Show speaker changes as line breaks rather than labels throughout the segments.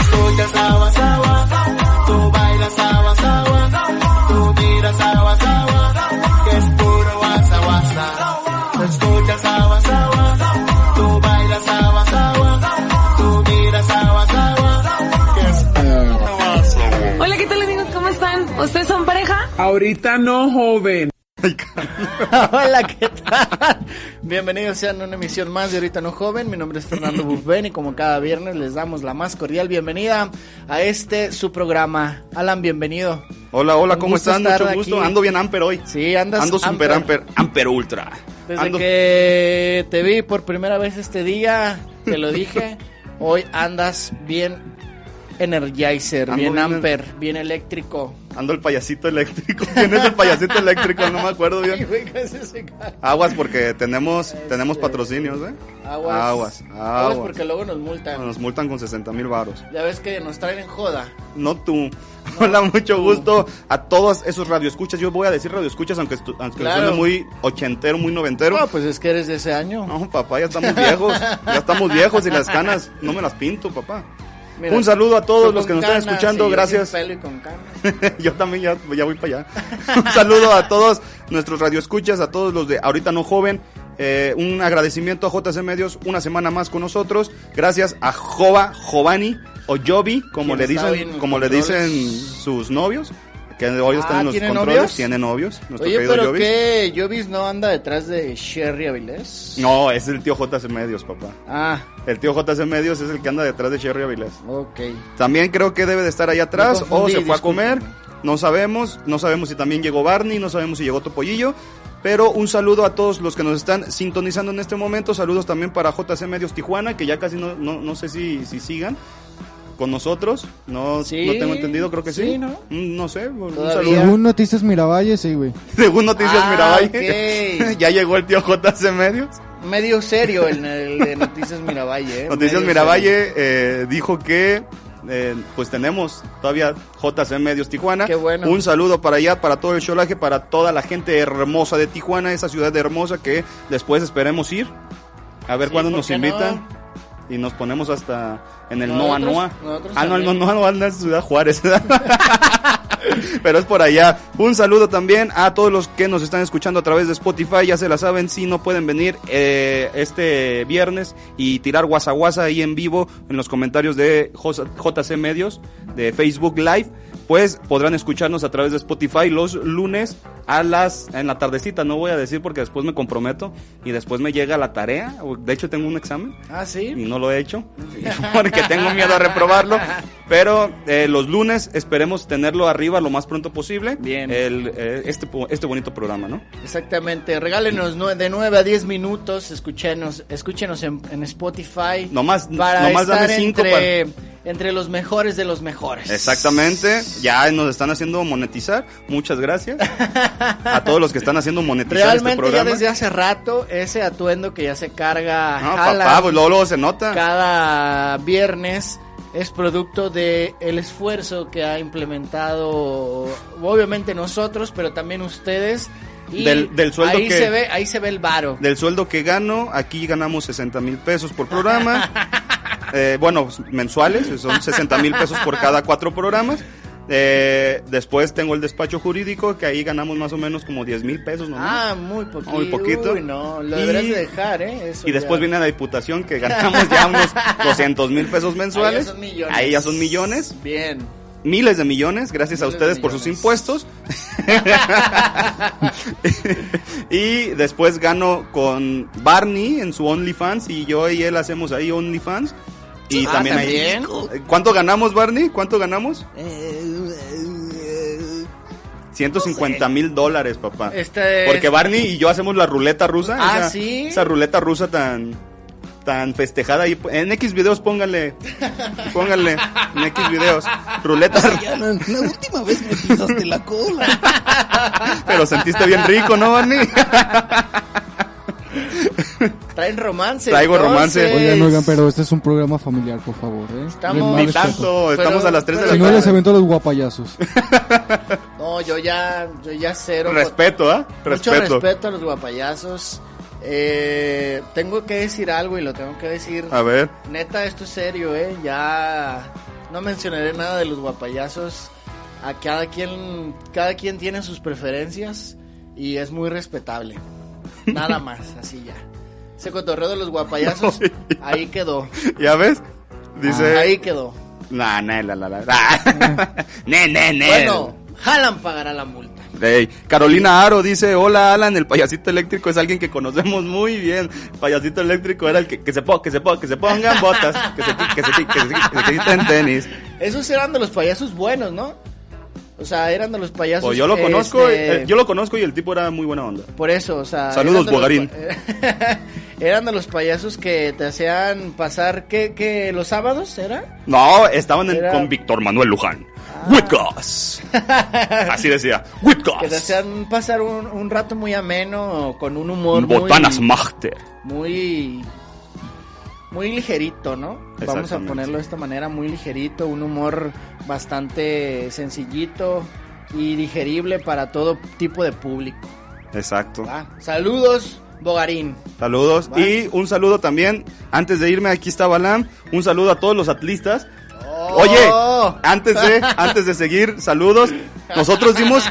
escuchas agua, agua, tú bailas agua, agua, tú miras agua, agua, que es puro guasa, guasa. Tú escuchas agua, agua, tú bailas agua, agua, tú miras agua, agua, que es puro guasa.
Hola, ¿qué tal amigos? ¿Cómo están? ¿Ustedes son pareja?
Ahorita no, joven.
Hola, ¿qué tal? Bienvenidos sean a una emisión más de Ahorita No Joven. Mi nombre es Fernando Buffen y como cada viernes les damos la más cordial bienvenida a este su programa. Alan, bienvenido.
Hola, hola,
Un
¿cómo
gusto
están?
estar
Mucho gusto.
aquí.
Ando bien amper hoy.
Sí, andas
Ando
amper.
super amper, amper, ultra.
Desde
Ando-
que te vi por primera vez este día, te lo dije, hoy andas bien energizer,
Ando
bien
bien en-
amper, bien eléctrico.
Ando el payasito eléctrico. ¿Quién es el payasito eléctrico? No me acuerdo
Ay,
bien.
güey, casi se cae.
Aguas porque tenemos tenemos patrocinios, ¿eh?
Aguas,
Aguas,
aguas
aguas.
porque luego nos multan.
Nos multan con 60 mil varos.
Ya ves que nos traen en joda.
No tú. Hola, mucho gusto a todos esos radioescuchas. Yo voy a decir radioescuchas aunque, estu- aunque
Claro.
suene muy ochentero, muy noventero.
No, pues es que eres de ese año.
No, papá, ya estamos viejos. Ya estamos viejos y las canas no me las pinto, papá.
Mira,
Un saludo a todos
tú
los
con
que nos están
canas
escuchando.
y yo
Gracias.
sin pelo y con canas.
Yo también ya, ya voy para allá. Un saludo a todos nuestros radioescuchas, a todos los de Ahorita No Joven. Eh, un agradecimiento a JC Medios, una semana más con nosotros. Gracias a Jova, Jovani o Jovi, como
Quien
le
está hoy en
dicen,
los
como le
controles.
dicen sus novios, que hoy están
Ah,
en los
¿tiene
controles,
novios?
tiene novios, nuestro
Oye,
querido
pero
Jovi.
¿qué? ¿Jovis no anda detrás de Sherry Avilés?
No, es el tío JC Medios, papá.
Ah,
El tío JC Medios es el que anda detrás de Sherry Avilés.
ok.
También creo que debe de estar ahí atrás
Me confundí,
o se fue a
discúlpame.
comer. No sabemos, no sabemos si también llegó Barney, no sabemos si llegó Topollillo. Pero un saludo a todos los que nos están sintonizando en este momento. Saludos también para JC Medios Tijuana, que ya casi no, no, no sé si, si sigan con nosotros. No,
Sí,
no tengo entendido, creo que sí.
sí, ¿no?
Mm, no sé, un
Todavía.
saludo.
Según Noticias Miravalle, sí, güey.
Según Noticias
Ah,
Miravalle,
ok.
ya llegó el tío JC Medios.
Medio serio en el de Noticias Miravalle. ¿eh?
Noticias
Medio
Miravalle eh, dijo que eh, pues tenemos todavía JC Medios Tijuana.
Qué bueno.
Un saludo para allá, para todo el sholaje, para toda la gente hermosa de Tijuana, esa ciudad hermosa que después esperemos ir. A ver
Sí,
cuándo
¿por
nos
qué
invitan. Y nos ponemos hasta en el Noa
Nosotros-
Noa.
nosotros
Ah, no, el
también.
Noa Noa anda en Ciudad Juárez. Pero es por allá. Un saludo también a todos los que nos están escuchando a través de Spotify. Ya se la saben, si no pueden venir eh, este viernes y tirar guasaguasa ahí en vivo en los comentarios de J- JC Medios de Facebook Live. Pues podrán escucharnos a través de Spotify los lunes a las en la tardecita. No voy a decir porque después me comprometo y después me llega la tarea. o- De hecho tengo un examen
serio. Ah,
y
sí.
no lo he hecho porque tengo miedo a reprobarlo. Pero eh, los lunes esperemos tenerlo arriba lo más pronto posible.
Bien.
El, eh, este, po- este bonito programa, ¿no?
Exactamente. Regálenos nue- de 9 a 10 minutos. Escúchenos, escúchenos en, en Spotify.
Nomás,
para
nomás
estar
dame cinco. para-
entre, entre los mejores de los mejores.
Exactamente, ya nos están haciendo monetizar. Muchas gracias a todos los que están haciendo monetizar este
Realmente ya
programa.
desde hace rato ese atuendo que ya se carga
No,
jala
papá, pues luego, luego se nota.
cada viernes es producto de el esfuerzo que ha implementado obviamente nosotros, pero también ustedes y
Del- del sueldo
ahí
que-
se ve ahí se ve el varo.
Del sueldo que gano, aquí ganamos 60 mil pesos por programa. Eh, bueno, mensuales, son 60 mil pesos por cada cuatro programas. Eh, después tengo el despacho jurídico, que ahí ganamos más o menos como 10 mil pesos. ¿no?
Ah, muy poquito.
Muy poquito.
Uy, no, lo
Y-
deberás de dejar, ¿eh? Eso
y después
ya.
viene la diputación, que ganamos ya unos 200 mil pesos
Ahí ya
mensuales.
son millones.
Ahí ya son millones.
Bien.
miles de millones, gracias a
Miles de
ustedes por sus
millones.
impuestos. y después gano con Barney en su OnlyFans y yo y él hacemos ahí OnlyFans. Y
Ah,
también, ahí- ¿Cuánto ganamos, Barney? ¿Cuánto ganamos?
Eh,
150 mil dólares, papá.
Este
Porque Barney y yo hacemos la ruleta rusa.
Ah,
esa,
¿sí?
Esa ruleta rusa tan tan festejada y en X videos pónganle pónganle en X videos ruleta
la última vez me pisaste la cola.
Pero sentiste bien rico, ¿no, Barney?
traen romance.
Traigo romance.
entonces.
Oigan, oigan, pero este es un programa familiar, por favor, ¿eh?
Estamos- Ni
Les mal
Ni
respeto.
tanto,
Pero-
estamos a las 3 de
Si no,
la
les
tarde.
avento los guapayazos.
No, yo ya yo ya cero
Respeto, ¿ah?
Mucho
Respeto.
respeto a los guapayazos. Eh, tengo que decir algo y lo tengo que decir.
A ver,
Neta, esto es serio, ¿eh? Ya No mencionaré nada de los guapayazos. A cada quien, cada quien tiene sus preferencias y es muy respetable. Nada más, así ya. Ese cotorreo de los guapayazos, ahí quedó.
¿Ya ves? Dice.
Ahí quedó.
Nah, nah, la, la, la. nah. Ne, ne, ne.
Bueno, Jalan pagará la multa.
Ey, Carolina Aro dice, hola Alan, el payasito eléctrico es alguien que conocemos muy bien. Payasito eléctrico era el que, que se, po- que, se, po- que se pongan botas, que se, qui- que se, qui- que se, qui- que se quiten tenis.
Esos eran de los payasos buenos, ¿no? O sea, eran de los payasos.
O Pues yo lo conozco,
este,
eh, yo lo conozco y el tipo era muy buena onda.
Por eso, o sea.
Saludos,
eran de
Bogarín.
los pa- eran de los payasos que te hacían pasar. ¿Qué? qué ¿Los sábados era?
No, estaban en-
Era-
con Víctor Manuel Luján. Whitcos. Así decía,
Ah. Que te
Whitcos.
hacían pasar un, un rato muy ameno, con un humor
Botanas
muy,
Machter.
muy muy ligerito, ¿no? Vamos a
Exactamente.
ponerlo de esta manera, muy ligerito, un humor bastante sencillito y digerible para todo tipo de público.
Exacto.
¿va? Saludos, Bogarín.
Saludos.
Va.
Y un saludo también, antes de irme, aquí está Balam. Un saludo a todos los atlistas.
Oh.
Oye, antes de, antes de seguir, saludos. Nosotros dimos,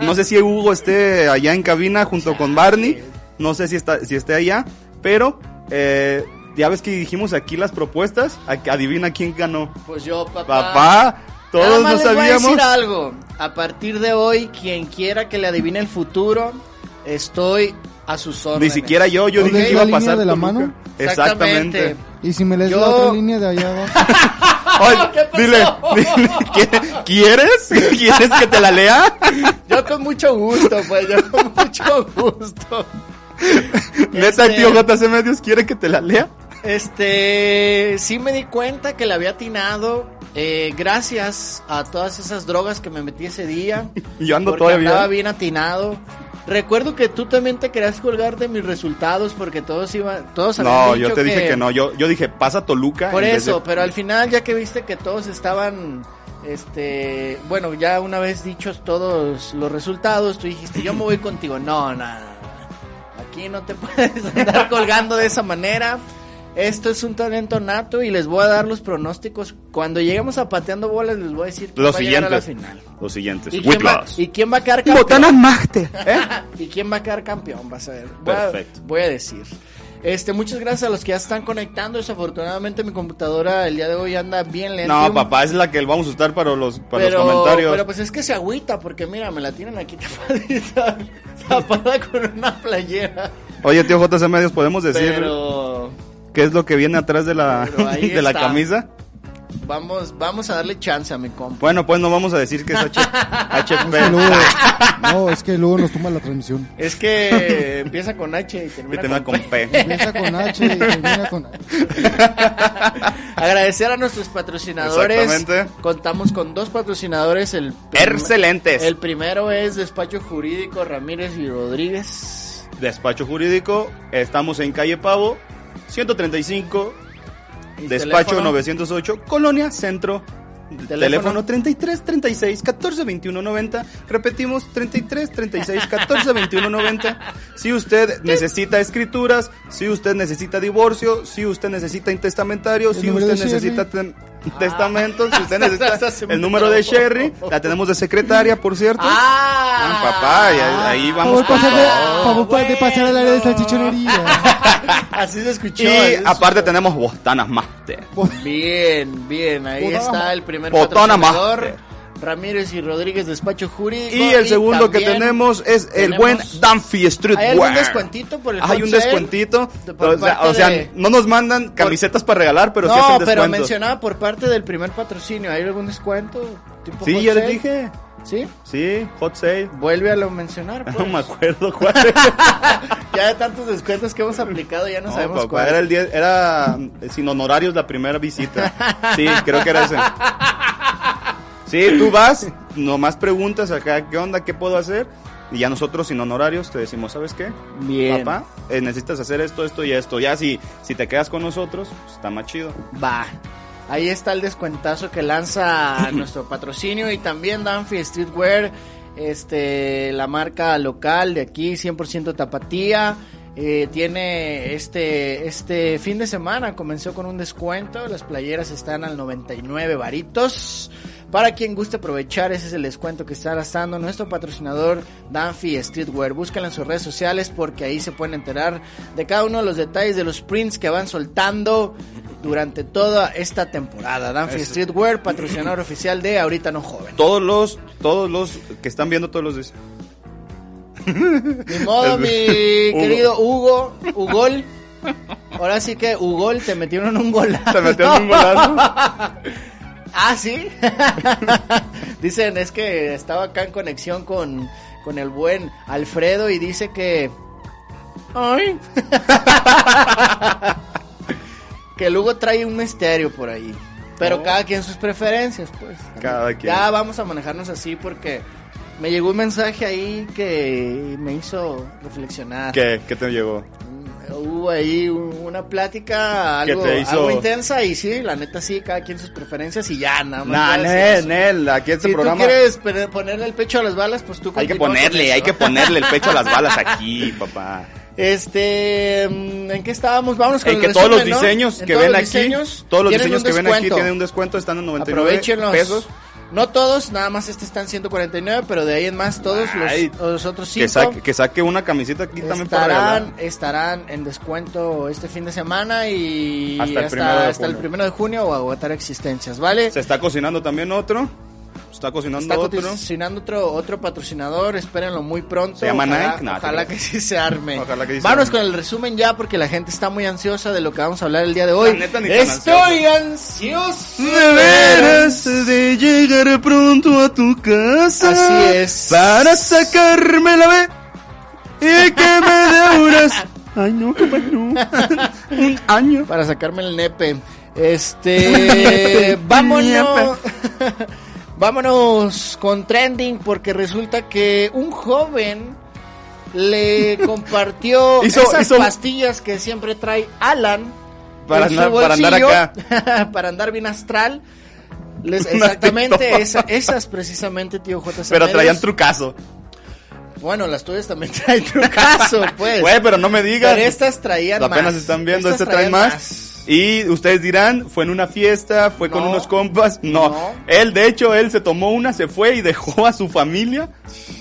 no sé si Hugo esté allá en cabina junto con Barney, no sé si está, si esté allá, pero eh, ya ves que dijimos aquí las propuestas, a- adivina quién ganó.
Pues yo, papá.
Papá,
Nada
todos
más
no
les voy a
sabíamos.
decir algo. A partir de hoy, quien quiera que le adivine el futuro, estoy a sus
Ni
órdenes.
siera yo, yo
¿Dónde
dije
es
que iba
la
a
línea
pasar
de la
Toluca.
mano?
Exactamente.
Exactamente.
Y si me lees
Yo-
la otra línea de allá abajo.
Ay,
¿Qué pasó?
dile, dile, ¿qui- ¿quieres? ¿Quieres que te la lea?
Yo con mucho gusto, pues, yo con mucho gusto.
Neta,
Este-
el tío JC Medios quiere que te la lea.
Este, sí me di cuenta que le había atinado eh, gracias a todas esas drogas que me metí ese día.
Yo ando
porque
todavía.
Estaba bien atinado. Recuerdo que tú también te querías colgar de mis resultados porque todos iban, todos habían
No, yo
dicho
te dije que no. Yo, yo dije, pasa Toluca.
Por
en vez de-
eso, pero al final ya que viste que todos estaban, este, bueno, ya una vez dichos todos los resultados, tú dijiste, yo me voy contigo. No, no, no, no. aquí no te puedes andar colgando de esa manera. Esto es un talento nato y les voy a dar los pronósticos. Cuando lleguemos a pateando bolas les voy a decir quién
Los
va a llegar a la
siguientes.
final.
Los siguientes.
¿Y quién, va,
Whiplash.
y quién va a quedar campeón? ¿Eh?
Master.
¿Y quién va a quedar campeón? Vas a ver. Voy a-
Perfecto.
voy a decir. Este, muchas gracias a los que ya están conectando. Desafortunadamente mi computadora el día de hoy anda bien lenta.
No, papá, es la que vamos a usar para los, para
pero,
los comentarios.
pero pues es que se agüita porque mira, me la tienen aquí tapadita, tapada con una playera.
Oye, tío JC Medios, ¿podemos decir
Pero
qué es lo que viene atrás de la,
Pero ahí
de la
está.
camisa?
vamos, vamos a darle chance a mi compa.
Bueno, pues no vamos a decir que es H-
Es que
HP.
luego, no, es que luego nos toma la transmisión.
Es que empieza con H y
Que
termina,
termina
con
con
P.
P.
Empieza con H y termina con...
Agradecer a nuestros patrocinadores.
Exactamente.
Contamos con dos patrocinadores. El prim-
Excelentes.
El primero es Despacho Jurídico Ramírez y Rodríguez.
Despacho jurídico, estamos en calle Pavo, 135,
Y
despacho
teléfono,
908, Colonia Centro.
Teléfono.
Teléfono. 33 36 14 21 90. Repetimos 33 36 14 21 90. Si usted necesita escrituras, si usted necesita divorcio, si usted necesita intestamentario,
El
si
número
usted
de Sherry.
necesita tem- testamento, si usted necesita
Ah. Esa se me
el número de
trabó.
Sherry, la tenemos de secretaria, por cierto.
¡Ah!
Ah, papá, y ahí- ahí vamos
Por
con
pasar de,
todo.
favor, pa- de pasar al área de salchichonería.
Así se escuchó.
Y
así se
aparte tenemos Botanas Master.
escuchó. Bien, bien. Ahí
Botana.
está el primer
Botana
patrocinador.
Master.
Ramírez y Rodríguez, Despacho Jurídico.
Y el segundo que
también
tenemos es el
tenemos-
buen Danfi
¿Hay algún
Streetwear.
descuentito por el
Hay
hot
un
sale?
descuentito.
De- por
O sea,
parte
o sea,
de-
no nos mandan camisetas para regalar, pero sí
no,
hacen
pero
descuentos.
mencionaba por parte del primer patrocinio. ¿Hay algún descuento? Tipo
Sí,
hot
ya les
sale?
dije.
¿Sí?
Sí, hot sale.
Vuelve a lo mencionar.
No
pues.
me acuerdo cuál era.
ya de tantos descuentos que hemos aplicado, ya no,
No,
sabemos
papá,
cuál.
era el 10, era eh, sin honorarios la primera visita. Sí, creo que era ese. Sí, tú vas, nomás preguntas acá, ¿qué onda? ¿Qué puedo hacer? Y ya nosotros sin honorarios te decimos, ¿sabes qué?
Bien.
Papá, eh, necesitas hacer esto, esto y esto. Ya si, si te quedas con nosotros, pues, está más chido.
Va. Ahí está el descuentazo que lanza nuestro patrocinio y también Danfi Streetwear, este, la marca local de aquí, 100% tapatía. eh, tiene este, este fin de semana, comenzó con un descuento, las playeras están al 99 varitos. Para quien guste aprovechar, ese es el descuento que está gastando nuestro patrocinador Danfi Streetwear. Búsquenlo en sus redes sociales porque ahí se pueden enterar de cada uno de los detalles de los prints que van soltando durante toda esta temporada. Danfi
Eso.
Streetwear, patrocinador oficial de Ahorita No Joven.
Todos los, todos los que están viendo, todos los... dicen,
Ni modo, mi
Hugo.
querido Hugo, Ugol. Ahora sí que Ugol te metieron un golazo.
Se metieron un golazo.
Ah, sí. Dicen, es que estaba acá en conexión con, con el buen Alfredo y dice que. Ay. que luego trae un misterio por ahí. Pero
Oh.
cada quien sus preferencias, pues.
Cada quien.
Ya vamos a manejarnos así porque me llegó un mensaje ahí que me hizo reflexionar.
¿Qué, ¿Qué te llegó?
Hubo ahí una plática
Que
algo,
te hizo-
algo intensa y sí, la neta sí, cada quien sus preferencias y ya, nada más.
Nah,
voy a decir
Nel,
eso.
Nel, aquí este
Si
programa...
tú quieres pe- ponerle el pecho a las balas, pues tú
Hay que
continúa con
ponerle,
eso.
hay que ponerle el pecho a las balas aquí, papá.
Este, mm, ¿en qué estábamos? Vámonos con
En
el
que todos los
resumen, ¿no?
diseños
En
que
todos
ven
los
aquí,
diseños
todos los
tienen
diseños
un
que ven aquí
descuento.
tienen un descuento, están en 99
Aprovechenlos.
pesos.
No todos, nada más este están 149, pero de ahí en más todos los-
Ay,
los, otros cinco.
Que saque, que saque una camiseta aquí también para regalar.
estarán, estarán en descuento este fin de semana y
Hasta
hasta,
el primero de
hasta el
junio.
primero de junio o agotar existencias, ¿vale?
Se está cocinando también otro. Se está cocinando
Está
otro.
cocinando otro, otro patrocinador, espérenlo muy pronto.
¿Se llama
ojalá,
Nike? No, te
ojalá
creo.
que sí se arme.
Ojalá que sí se
Vámonos
arme.
con el resumen ya porque la gente está muy ansiosa de lo que vamos a hablar el día de hoy.
La neta, ni tan
Estoy ansioso.
De veras de llegar pronto a tu casa.
Así es.
Para sacarme la ve y que me dé unas. Ay, no, compadre, no. Un año.
Para sacarme el nepe. Este, vámonos. vámonos con trending porque resulta que un joven le compartió
Hizo-
esas
hizo-
pastillas que siempre trae Alan
Para
en su
andar- para andar
bolsillo, para andar bien astral. Les-
Unas
exactamente,
pitomas.
esa- esas precisamente, tío J.
Pero
Samedos.
traían trucazo.
Bueno, las tuyas también traen trucazo, pues.
Güey, pero no me digas.
Pero estas traían
Apenas
más.
están viendo,
Estas
este trae
traían
más. Y ustedes dirán, fue en una fiesta, fue con
No.
unos compas. No.
No.
Él, de hecho, él se tomó una, se fue y dejó a su familia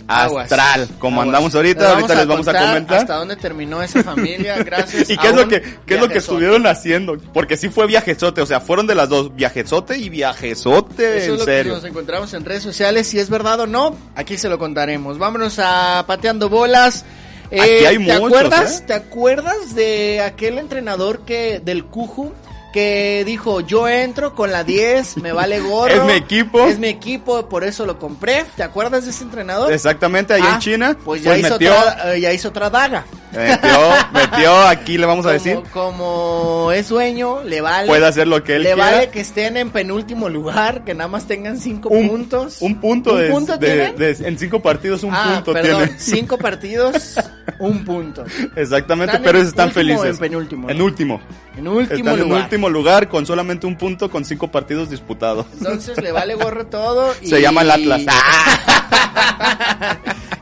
Aguas.
astral. Como
Aguas.
andamos ahorita, ahorita les vamos a
contar
comentar.
Hasta dónde terminó esa familia, gracias.
¿Y
a
qué es lo
un
que qué es lo que
viajezote.
estuvieron haciendo? Porque sí fue viajezote, o sea, fueron de las dos, viajezote y viajezote,
Eso es
en
lo
serio.
que nos encontramos en redes sociales, si es verdad o no, aquí se lo contaremos. Vámonos a Pateando Bolas. Eh,
Aquí hay
¿Te
muchos,
acuerdas?
¿eh?
¿Te acuerdas de aquel entrenador que del Cuju que dijo, "Yo entro con la 10, me vale gorro."
Es mi equipo.
Es mi equipo, por eso lo compré. ¿Te acuerdas de ese entrenador?
Exactamente, allá
Ah,
en China,
Pues
pues,
ya hizo
metió,
otra- eh, ya hizo otra daga.
metió, metió, aquí le vamos a
como,
decir,
como es dueño, le vale.
puede hacer lo que él
le
quiera.
vale que estén en penúltimo lugar, que nada más tengan cinco puntos.
Un punto,
¿Un
de,
punto
de-
tienen?
de- en cinco partidos un
ah,
punto
perdón,
tienen.
cinco partidos, un punto.
Exactamente,
¿Están
pero
en
ellos están
último o
felices.
en penúltimo?
En último.
En último
están
lugar.
en último lugar con solamente un punto con cinco partidos disputados.
Entonces le vale gorro todo. Y...
Se llama el Atlas. Ah.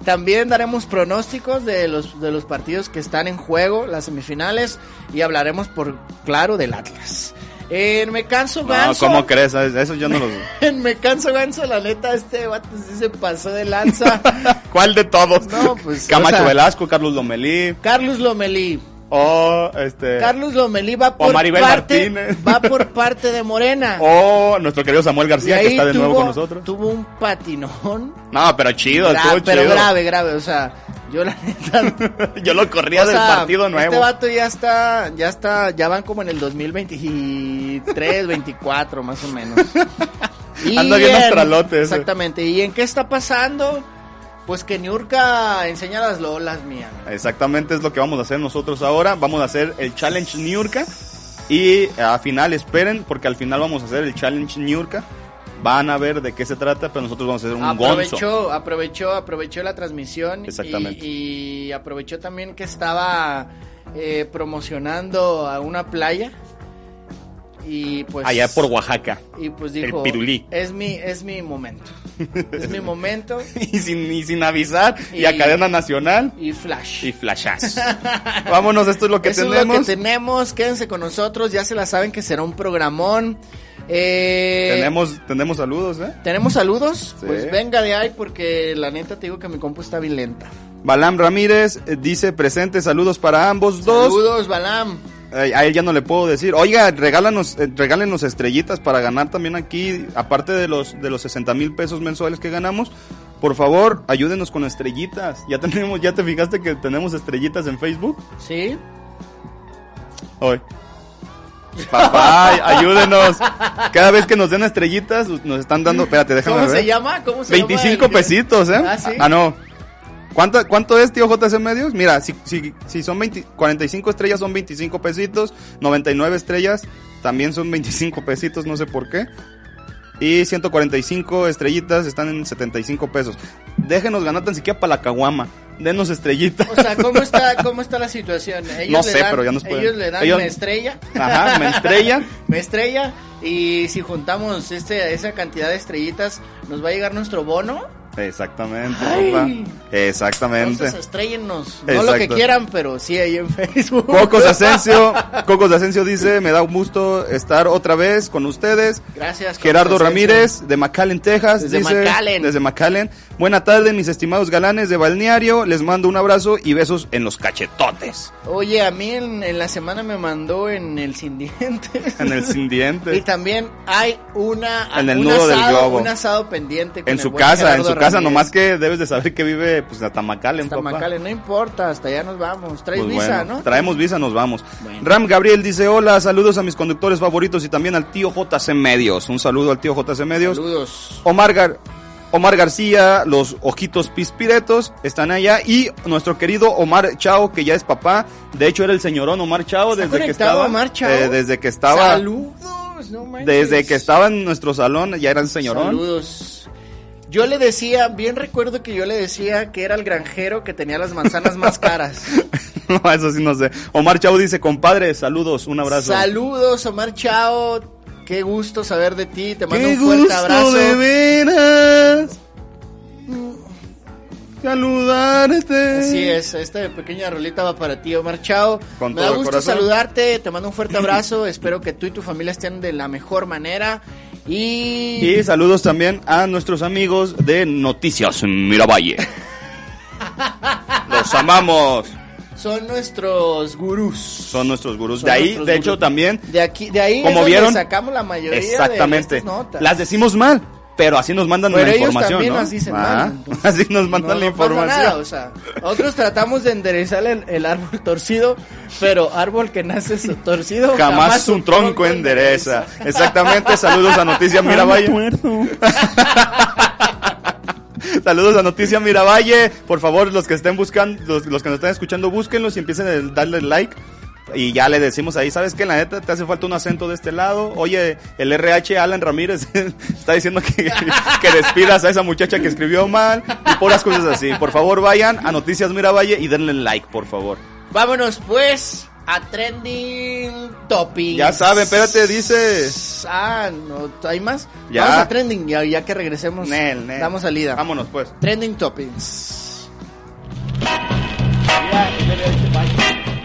También daremos pronósticos de los, de los partidos que están en juego, las semifinales, y hablaremos, por claro, del Atlas. En Me Canso
No,
Ganso.
¿cómo crees? Eso yo no lo
En Me Canso Ganso, la neta, este vato sí se pasó de lanza.
¿Cuál de todos?
No, pues,
Camacho
o sea-
Velasco, Carlos Lomelí
Carlos Lomelí.
o este
Carlos Lomelí va por
Maribel
parte,
Martínez.
va por parte de Morena.
o nuestro querido Samuel
Y
García que
ahí
está de nuevo
tuvo-
con nosotros.
Tuvo un patinón.
No, pero chido,
Gra-
estuvo
pero
chido.
grave, grave. O sea, yo la neta.
Yo lo corría
o
del
sea,
partido
Este
nuevo.
vato ya está, ya está, ya van como en el 2023, 24 más o menos.
Anda bien
en-
astralote ese.
Exactamente. ¿Y en qué está pasando? Pues que Niurka enseña las lolas, mía.
Exactamente es lo que vamos a hacer nosotros ahora. Vamos a hacer el Challenge Niurka. Y al final, esperen, porque al final vamos a hacer el Challenge Niurka. Van a ver de qué se trata, pero nosotros vamos a hacer un gonzo.
aprovechó, aprovechó, aprovechó la transmisión. y-
Exactamente.
Y, aprovechó también que estaba eh, promocionando a una playa. Y pues.
Allá por Oaxaca.
Y pues
el
dijo.
pirulí.
Es mi, es mi momento. Es mi momento.
Y sin, y sin avisar, y,
Y-
a cadena nacional,
Y flash.
y flashazos.
Vámonos, esto es lo que
Eso
tenemos.
es lo que tenemos. Quédense con nosotros. Ya se la saben que será un programón. Eh,
tenemos, tenemos saludos, ¿eh?
¿Tenemos saludos?
Sí.
Pues venga de ahí porque la neta te digo que mi compu está bien lenta.
Balam Ramírez eh, dice presente, saludos para ambos dos.
Saludos, Balam.
Ay, a él ya no le puedo decir. Oiga, regálanos, eh, regálenos estrellitas para ganar también aquí, aparte de los, de los 60 mil pesos mensuales que ganamos. Por favor, ayúdenos con estrellitas. Ya tenemos, ya te fijaste que tenemos estrellitas en Facebook.
¿Sí?
Hoy. Papá, ay, ayúdenos. Cada vez que nos den estrellitas, nos están dando. Espérate, déjame
¿Cómo
ver.
se llama? ¿Cómo se
25
llama? el-
pesitos, ¿eh?
Ah, ¿sí?
no. ¿Cuánto, ¿Cuánto es, tío JC Medios? Mira, si, si, si son 20 45 estrellas son 25 pesitos, 99 estrellas también son 25 pesitos, no sé por qué. Y 145 estrellitas están en 75 pesos. Déjenos ganar tan siquiera para la caguama. Denos estrellitas.
O sea, ¿cómo está, cómo está la situación? Ellos
No
le
sé,
dan-
pero ya nos pueden-
Ellos le dan
ellos-
me estrella,
Ajá, me estrella.
me estrella, y si juntamos este, esa cantidad de estrellitas, ¿nos va a llegar nuestro bono?
Exactamente,
Ay.
papá. Exactamente.
Entonces, estrellennos. No lo que
Exacto.
quieran, pero sí ahí en Facebook.
Cocos de Asensio, Cocos de Asensio dice, me da un gusto estar otra vez con ustedes.
Gracias.
Gerardo
Cocos de Asensio.
Ramírez de McAllen, Texas.
Desde
dice-
McAllen.
Desde McAllen. Buena tarde, mis estimados galanes de balneario. Les mando un abrazo y besos en los cachetotes.
Oye, a mí en, en la semana me mandó en el sin dientes.
En el sin
Y
diente.
también hay una
En el
un
nudo del
asado-
globo.
Un asado pendiente. con
En
el
su
buen
casa, en
Gerardo
su casa,
Ramírez.
nomás que debes de saber que vive pues hasta McAllen,
Hasta
papá.
Macale, no importa, hasta allá nos vamos. Traes
Pues
visa,
bueno,
¿no?
Traemos visa, nos vamos.
Bueno.
Ram Gabriel dice, hola, saludos a mis conductores favoritos y también al tío JC Medios. Un saludo al tío JC Medios.
Saludos.
Omar, Gar- Omar García, los ojitos pispiretos están allá y nuestro querido Omar Chao, que ya es papá. De hecho, era el señorón Omar Chao
¿Está
desde que
conectado
estaba.
Omar Chao?
eh, desde que estaba.
Saludos, no manches.
Desde que estaba en nuestro salón, ya era el señorón.
Saludos. Yo le decía, bien recuerdo que yo le decía que era el granjero que tenía las manzanas más caras.
no, eso sí no sé. Omar Chao dice, compadre, saludos, un abrazo.
Saludos, Omar Chao. Qué gusto saber de ti. Te mando
Qué
un fuerte
gusto
abrazo.
de veras. Saludarte.
Así es, esta pequeña rolita va para ti, Omar Chao.
Con
Me da
todo el
gusto
corazón.
saludarte, te mando un fuerte abrazo, espero que tú y tu familia estén de la mejor manera y...
Y saludos también a nuestros amigos de Noticias Miravalle. Los amamos.
son nuestros gurús.
Son nuestros gurús.
Son
de ahí,
nuestros
de hecho,
gurús.
también.
De aquí, de ahí es
Como
donde
vieron.
sacamos la mayoría de
Exactamente.
estas notas.
Las decimos mal, pero así nos mandan
Pero
la
ellos
información.
también
¿no?
las dicen
Ah,
mal, entonces,
así nos
No,
mandan la
no pasa
información.
nada, o sea, otros tratamos de enderezar el, el árbol torcido, pero árbol que nace so- torcido
Jamás, un tronco, endereza. Exactamente. Saludos a Noticias Miravalle. Saludos a Noticias Miravalle. Por favor, los que estén buscando, los, los que nos están escuchando, búsquenlos y empiecen a darle like. Y ya le decimos ahí, ¿sabes qué? La neta, te hace falta un acento de este lado. Oye, el RH Alan Ramírez está diciendo que, que despidas a esa muchacha que escribió mal y puras cosas así. Por favor, vayan a Noticias Miravalle y denle like, por favor.
Vámonos pues a Trending Topics.
Ya saben, espérate, dice.
Ah, no, ¿hay más?
Ya.
Vamos a Trending, ya, ya que regresemos.
Nel, nel.
Damos salida.
Vámonos, pues.
Trending Topics.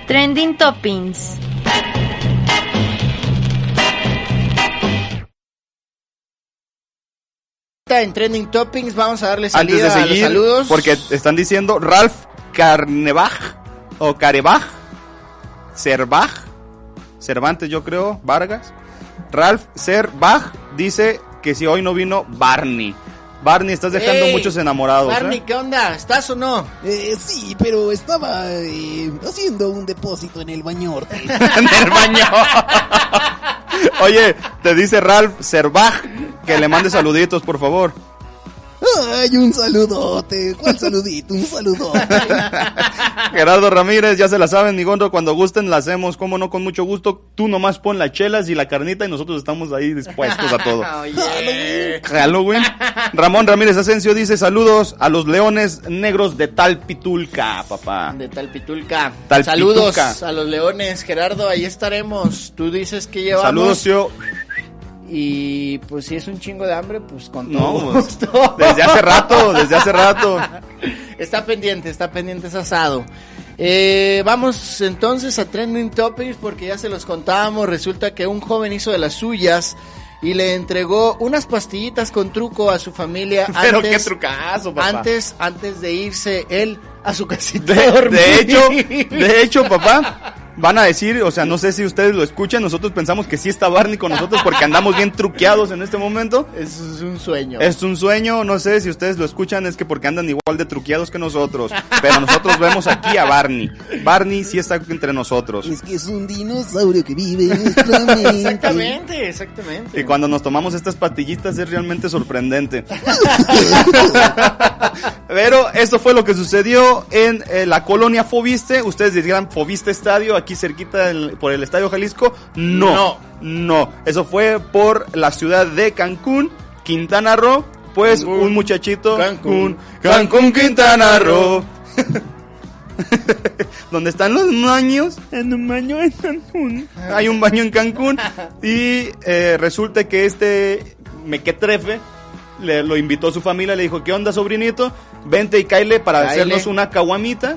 Trending Toppings.
En Trending Topics vamos a darle salida
Antes de
a los
seguir,
saludos.
porque están diciendo Ralph Carnebaj o Carebaj, Cervaj, Cervantes yo creo, Vargas. Ralph Cervaj dice que si hoy no vino Barney. Barney, estás dejando
Ey,
muchos enamorados. ¿eh?
Barney, ¿qué onda? ¿Estás o no?
Eh, sí, pero estaba eh, haciendo un depósito en el bañorte.
¿eh? en el baño. Oye, te dice Ralph Cervaj que le mande saluditos, por favor.
Ay, un saludote. ¿Cuál saludito? Un saludote.
Gerardo Ramírez, ya se la saben, mi gondro, cuando gusten la hacemos, como no, con mucho gusto. Tú nomás pon las chelas y la carnita y nosotros estamos ahí dispuestos a todo.
Ah,
Ah,
Oye.
Halloween. Ramón Ramírez Asensio dice saludos a los leones negros de Talpitulca, papá.
De Talpitulca.
Talpitulca.
Saludos a los leones, Gerardo, ahí estaremos. Tú dices que llevamos.
Saludos, tío.
Y pues si es un chingo de hambre, pues con todo
No, pues,
gusto.
desde hace rato, desde hace rato.
Está pendiente, está pendiente, es asado. Eh, vamos entonces a Trending Topics porque ya se los contábamos. Resulta que un joven hizo de las suyas y le entregó unas pastillitas con truco a su familia
Pero qué
antes,
trucazo, papá.
antes, antes de irse él a su casita.
De,
a dormir.
de hecho, de hecho, papá, van a decir, o sea, no sé si ustedes lo escuchan, nosotros pensamos que sí está Barney con nosotros porque andamos bien truqueados en este momento.
Eso es un sueño.
Es un sueño, no sé si ustedes lo escuchan, es que porque andan igual de truqueados que nosotros. Pero nosotros vemos aquí a Barney. Barney sí está entre nosotros.
Es que es un dinosaurio que vive en este nuestra mente.
Exactamente, exactamente.
Y cuando nos tomamos estas patillitas es realmente sorprendente. Pero esto fue lo que sucedió en eh, la colonia Fobiste. Ustedes dirán Fobiste Estadio, aquí cerquita del- por el Estadio Jalisco. No, no, Eso fue por la ciudad de Cancún, Quintana Roo. Pues un muchachito.
Cancún.
Cancún, Quintana Roo. donde están los baños. En un baño en Cancún. Hay un baño en Cancún. Y eh, resulta que este mequetrefe le, lo invitó a su familia. Le dijo: ¿Qué onda, sobrinito? Vente y caile para
Cáele.
hacernos una caguamita.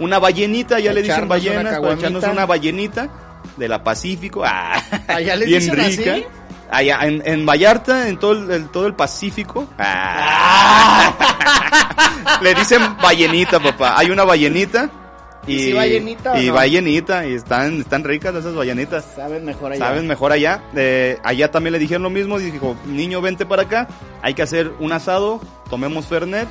Una ballenita, ya le dicen
Echarnos una
ballenas, para
caguamita.
echarnos una ballenita de la Pacífico. Ah,
Allá les
bien
dicen
rica.
así.
Allá en, en Vallarta, en todo el, el- todo el Pacífico. Ah. Le dicen ballenita, papá. Hay una ballenita. Y,
¿Y si ballenita o
y
no?
ballenita, y están, están ricas esas ballenitas.
Saben mejor allá.
Saben mejor allá. Eh, allá también le dijeron lo mismo. Dijo, niño, vente para acá. Hay que hacer un asado. Tomemos Fernet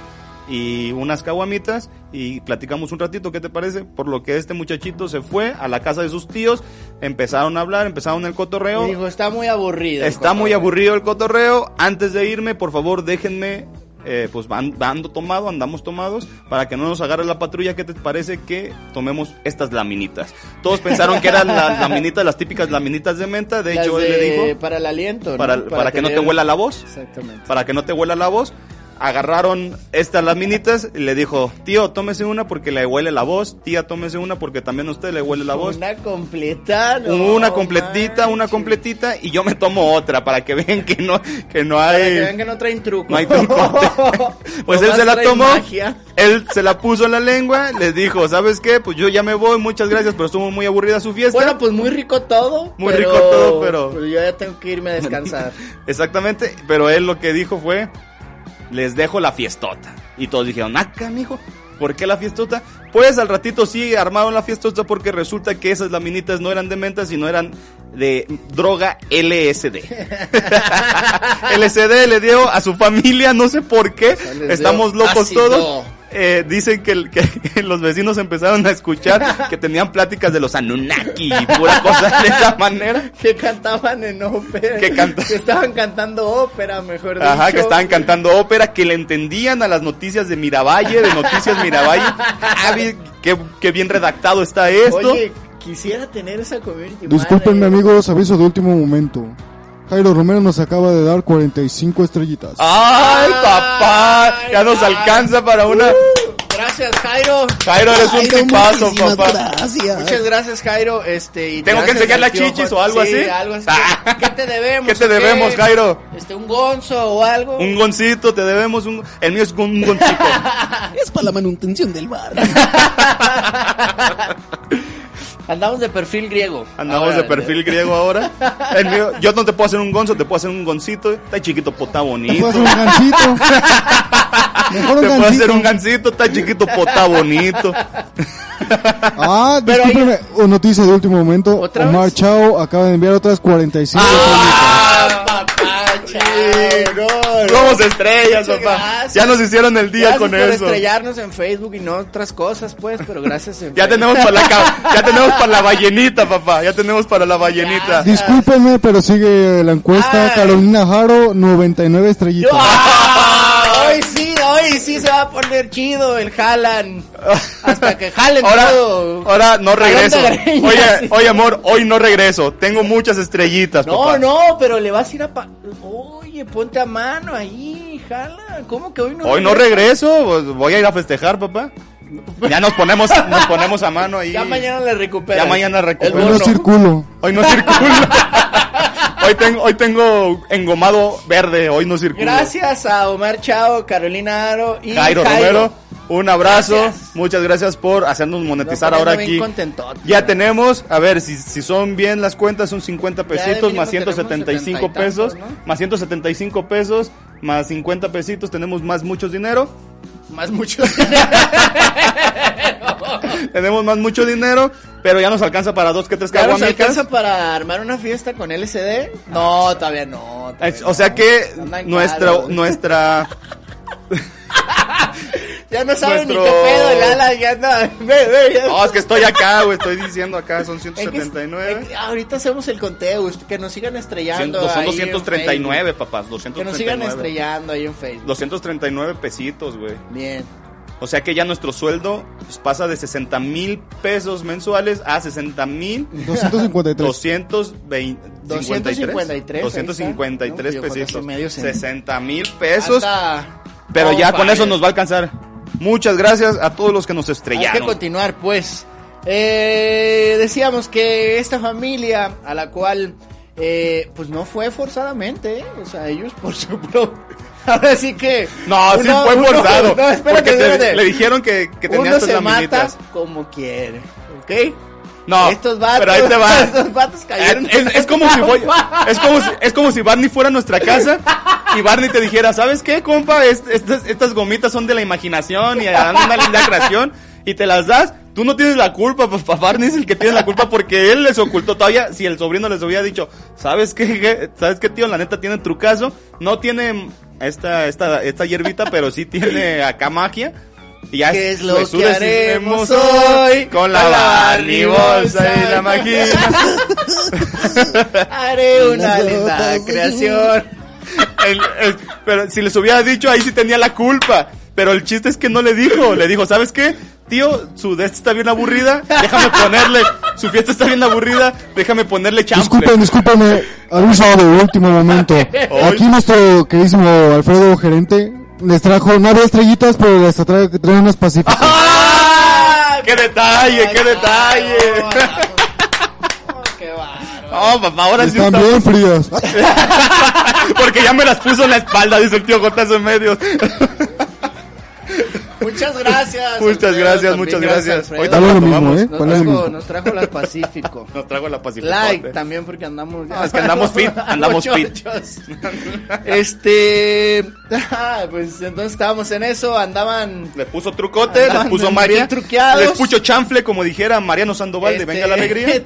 y unas caguamitas y platicamos un ratito. ¿Qué te parece? Por lo que este muchachito se fue a la casa de sus tíos. Empezaron a hablar, empezaron el cotorreo.
Y Dijo, está muy aburrido.
Está muy
aburrido.
aburrido el cotorreo. Antes de irme, por favor, déjenme. eh, pues van, ando tomado, andamos tomados. Para que no nos agarre la patrulla, ¿qué te parece que tomemos estas laminitas? Todos pensaron que eran las laminitas, las típicas laminitas de menta. De
Las
hecho, él
de-
le dijo.
Para el aliento, ¿no?
Para, para, que no te
tener-
huela la voz.
Exactamente.
Para que no te huela la voz. Agarraron estas laminitas y le dijo: Tío, tómese una porque le huele la voz. Tía, tómese una porque también a usted le huele la voz.
Una completa, no
una completita, una
manches.
completita y yo me tomo otra para que vean que no, que no
Para que vean
hay.
que no traen truco.
No hay truco. Pues él
Nomás
se la
traen
tomó,
magia.
él se la puso en la lengua, les dijo, ¿sabes qué? Pues yo ya me voy, muchas gracias, pero estuvo muy aburrida su fiesta.
Bueno, pues muy rico todo.
Muy
pero- pues
rico todo, pero-
Yo ya tengo que irme a descansar.
Exactamente, pero él lo que dijo fue, les dejo la fiestota. Y todos dijeron, acá, mijo, ¿por qué la fiestota? Pues al ratito sí armaron la fiestota porque resulta que esas laminitas no eran de menta, sino eran de droga LSD. LSD le dio a su familia, no sé por qué,
sea, les dio
estamos locos
ácido.
todos. Eh, dicen que, el- que- que los vecinos empezaron a escuchar que tenían pláticas de los Anunnaki y pura cosa de esa manera.
que cantaban en ópera.
Que canta-
que estaban cantando ópera, mejor dicho.
Ajá, que estaban cantando ópera, que le entendían a las noticias de Miravalle, de Noticias Miravalle. Ah, bien, qué, qué bien redactado está esto.
Oye, quisiera tener esa community.
Disculpenme
manager.
amigos, aviso de último momento. Jairo Romero nos acaba de dar 45 estrellitas.
Ah, ¡Ay, papá!
Ay,
Ya nos
ay.
alcanza para una.
Gracias, Jairo.
Jairo, eres un
Jairo,
tipazo,
muchísimas
papá.
Gracias.
Muchas gracias, Jairo. Este, y
¿Tengo que
gracias
enseñar
al
las
tío
chichis
Jorge.
o algo
Sí,
así?
algo así.
Ah.
¿Qué te debemos?
¿Qué te
o
debemos, Jairo?
Este, un gonzo o algo.
Un goncito, te debemos un. El mío es un goncito.
Es para la manutención del bar.
Andamos de perfil griego.
Andamos
Ahora,
de perfil griego ahora. El mío, yo no te puedo hacer un gonzo, te puedo hacer un goncito. Está chiquito, pues está
Te puedo
bonito.
hacer un gancito. Mejor un
Te puedo hacer
gancito.
un gancito, está chiquito, pues está bonito.
Ah,
Pero
discúlpenme, oh, noticia de último momento.
¿Otra
Omar
vez?
Chao acaba de enviar otras 45
Ah, papá, chingón.
Somos estrellas,
Muchas
papá.
gracias.
Ya nos hicieron el día
Gracias
con
por
eso.
estrellarnos en Facebook y no otras cosas, pues, pero gracias. en
Ya
Facebook.
tenemos para la ca- ya tenemos para la ballenita, papá. Ya tenemos para la ballenita.
Ya.
Discúlpenme, pero sigue la encuesta.
Ay.
Carolina Jaro, 99 estrellitas.
¡Ah! ¡Hoy sí! sí se va a poner chido el Jalan. Hasta que jalen
Ahora,
todo.
ahora no
Jalón de
regreso.
greñas, sí.
Oye, oye, amor, hoy no regreso. Tengo muchas estrellitas.
No,
papá.
no, pero le vas a ir a... pa- Oye, ponte a mano ahí, jala. ¿Cómo que hoy no
Hoy no
regresas?
regreso. pues, Voy a ir a festejar, papá. Ya nos ponemos, nos ponemos a mano ahí.
Ya mañana le recuperas.
Ya mañana recupero.
El
Hoy no
bono.
circulo.
Hoy no circulo. hoy, tengo, hoy tengo engomado verde. Hoy no circulo.
Gracias a Omar Chao, Carolina Aro y
Jairo, Romero. Un abrazo.
Gracias.
Muchas gracias por hacernos monetizar
Nos
ahora
poniendo
aquí.
bien contentote.
Ya tenemos, a ver, si, si son bien las cuentas, son 50 pesitos
mínimo
más
tenemos 70
175
y
pesos,
tantos, ¿no?
más 175 pesos, más 50 pesitos, tenemos más mucho dinero,
Más mucho.
tenemos más mucho dinero, pero ya nos alcanza para dos que tres
Claro, ¿se
caguamicas.
alcanza para armar una fiesta con LCD? No, todavía no. todavía
Es- O sea
no.
que
Andan
nuestra,
caros.
nuestra,
Ya no saben
nuestro- Oh,
ni qué pedo, el ala ya anda. Ve, ve, ya.
no, es que estoy acá, güey, estoy diciendo acá, son
Es que- es
179.
que ahorita hacemos el conteo, es que nos sigan
Cien-
estrellando.
Son
ahí en
239, papás,
Facebook. Que nos sigan
239.
estrellando ahí en Facebook.
239 pesitos, güey.
Bien.
O sea que ya nuestro sueldo pues, pasa de 60 mil pesos mensuales a 60 mil
253.
253,
253 253
ahí está. No, yo
pesitos.
casi medio cent-
60 mil pesos.
Anda.
Pero
on
ya con
fire.
eso nos va a alcanzar. Muchas gracias a todos los que nos
Hay que
estrellaron.
continuar, pues. Eh, decíamos que esta familia a la cual, eh, pues no fue forzadamente, ¿eh? o sea, ellos por su propio. Ahora sí que.
No, sí
uno-
fue
uno-
forzado.
no, espérate,
porque te-
espérate.
le dijeron que, que tenía
Uno
sus
se mata
laminitas.
como quiere, ¿ok?
No,
Estos vatos,
pero ahí te va.
Estos vatos cayeron.
Es, es como si voy- es como si, es como si Barney fuera a nuestra casa y Barney te dijera, ¿sabes qué, compa? Es- estas, estas gomitas son de la imaginación y dan una linda creación y te las das. Tú no tienes la culpa, papá. Barney es el que tiene la culpa porque él les ocultó todavía. Si el sobrino les hubiera dicho, ¿sabes qué, je- ¿Sabes qué, tío? La neta tiene trucazo. No tiene esta, esta, esta hierbita, pero sí tiene acá magia. Y ya
¿Qué es lo
pues, tú
que
decidimos
haremos hoy?
con la
Con la
Barney bolsa y la
Barney bolsa.
magia?
Haré una
Las
linda
gotas.
creación.
El- el- pero si les hubiera dicho, ahí sí tenía la culpa. Pero el chiste es que no le dijo. Le dijo, ¿sabes qué? Tío, su de esta está bien aburrida. Déjame ponerle. Su fiesta está bien aburrida. Déjame ponerle
Disculpen,
chample.
discúlpame. Aviso de último momento. Aquí nuestro queridísimo Alfredo Gerente les trajo, no había estrellitas, pero les trae, trae unas pacíficas.
¡Ah! ¡Qué detalle! ¡Qué detalle!
Oh, qué bárbaro.
No, papá, ahora sí
Están
está.
bien frías.
Porque ya me las puso en la espalda, dice el tío Gotazo en medio.
Muchas gracias.
Muchas
Alfredo,
gracias,
también.
muchas gracias.
Alfredo.
Ahorita
Dale lo mismo,
Vamos,
¿eh?
Nos
Dale lo mismo.
trajo, nos trajo las Pacífico.
Nos trago la pacificación.
Like también porque andamos
No, es que andamos fit, andamos fit.
Muchachos. Este, ah, pues entonces estábamos en eso, andaban
Le puso trucote,
Andaban
les puso
bien
magia.
truqueados.
Les puso chanfle, como dijera Mariano Sandoval, de
este,
Venga la Alegría.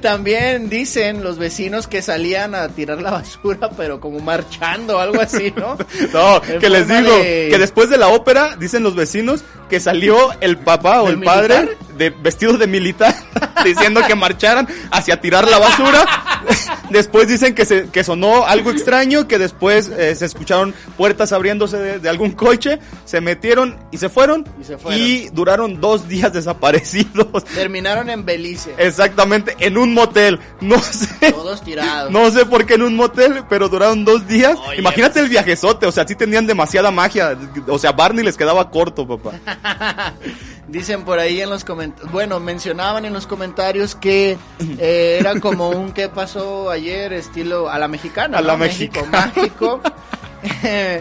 También dicen los vecinos que salían a tirar la basura, pero como marchando o algo así, ¿no?
No,
En
que les
forma
digo,
de-
que después de la ópera, dicen los vecinos, que salió el papá o
¿De
el padre de, vestido de militar, diciendo que marcharan hacia tirar la basura. después dicen que, se, que sonó algo extraño, que después eh, se escucharon puertas abriéndose de, de algún coche, se metieron y se fueron.
Y se fueron.
y duraron dos días desaparecidos.
Terminaron en Belice.
Exactamente, en un motel. No sé.
Todos tirados.
No sé por qué en un motel, pero duraron dos días.
Oye. pues.
Imagínate el viajezote, o sea, sí tenían demasiada magia. O sea, Barney les quedaba corto, papá.
Dicen por ahí en los comentarios, bueno, mencionaban en los comentarios que eh, era como un qué pasó ayer estilo a la mexicana,
A
¿no?
la
México
mexicana.
mágico. Eh,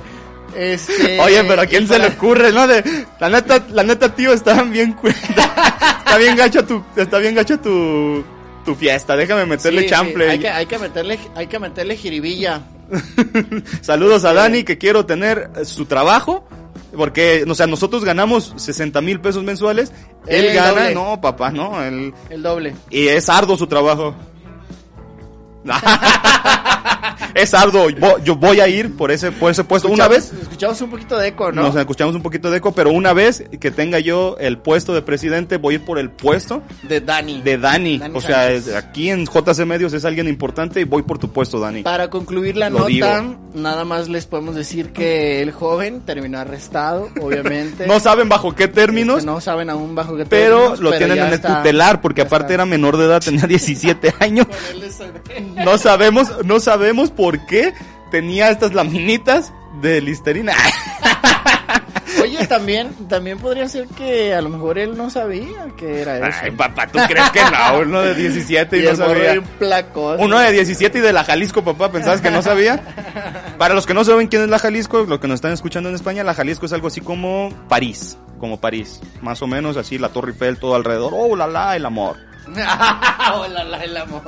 este,
Oye, pero ¿a
y
quién se le
para-
ocurre, no? De, la neta, la neta, tío, está bien cu- Está bien gacha tu, está bien gacha tu, tu fiesta. Déjame meterle
Sí, sí,
chample.
hay, que, hay que meterle, hay que meterle jiribilla.
Saludos a Dani, que quiero tener eh, su trabajo. Porque, o sea, nosotros ganamos 60 mil pesos mensuales. Él
El
gana,
doble.
no, papá, no. Él,
El doble.
Y es arduo su trabajo. es arduo. Vo- Yo voy a ir por ese, por ese puesto. Una vez.
Escuchamos un poquito de eco, ¿no?
Nos escuchamos un poquito de eco, pero una vez que tenga yo el puesto de presidente, voy a ir por el puesto
de Dani.
de Dani.
Dani
o sea,
Sánchez.
es- aquí en JC Medios es alguien importante y voy por tu puesto, Dani.
Para concluir la
Lo
nota,
digo.
Nada más les podemos decir que el joven terminó arrestado, obviamente.
No saben bajo qué términos,
Este, no saben aún bajo qué
pero
términos,
lo tienen
ya
en el
está-
tutelar, porque
ya
aparte
está.
era menor de edad, tenía 17 años.
Él es-
No sabemos, no sabemos por qué tenía estas laminitas de listerina.
Oye, también, también podría ser que a lo mejor él no sabía que era eso.
Ay, papá, ¿tú crees que no? Uno de 17 y,
Y
no
el morro
sabía.
bien placón.
Uno de 17 y de la Jalisco, papá, ¿pensabas que no sabía? Para los que no saben quién es la Jalisco, los que nos están escuchando en España, la Jalisco es algo así como París, como París, más o menos así, la Torre Eiffel, todo alrededor, oh, la, la, el amor.
Hola, la, el amor.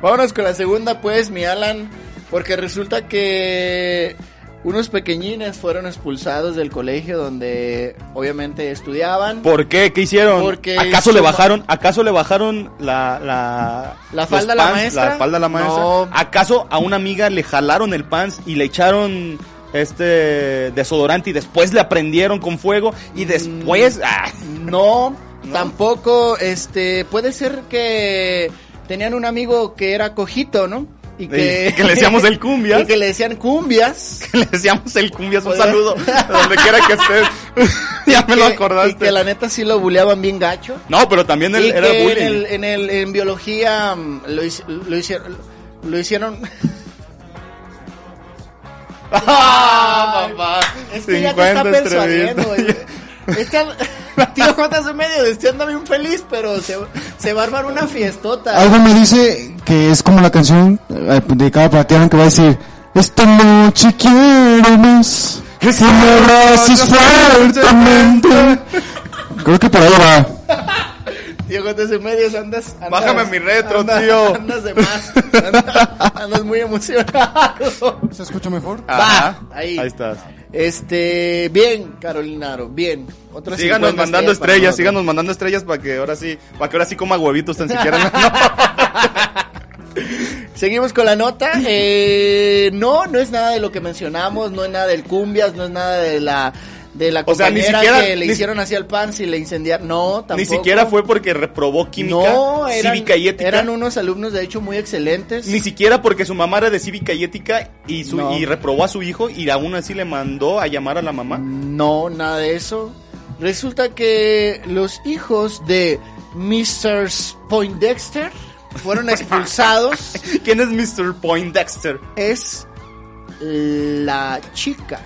Vámonos con la segunda, pues, mi Alan. Porque resulta que unos pequeñines fueron expulsados del colegio donde obviamente estudiaban.
¿Por qué? ¿Qué hicieron?
Porque
¿Acaso le
hizo-
bajaron, acaso le bajaron la, la,
¿La
los
falda a la
pants,
maestra?
La falda a la maestra.
No.
¿Acaso a una amiga le jalaron el pants y le echaron este desodorante y después le aprendieron con fuego
Mm.
y después ah,
No, tampoco, este, puede ser que tenían un amigo que era cojito, ¿no? Y
y que le decíamos el cumbias.
Y que le decían cumbias.
le decíamos el cumbias un
Oye.
saludo donde quiera que estés. ya me lo
Que- Y
acordaste.
que la neta sí lo buleaban bien gacho.
No, pero también el-
Y
era
que
bullying.
en, el, en, el- en biología mm, lo, hici- lo hicieron... Lo hicieron... ¡Ah, papá! Es que ya te está
50
persuadiendo. güey. Es que al- tío J es medio de este anda bien feliz, pero se, se va a armar una fiestota.
Algo me dice que es como la canción eh, de cada plateado que va a decir, esta noche quiero más, que si me abrazas fuertemente. Creo que por ahí va.
Tío J es medios andas, andas...
Bájame mi retro,
andas-
tío.
Andas de más. Andas, andas muy emocionado.
¿Se escucha mejor?
Ajá,
Va, ahí.
ahí estás.
Este, bien, Carolinaro, bien. Otras
Síganos
50
mandando
para
estrellas,
nosotros.
síganos mandando estrellas para que ahora sí, para que ahora sí coma huevitos tan siquiera. en la noche.
Seguimos con la nota. Eh, no, no es nada de lo que mencionamos, no es nada del cumbias, no es nada de la de la
O sea, ni
compañera
siquiera-
que le
ni-
hicieron así al pan si le incendiaron. No, tampoco.
Ni siquiera fue porque reprobó química,
no, eran,
cívica y ética.
eran unos alumnos de hecho muy excelentes.
Ni siquiera porque su mamá era de cívica y ética y, su,
No.
y reprobó a su hijo y aún así le mandó a llamar a la mamá.
No, nada de eso. Resulta que los hijos de Mr. Poindexter fueron expulsados.
¿Quién es Mr. Poindexter?
es la chica,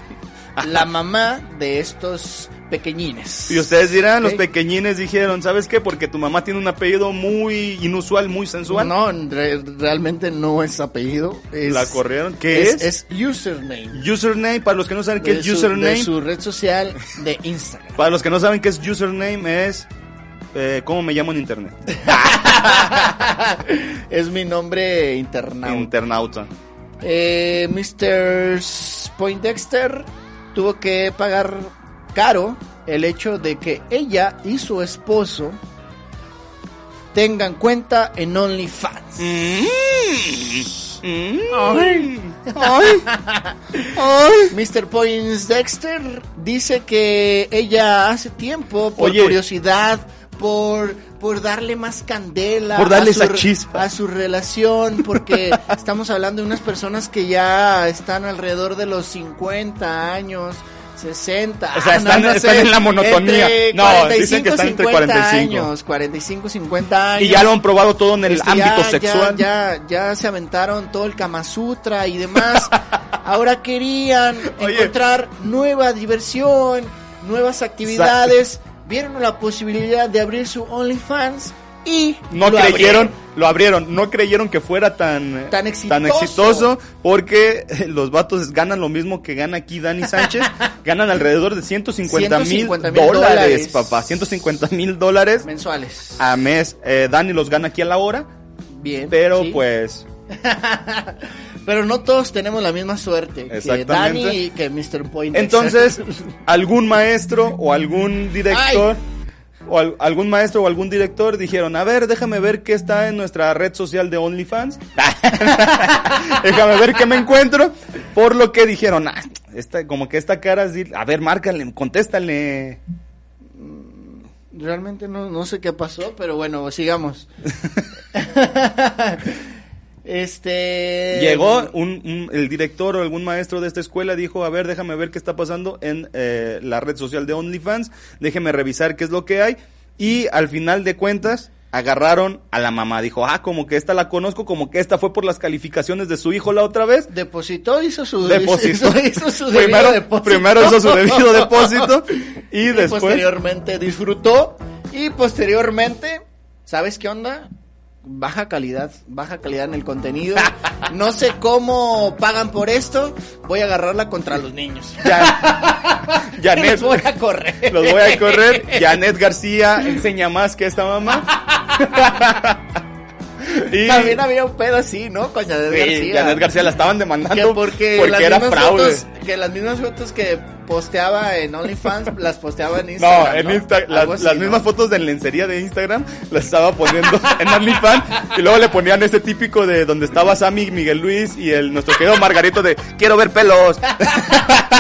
la mamá de estos pequeñines.
Y ustedes dirán, los
Ok.
pequeñines dijeron, ¿sabes qué? Porque tu mamá tiene un apellido muy inusual, muy sensual.
No, re- realmente no es apellido. Es,
La corrieron. ¿Qué es?
Es, username.
Username, para los que no saben qué
De
es
su-
username,
De su red social de Instagram.
para los que no saben qué es username es eh, cómo me llamo en internet.
es mi nombre internauta.
Internauta.
Eh, Mr. Poindexter tuvo que pagar caro el hecho de que ella y su esposo tengan cuenta en OnlyFans. Mr. Poindexter dice que ella hace tiempo, por
Oye.
curiosidad, por, por darle más candela.
Por darle
a su
esa
re-
chispa.
A su relación, porque estamos hablando de unas personas que ya están alrededor de los 50 años. 60,
O sea,
ah,
están- están en la monotonía.
entre
No, dicen que están entre
45.
45.
años, 45, 50 años.
Y ya lo han probado todo en el
Este,
ámbito
ya,
sexual.
Ya, ya, ya se aventaron todo el Kama Sutra y demás. Ahora querían
Oye.
encontrar nueva diversión, nuevas actividades. Vieron la posibilidad de abrir su OnlyFans y
No
lo
creyeron,
abrieron.
lo abrieron, no creyeron que fuera tan, eh,
Tan exitoso.
exitoso, porque eh, los vatos ganan lo mismo que gana aquí Dani Sánchez, ganan alrededor de 150 mil
150 mil dólares.
dólares, papá, 150 mil dólares
mensuales.
a mes. Eh, Dani los gana aquí a la hora,
Bien.
pero
sí.
pues
Pero no todos tenemos la misma suerte que
Exactamente.
Dani y que Mr. Point.
Entonces, algún maestro o algún director o al- algún maestro o algún director dijeron, "A ver, déjame ver qué está en nuestra red social de OnlyFans." déjame ver qué me encuentro, por lo que dijeron, "Ah, esta como que esta cara, sí- a ver, márcale, contéstale."
Realmente no, no sé qué pasó, pero bueno, sigamos. Este.
Llegó un, un- el director o algún maestro de esta escuela, dijo, a ver, déjame ver qué está pasando en eh, la red social de OnlyFans, déjeme revisar qué es lo que hay. Y al final de cuentas, agarraron a la mamá. Dijo, ah, como que esta la conozco, como que esta fue por las calificaciones de su hijo la otra vez.
Depositó, hizo su.
Depositó.
Hizo, hizo su debido
primero,
depósito.
primero hizo su debido depósito y,
Y
después...
posteriormente disfrutó. Y posteriormente, ¿sabes qué onda? Baja calidad, baja calidad en el contenido. No sé cómo pagan por esto. Voy a agarrarla contra los niños.
Ya, Janet,
Los voy a correr.
Los voy a correr. Janet García enseña más que esta mamá. y
También había un pedo así, ¿no? Con Janet
sí,
García.
Janet García la estaban
Que
demandando
porque, las
era
mismas
fraude.
Fotos, que las mismas fotos que posteaba en OnlyFans las posteaba en
No,
Instagram.
en Insta- las,
Algo así,
las
¿no?
mismas fotos de lencería de Instagram las estaba poniendo en OnlyFans y luego le ponían ese típico de donde estaba Sammy, Miguel Luis y el nuestro querido Margarito de quiero ver pelos.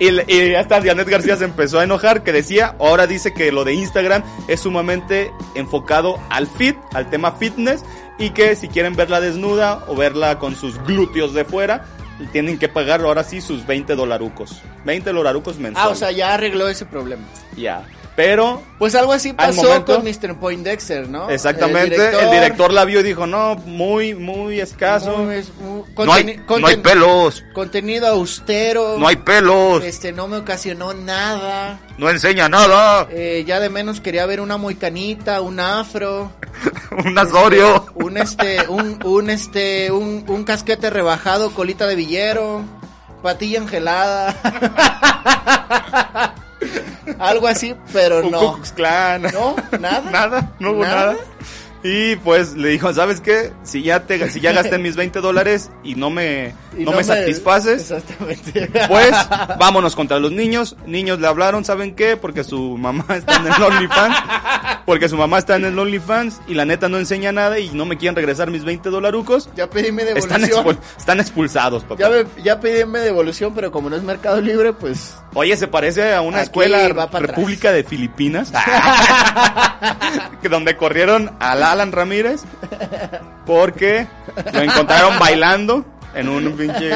y, le- y hasta Janet García se empezó a enojar que decía, ahora dice que lo de Instagram es sumamente enfocado al fit, al tema fitness y que si quieren verla desnuda o verla con sus glúteos de fuera, tienen que pagar ahora sí sus 20 dolarucos. 20 dolarucos
Ah,
mensuales.
o sea, ya arregló ese problema.
Ya. Pero,
Pues algo así pasó
momento-
con Mr. Poindexter, ¿no?
exactamente, el director, la vio y dijo, no, muy, muy escaso.
muy- es muy- conteni- conten-
pelos,
Contenido austero.
pelos,
Este, no me ocasionó nada.
no enseña nada,
Eh, ya de menos quería ver una moicanita, un afro,
un asorio.
un este, un, un este, un, un casquete rebajado, colita de villero, patilla angelada. Algo así, pero
Un
no.
Ku Klux Klan.
No, nada.
nada, no hubo
Nada.
nada. Y pues le dijo, ¿sabes qué? Si ya te, si ya gasté mis 20 dólares y no me,
Y
no me satisfaces,
Exactamente.
Pues vámonos contra los niños. Niños le hablaron, ¿saben qué? Porque su mamá está en el OnlyFans. Porque su mamá está en el OnlyFans y la neta no enseña nada y no me quieren regresar mis 20 dolarucos.
Ya pedí mi
Están,
devolución.
expul- están expulsados, papá.
Ya, me- ya pedí mi devolución, pero como no es Mercado Libre, pues
Oye, se parece a una
Aquí
escuela
va pa'
República de Filipinas. que donde corrieron al Alan Ramírez porque lo encontraron bailando en un pinche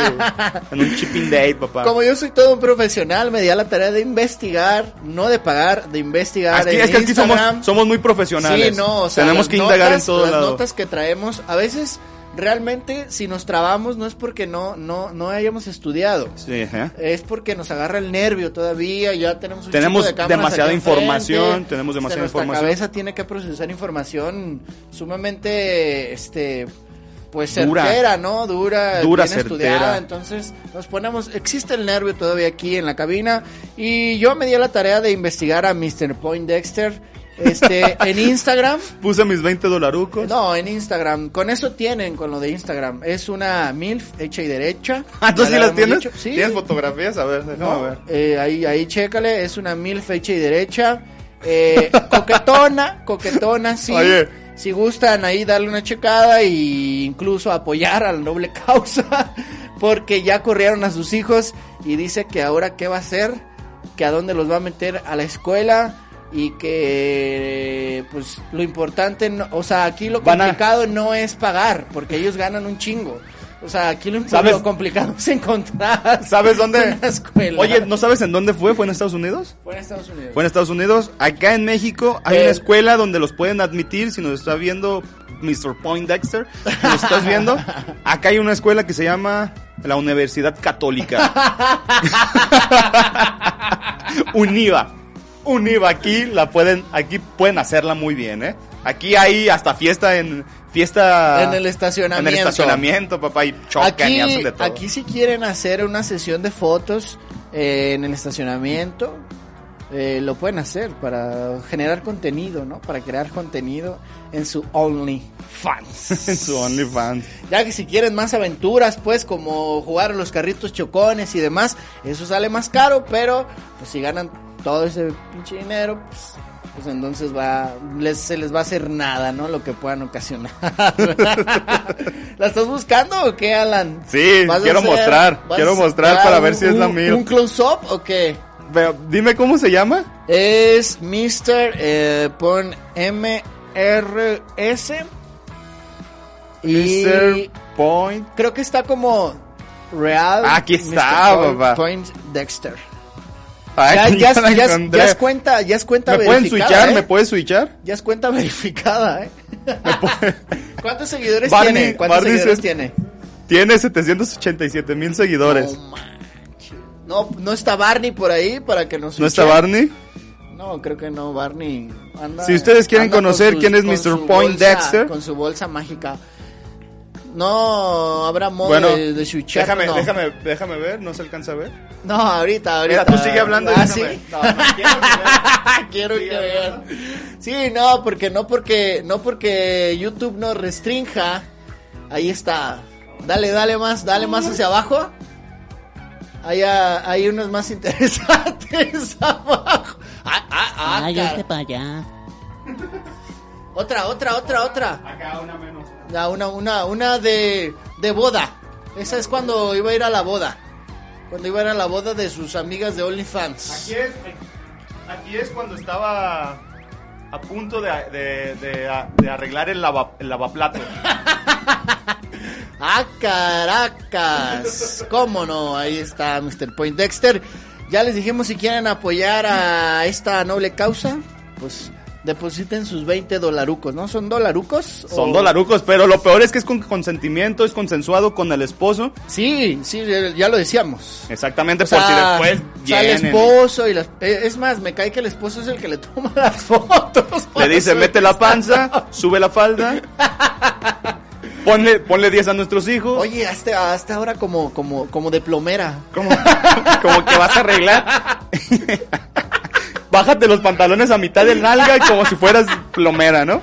en un chipping date, papá.
Como yo soy todo un profesional, me di a la tarea de investigar, no de pagar, de investigar.
Aquí,
en
es que aquí somos,
Instagram.
somos muy profesionales.
Sí, no, o sea,
Tenemos
las
que indagar
notas-
en todo
Las
lado.
notas que traemos, a veces realmente si nos trabamos no es porque no, no, no hayamos estudiado.
Sí, ¿eh? ajá.
Es porque nos agarra el nervio todavía, ya tenemos un
Tenemos
chico de cámaras
demasiada
aquí enfrente,
información, tenemos
este,
demasiada
nuestra
información.
cabeza tiene que procesar información sumamente, este, pues
Dura.
certera, ¿no? Dura,
Dura,
bien
certera.
estudiada, entonces nos ponemos, existe el nervio todavía aquí en la cabina y yo me di a la tarea de investigar a Mr. Poindexter, este, en Instagram.
Puse mis 20 dolarucos.
No, en Instagram. Con eso tienen, con lo de Instagram. Es una MILF hecha y derecha.
Ah, ¿tú
Ya
sí
la
las
habíamos
tienes?
dicho. Sí.
¿Tienes fotografías? A ver, déjame
No,
ver.
eh, ahí, ahí chécale, es una mil fecha y derecha. Eh, coquetona, coquetona, sí.
Oye.
Si gustan ahí darle una checada e incluso apoyar a la noble causa, porque ya corrieron a sus hijos y dice que ahora qué va a hacer, que a dónde los va a meter a la escuela y que pues lo importante, no- o sea, aquí lo
Van a-
complicado no es pagar, porque ellos ganan un chingo. O sea, aquí lo,
¿Sabes?
lo complicado es encontrar.
¿Sabes dónde?
Una escuela.
Este, Oye, ¿no sabes en dónde fue? ¿Fue en Estados Unidos?
Fue en Estados Unidos.
Fue en Estados Unidos. Acá en México hay
Eh.
una escuela donde los pueden admitir. Si nos está viendo Mr. Poindexter, si nos estás viendo, acá hay una escuela que se llama la Universidad Católica. Univa. Univa aquí la pueden aquí pueden hacerla muy bien, ¿eh? Aquí hay hasta fiesta en fiesta
En el estacionamiento.
En el estacionamiento, papá, y chocan y hacen
aquí,
de todo.
aquí si quieren hacer una sesión de fotos eh, en el estacionamiento, eh, lo pueden hacer para generar contenido, ¿no? Para crear contenido en su OnlyFans.
en su OnlyFans.
Ya que si quieren más aventuras, pues como jugar a los carritos chocones y demás, eso sale más caro, pero pues si ganan todo ese pinche dinero, pues, pues, entonces va, les, se les va a hacer nada, ¿no? Lo que puedan ocasionar. ¿La estás buscando o qué, Alan?
Sí,
¿Vas a
quiero
hacer-
mostrar,
vas
quiero
a
mostrar para ver si es la
un-
mía.
¿Un close-up o qué?
Pero, dime cómo se llama.
Es Mr. eh, pon MRS Y
Mr. Point.
creo que está como Real.
Ah, Aquí está, papá.
Point Dexter. Ya,
Ay,
ya es-
la
ya es,
encontré.
ya es cuenta, ya es cuenta
¿Me pueden
verificada,
switchar?
¿eh?
¿Me pueden switchar?
Ya es cuenta verificada, ¿eh? ¿Cuántos seguidores
Barney-
tiene? ¿Cuántos
Barney
seguidores
se-
tiene?
Tiene 787 mil seguidores.
No manches. No, no está Barney por ahí para que nos
¿No está
switche.
Barney?
No, creo que no, Barney. anda-
Si ustedes quieren
anda con
conocer
sus-
quién es
con su
Mr. Point
bolsa-
Dexter.
Con su bolsa mágica. No, habrá modo
Bueno,
de, de switchar,
Déjame,
no.
déjame, déjame ver, no se alcanza a ver.
No, ahorita, ahorita.
Mira, tú sigue hablando y
¿Ah,
déjame.
sí?
No, no, quiero
Quiero que vean. Sí, no, porque no porque no porque YouTube nos restrinja. Ahí está. Dale, dale más, dale más hacia abajo. Hay, ah, hay unos más interesantes abajo. Ah, ah, ah,
Ay,
cara.
este para allá.
Otra, otra, otra, otra. Acá una menos. una, una, una de, de boda. Esa es cuando iba a ir a la boda. Cuando iba a ir a la boda de sus amigas de OnlyFans.
es, aquí es cuando estaba a punto de, de, de, de arreglar el, lava, el lavaplato.
¡Ah, Caracas! ¿Cómo no? Ahí está Mr. Point Dexter. Ya les dijimos si quieren apoyar a esta noble causa, pues depositen sus 20 dolarucos, ¿no? ¿Son dolarucos?
Son
¿O-
dolarucos, pero lo peor es que es con consentimiento, es consensuado con el esposo.
Sí, sí, ya lo decíamos.
Exactamente,
O sea,
por si después
sale el
vienen.
esposo y las, eh, es más, me cae que el esposo es el que le toma las fotos.
Le dice, mete la panza, sube la falda. Ponle, ponle 10 a nuestros hijos.
Oye, hasta, hasta ahora como, como, como de plomera.
Como, como que vas a arreglar. Bájate los pantalones a mitad del nalga y como si fueras plomera, ¿no?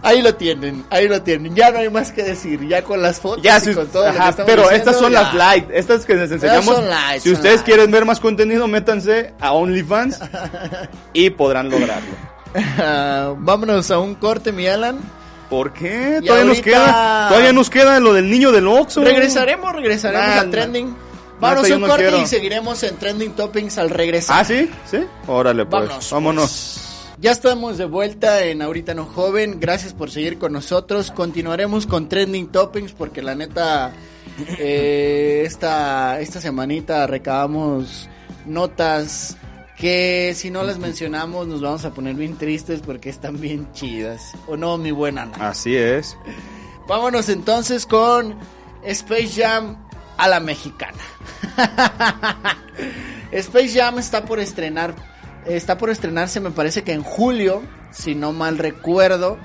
Ahí lo tienen, ahí lo tienen. Ya no hay más que decir, ya con las fotos
Ya,
y
si-
con todo lo que
ajá,
estamos
pero
diciendo,
estas son
ya.
las light, estas que les enseñamos.
son light,
si
son
ustedes
light.
quieren ver más contenido, métanse a OnlyFans y podrán lograrlo.
Ah, vámonos a un corte, mi Alan.
¿Por qué?
Y
Todavía nos
ahorita-
queda, todavía nos queda lo del niño del Oxxo.
Regresaremos, regresaremos
Nah,
a
no.
Trending. Vámonos
yo
a un
no
corte
quiero.
y seguiremos en Trending Toppings al regresar.
Ah, sí, sí. Órale, pues.
Vámonos,
Vámonos.
Ya estamos de vuelta en Ahorita No Joven. Gracias por seguir con nosotros. Continuaremos con Trending Toppings porque la neta, eh, esta, esta semanita recabamos notas que si no las mencionamos nos vamos a poner bien tristes porque están bien chidas. ¿O no, mi buena Ana?
Así es.
Vámonos entonces con Space Jam a la mexicana. Space Jam está por estrenar, está por estrenarse me parece que en julio, si no mal recuerdo.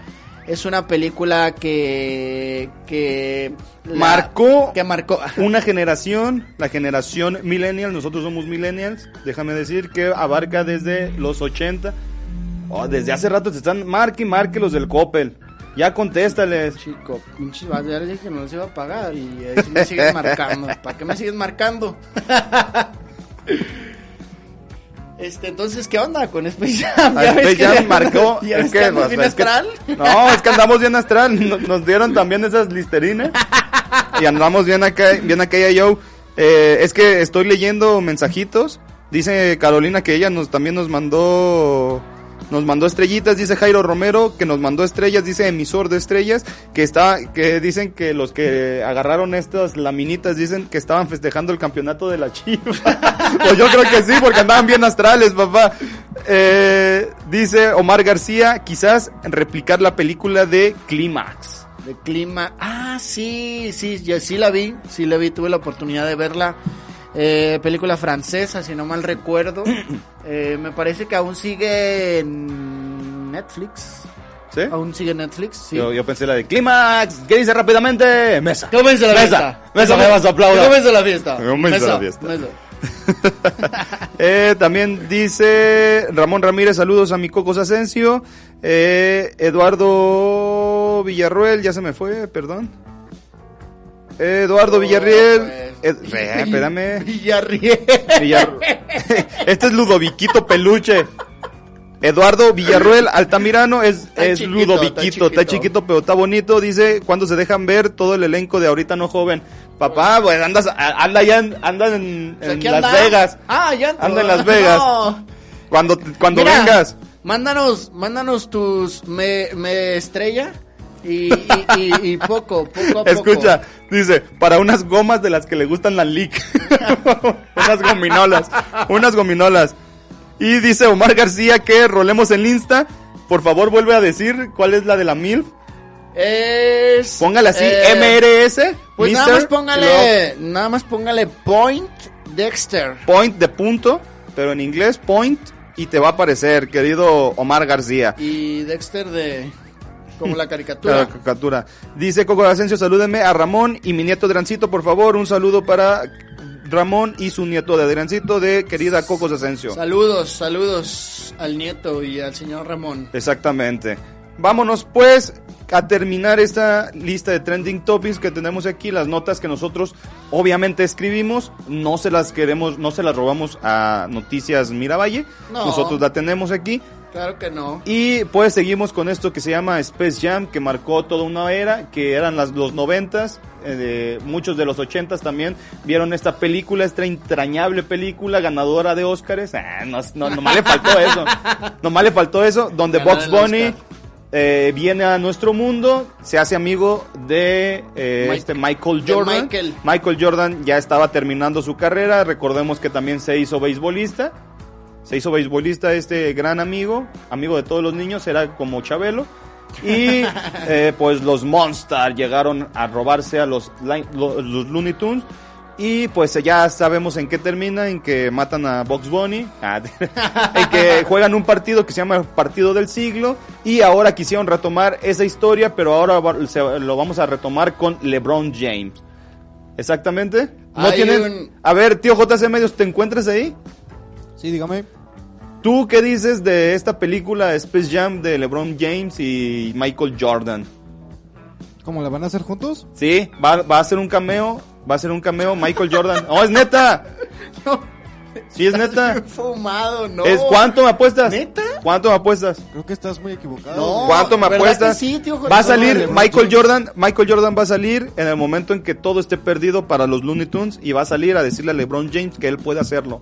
Es una película que que la-
Marcó
que marcó
Una generación, la generación millennial, nosotros somos millennials, déjame decir que abarca desde los 80. Oh, desde hace rato te están marque y marque los del Coppel. Ya contéstales.
Chico, pinches vas, ya les dije que no les iba a pagar y ahí sí me siguen marcando. ¿Para qué me siguen marcando? Este, entonces, ¿qué onda con Ah, Space Jam?
A
le
Space Jam
ando-
marcó.
¿Ya ves
Es
que,
que,
ando
o sea,
bien
es que-
astral?
no, es que andamos bien astral. Nos, nos dieron también esas listerinas. Y andamos bien acá, bien acá ya yo. Eh, es que estoy leyendo mensajitos. Dice Carolina que ella nos también nos mandó. Nos mandó estrellitas, dice Jairo Romero, que nos mandó estrellas, dice emisor de estrellas, que está, que dicen que los que agarraron estas laminitas dicen que estaban festejando el campeonato de la Chivas. Pues yo creo que sí, porque andaban bien astrales, papá. Eh, dice Omar García, quizás replicar la película de Clímax.
De clima. Ah, sí, sí, yo sí la vi, sí la vi, tuve la oportunidad de verla. Eh, película francesa, si no mal recuerdo. Eh, me parece que aún sigue en Netflix.
¿Sí?
Aún sigue en Netflix, Ah, sí.
Yo, yo pensé la de Clímax. ¿Qué dice rápidamente? Mesa.
Comienza la
Mesa,
fiesta.
mesa, me vas a aplaudir.
Comienza la fiesta.
Comienza la fiesta.
mesa.
Eh, también dice Ramón Ramírez, saludos a mi Cocos Asensio. Eh, Eduardo Villarruel, ya se me fue, perdón. Eh, Eduardo Villarreal.
pues.
Ed- Re- espérame.
Villarriel.
Villar- este es Ludoviquito Peluche. Eduardo Villarruel Altamirano es,
Está
es
chiquito,
Ludoviquito,
está chiquito.
está chiquito pero está bonito, dice, cuando se dejan ver todo el elenco de ahorita no joven. Papá, pues andas, a- anda ya, en- anda en,
Pues
en
aquí
Las
anda.
Vegas.
Ah, ya ando.
Anda en Las Vegas.
No.
Cuando, cuando
Mira,
vengas.
Mándanos, mándanos tus me, me estrella. Y, y- y- y poco, poco a poco.
Escucha, dice, para unas gomas de las que le gustan la leak. unas gominolas, unas gominolas. Y dice Omar García que rolemos el Insta. Por favor, vuelve a decir cuál es la de la MILF.
Es.
Póngale así,
eh,
MRS.
Pues nada
Mr.,
más
y luego
póngale. Nada más póngale Point Dexter.
Point de punto, pero en inglés point y te va a aparecer, querido Omar García.
Y Dexter de. Como la caricatura.
La caricatura. Dice Coco Asensio, salúdenme a Ramón y mi nieto Drancito, por favor. Un saludo para Ramón y su nieto de Drancito de querida Coco Asensio.
Saludos, saludos al nieto y al señor Ramón.
Exactamente. Vámonos pues a terminar esta lista de trending topics que tenemos aquí, las notas que nosotros obviamente escribimos, no se las queremos, no se las robamos a Noticias Miravalle,
No.
nosotros la tenemos aquí
Claro que no.
y pues seguimos con esto que se llama Space Jam, que marcó toda una era, que eran las, los noventas, eh, de- muchos de los ochentas también vieron esta película, esta entrañable película, ganadora de Óscares. Ah, no, no, nomás le faltó eso. Nomás le faltó eso, donde
Ganar
Box
el
Bunny
Óscar.
eh, viene a nuestro mundo, se hace amigo de eh,
Mike-
este Michael
de
Jordan.
Michael.
Michael Jordan ya estaba terminando su carrera, recordemos que también se hizo beisbolista. Se hizo beisbolista este gran amigo, amigo de todos los niños, era como Chabelo. Y eh, pues los Monsters llegaron a robarse a los, Li- lo- los Looney Tunes. Y pues ya sabemos en qué termina, en que matan a Box Bunny, Ah, en que juegan un partido que se llama Partido del Siglo. Y ahora quisieron retomar esa historia, pero ahora va- se- lo vamos a retomar con LeBron James. Exactamente. No
Hay
tienen-
un-
A ver, tío JC Medios, ¿te encuentras ahí?
Sí, dígame.
¿Tú qué dices de esta película Space Jam de LeBron James y Michael Jordan?
¿Cómo la van a hacer juntos?
¿Sí? ¿Va, va a hacer un cameo? ¿Va a ser un cameo Michael Jordan? ¡Oh, es neta! ¿Sí es neta?
Fumado, no.
¿Es, ¿Cuánto me apuestas?
¿Neta?
¿Cuánto me apuestas?
Creo que estás muy equivocado.
No.
¿Cuánto me
¿verdad
apuestas?
que sí, tío Jorge?
va a salir
LeBron
Michael Jordan, Michael Jordan va a salir en el momento en que todo esté perdido para los Looney Tunes y va a salir a decirle a LeBron James que él puede hacerlo.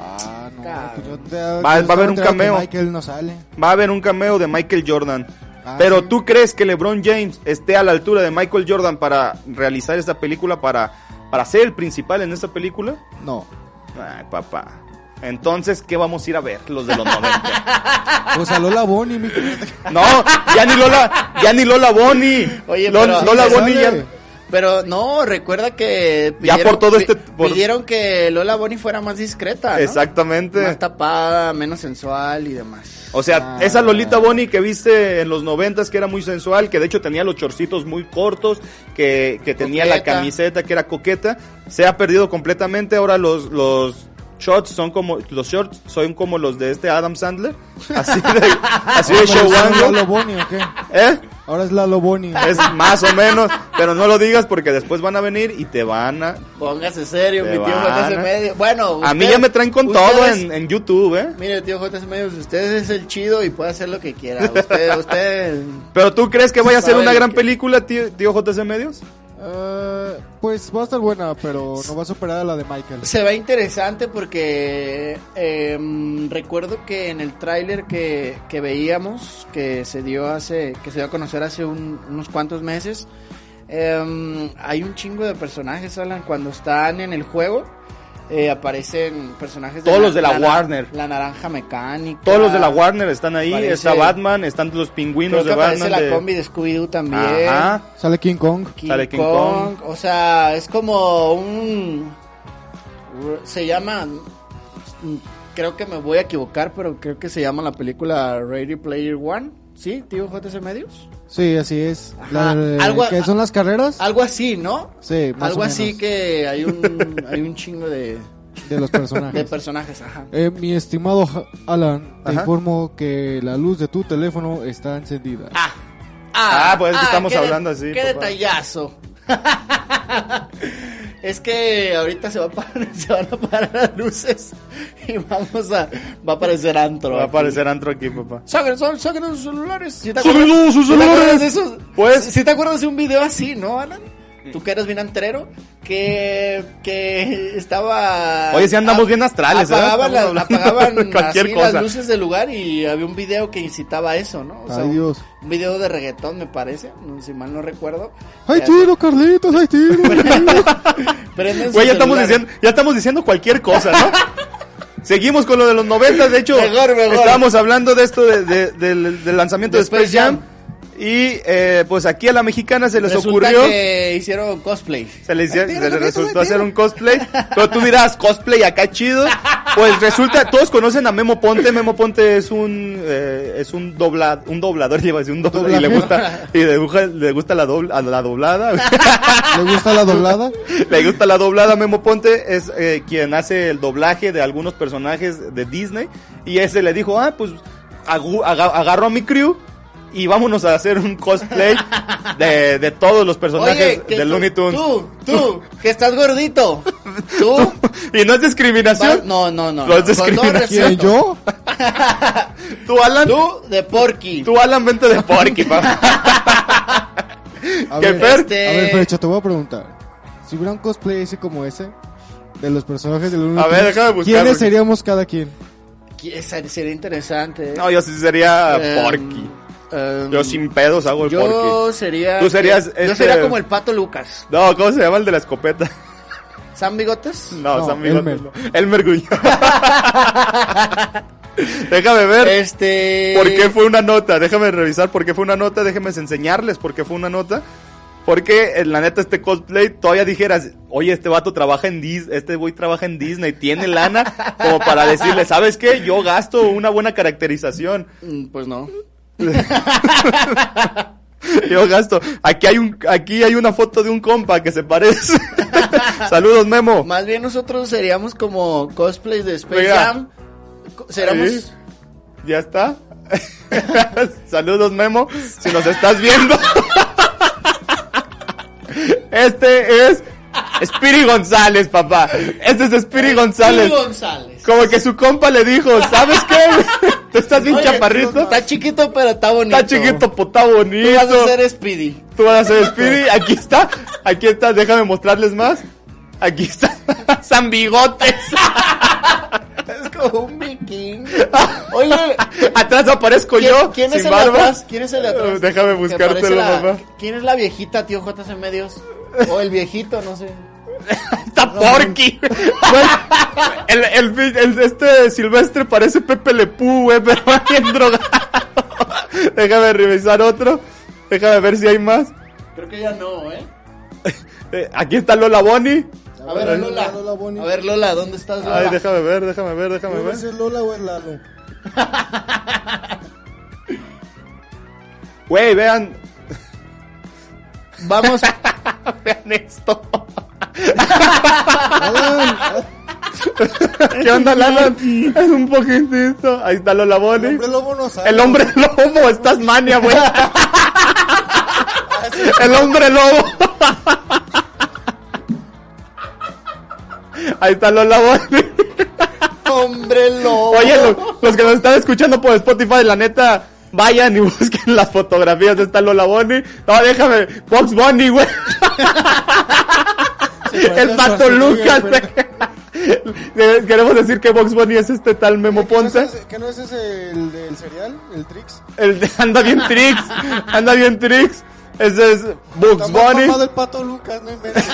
Ah, no.
Cabrón.
yo te-
va a
yo
haber
estaba
un
enterado que
cameo.
Michael no sale.
Va a haber un cameo de Michael Jordan.
Ah,
Pero
sí.
tú crees que LeBron James esté a la altura de Michael Jordan para realizar esta película, para, para ser el principal en esta película?
No.
Ay, papá. Entonces, ¿qué vamos a ir a ver los de los 90?
Pues a Lola Bonnie, mijo.
No, ya ni Lola, ya ni Lola Bonnie.
Oye,
Lon-
pero-
Lola
Sí,
Bonnie ya,
sale.
Pero no, recuerda que
Ya por todo este-
pi-
por-
pidieron que Lola Bonnie fuera más discreta, ¿no?
Exactamente.
Más tapada, menos sensual y demás.
O sea,
Ah.
esa Lolita Bonnie que viste en los noventas, que era muy sensual, que de hecho tenía los chorcitos muy cortos, que, que tenía la
Coqueta.
camiseta que era coqueta, se ha perdido completamente. Ahora los, los shorts son como, los shorts son como los de este Adam Sandler. Así de, así de
Ahora es Lalo
showando.
Bonnie, ¿o qué?
¿Eh?
Ahora es Lalo Bonnie.
Es más o menos, pero no lo digas porque después van a venir y te van a...
Póngase serio,
Te
mi tío
van
JS
a-
Medio. Bueno,
A mí
usted-
ya me traen con
ustedes-
todo en, en YouTube, ¿eh?
Mire, tío JS Medio, usted es el chido y puede hacer lo que quiera. Usted, usted...
Pero tú crees que vaya a ser
Saben
una gran
que-
película, tío, tío JC Medios?
Eh, pues va a estar buena, pero no va a superar a la de Michael.
Se ve interesante porque em, recuerdo que en el tráiler que, que veíamos, que se dio hace, que se dio a conocer hace un- unos cuantos meses, em, hay un chingo de personajes, Alan, cuando están en el juego. eh, aparecen personajes
Todos los de la
na-
Warner.
la naranja mecánica
Todos los de la Warner están ahí,
Parece-
está Batman, están los
Ah, creo
pingüinos
que
de
aparece
Batman.
la
de-
combi de Scooby Doo también
Ajá.
Sale King Kong.
King,
Sale King
Kong. O sea, es como un. Se llama. mm, Creo que me voy a equivocar, pero creo que se llama la película Ready Player One. ¿Sí, tío JC Medios?
Sí, así es.
Ajá.
La de-
Algo-
¿Qué son las carreras?
Algo así, ¿no?
Sí, más
Algo
o
así
menos.
que hay un, hay un chingo de,
De los
de
personajes.
personajes. Ajá.
Eh, mi estimado Ja- Alan, te
Ajá.
informo que la luz de tu teléfono está encendida.
Ah,
Ah, pues, es que estamos
qué de-
hablando así,
Qué
papá.
detallazo. es que ahorita se, va a apagar- se van a apagar las luces y vamos a. Va a aparecer antro.
Va a
aquí.
aparecer antro aquí, papá.
Saquen, sal- saquen sus celulares. ¿Sí te
¡Saquen
acuerdas-
sus
sí te acuerdas
celulares!
de esos?
Pues-
¿Sí te acuerdas de un video así, no, Alan? Tú que eres bien antrero, que, que estaba...
Oye, sí andamos bien astrales, ¿eh?
Ah, apagaban,
Estamos
las,
hablando
apagaban
cualquier
así
cosa.
las luces del lugar y había un video que incitaba a eso, ¿no? O sea,
Ay,
un-
Dios.
Un video de reggaetón, me parece, no- si mal no recuerdo.
¡Ay,
Ya-
tiro, Carlitos! ¡Ay, tiro!
Prenden sus
Güey, ya estamos,
celulares.
diciendo, ya estamos diciendo cualquier cosa, ¿no? Seguimos con lo de los 90, de hecho,
Mejor, mejor.
estábamos hablando de esto de- de- del, del lanzamiento de
Después
Space Jam. Y eh, pues aquí a la mexicana se les
Resulta
ocurrió.
que hicieron cosplay.
Se les, se
Tira,
les
Carlitos,
resultó
ahí
hacer
tira.
un cosplay. Pero tú dirás, cosplay acá chido. Pues resulta, todos conocen a Memo Ponte. Memo Ponte es un eh, es un dobla, un doblador, lleva así un doblador y le gusta, y le gusta, le gusta la, dobl- a la doblada.
¿Le gusta la doblada?
Le gusta la doblada Memo Ponte, es eh, quien hace el doblaje de algunos personajes de Disney. Y ese le dijo, ah, pues agu- aga- agarro a mi crew y vámonos a hacer un cosplay de, de todos los personajes
Oye, que
de
tú-
Looney Tunes.
Tú, tú, que estás gordito. Tú.
Y no es
vas-
discriminación.
No, no, no.
Lo has
no, con todo
discriminado.
¿Quién,
respeto.
yo?
Tú, Alan, tú,
Tú de Porky.
Alan, vente de Porky, papá.
A
Que
ver,
Fer-
a
Este-
ver, Fercho, te voy a preguntar. Si hubiera un cosplay así como ese, de los personajes del Looney
A ver,
Tunes,
déjame buscar,
¿Quiénes
porque-
seríamos cada quien?
Que ser- Sería interesante. eh.
No, yo sí sería
Em,
Porky.
em,
Yo sin pedos hago el
Yo
Porky.
sería.
Tú serías, este-
Yo sería como el pato Lucas.
No, ¿cómo se llama el de la escopeta?
¿San Bigotes?
No,
No,
San Miguel.
Elmer.
no. Elmer Guñón. Déjame ver
Este.
por qué fue una nota. Déjame revisar por qué fue una nota. Déjame enseñarles por qué fue una nota. Porque en la neta este cosplay todavía dijeras, oye, este vato trabaja en Disney, este güey trabaja en Disney, tiene lana, como para decirle, ¿sabes qué? Yo gasto una buena caracterización.
Mm, Pues no.
Yo gasto. Aquí hay un, aquí hay una foto de un compa que se parece. Saludos, Memo.
Más bien nosotros seríamos como cosplays de Space
Oiga.
Jam. Co- Seríamos.
Sí. ¿Ya está? Saludos, Memo, si nos estás viendo. este es Spiri González, papá. Este es Spiri González.
Sí, González.
Como que su compa le dijo, ¿sabes qué? Tú estás bien
Oye,
chaparrito.
Está chiquito, pero está bonito.
Está chiquito, pues está
Tú vas a
bonito.
ser Speedy.
Tú vas a ser Spiri. Aquí está. Aquí está. Déjame mostrarles más. Aquí está. San Bigotes.
Es como un vikingo. Oye,
Atrás aparezco
¿quién,
yo.
quién
sin
es el de
barba.
atrás? ¿Quién es el de atrás?
Eh, Déjame
Que parece
buscártelo,
la-
papá.
¿Quién es la viejita, tío JC Medios? O el viejito, no sé.
¡Está Porky! Güey, el, el- el- este Silvestre parece Pepe Lepú, güey, pero va bien drogado. Déjame revisar otro. Déjame ver si hay más.
Creo que ya no, ¿eh?
Eh, aquí está Lola Bonnie.
A ver, Lola.
Lola Bonnie.
A ver, Lola, ¿dónde estás, Lola?
Ay, déjame ver, déjame ver, déjame ver.
es Lola o es Lalo?
Güey, vean,
Vamos.
vean esto. ¿Qué onda, Alan? Es un poquitito. Ahí está Lola Bonnie.
lobo no sabe.
El hombre lobo, estás mania, güey. El hombre lobo. Ahí está Lola Bonnie.
Hombre lobo.
Oye, lo- los que nos están escuchando por Spotify, la neta, vayan y busquen las fotografías de esta Lola Bonnie. No, déjame. Box Bunny, güey. El pato Lucas. güey. Queremos decir que Box Bunny es este tal Memo Ponce.
¿Qué no es ese el, del cereal? ¿El Trix?
El de- anda bien Trix, anda bien Trix. Ese es Bugs Bunny
del pato Lucas, no inventes.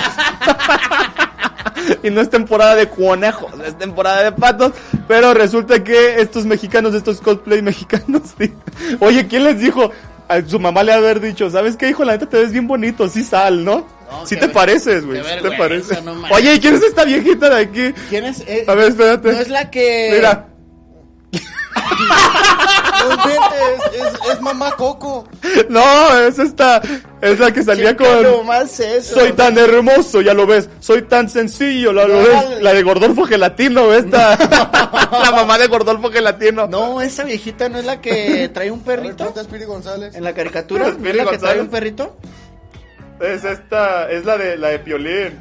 y no es temporada de conejos, es temporada de patos. Pero resulta que estos mexicanos, estos cosplay mexicanos, sí. oye, ¿quién les dijo? A su mamá le ha de haber dicho, ¿sabes qué, hijo? La neta te ves bien bonito, sí sal, ¿no?
No,
sí
qué
te
ver-
pareces, güey,
qué
sí te
vergüenza,
pareces.
no mames.
oye, ¿y quién es esta viejita de aquí?
¿Quién es? Eh,
A ver, espérate.
No es la que.
Mira,
Es, es mamá Coco.
no, es esta, es la que salía
Chica,
con...
no más eso.
Soy tan hermoso, ya lo ves. Soy tan sencillo, la lo ves. La de Gordolfo Gelatino, esta. la mamá de Gordolfo Gelatino.
No, esa viejita no es la que trae un perrito.
Piri González.
En la caricatura, ¿no es
Billy
la que trae
González.
un perrito?
Es esta, es la de la de Piolín.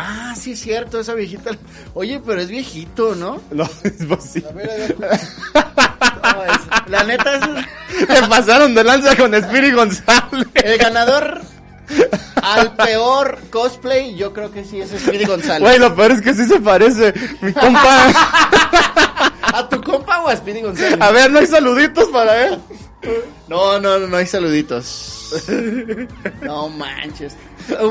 Ah, sí, es cierto, esa viejita. Oye, pero es viejito, ¿no?
No, es posible.
No, es- la neta es
Se pasaron de lanza con Spiri González.
el ganador. Al peor cosplay, yo creo que sí es Speedy González.
Güey, lo peor es que sí se parece. Mi compa.
¿A tu compa o a Speedy González?
A ver, no hay saluditos para él.
No, no, no hay saluditos. No manches.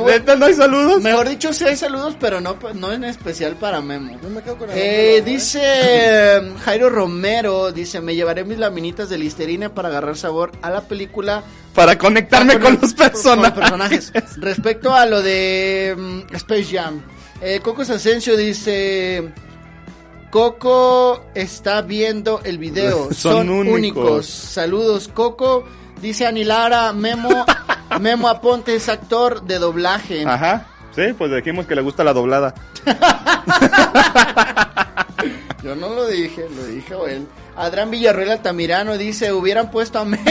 Neta, no hay saludos.
Mejor dicho, sí hay saludos, pero no, no en especial para Memo.
Yo me quedo con la
Eh,
boca, ¿eh?
dice eh, Jairo Romero, dice, me llevaré mis laminitas de listerina para agarrar sabor a la película.
Para conectarme con
Con
los
los
personajes.
personajes. Respecto a lo de mm, Space Jam, eh, Coco Asensio dice, Coco está viendo el video, son,
Son
únicos.
únicos.
Saludos, Coco. Dice Anilara, Memo, Memo Aponte es actor de doblaje.
Ajá. Sí, pues dijimos que le gusta la doblada.
Yo no lo dije, lo dijo él. Adrián Villarreal Altamirano dice, hubieran puesto a Memo.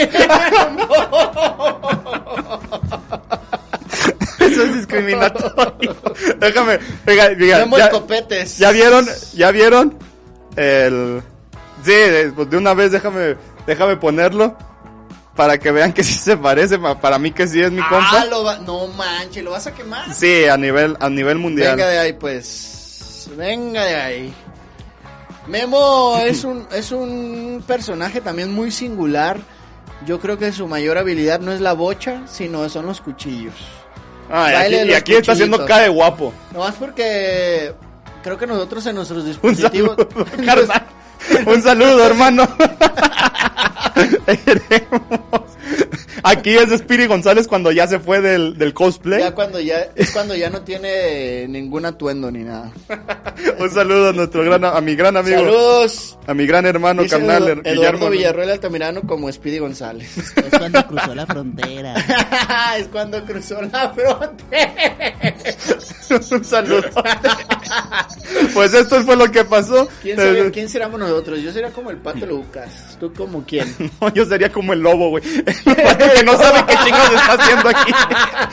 Eso es discriminatorio. Déjame. Oiga, diga,
Memo
ya,
Escopetes.
ya vieron, ya vieron el. Sí, de, pues de una vez déjame, déjame ponerlo para que vean que sí se parece. pa- Para mí que sí es mi
Ah,
compa.
lo va- No manches, ¿lo vas a quemar?
Sí, a nivel, a nivel mundial.
Venga de ahí, pues. Venga de ahí. Memo es un, es un personaje también muy singular. Yo creo que su mayor habilidad no es la bocha, sino son los cuchillos.
Ah, y
Baile de
aquí, y
los
aquí está haciendo
cuchillitos.
cara de guapo.
Nomás porque creo que nosotros en nuestros
Un
dispositivos...
saludo, carnal. Un saludo, hermano. Te queremos. Aquí es Spiri González cuando ya se fue del, del cosplay.
Ya cuando ya, es cuando ya no tiene ningún atuendo ni nada.
Un saludo a nuestro gran, a mi gran amigo,
Saludos.
a mi gran hermano
Dice
carnal,
Edu-
her-
Eduardo
Guillermo.
Villarroel Altamirano como Speedy González.
Es cuando cruzó la frontera.
es cuando cruzó la frontera.
Un saludo. pues esto fue lo que pasó.
¿Quién, sería-
Eh,
quién seríamos nosotros? Yo sería como el Pato Lucas. ¿Tú como quién?
No, yo sería como el lobo, güey. El vato que no sabe qué chingados está haciendo aquí.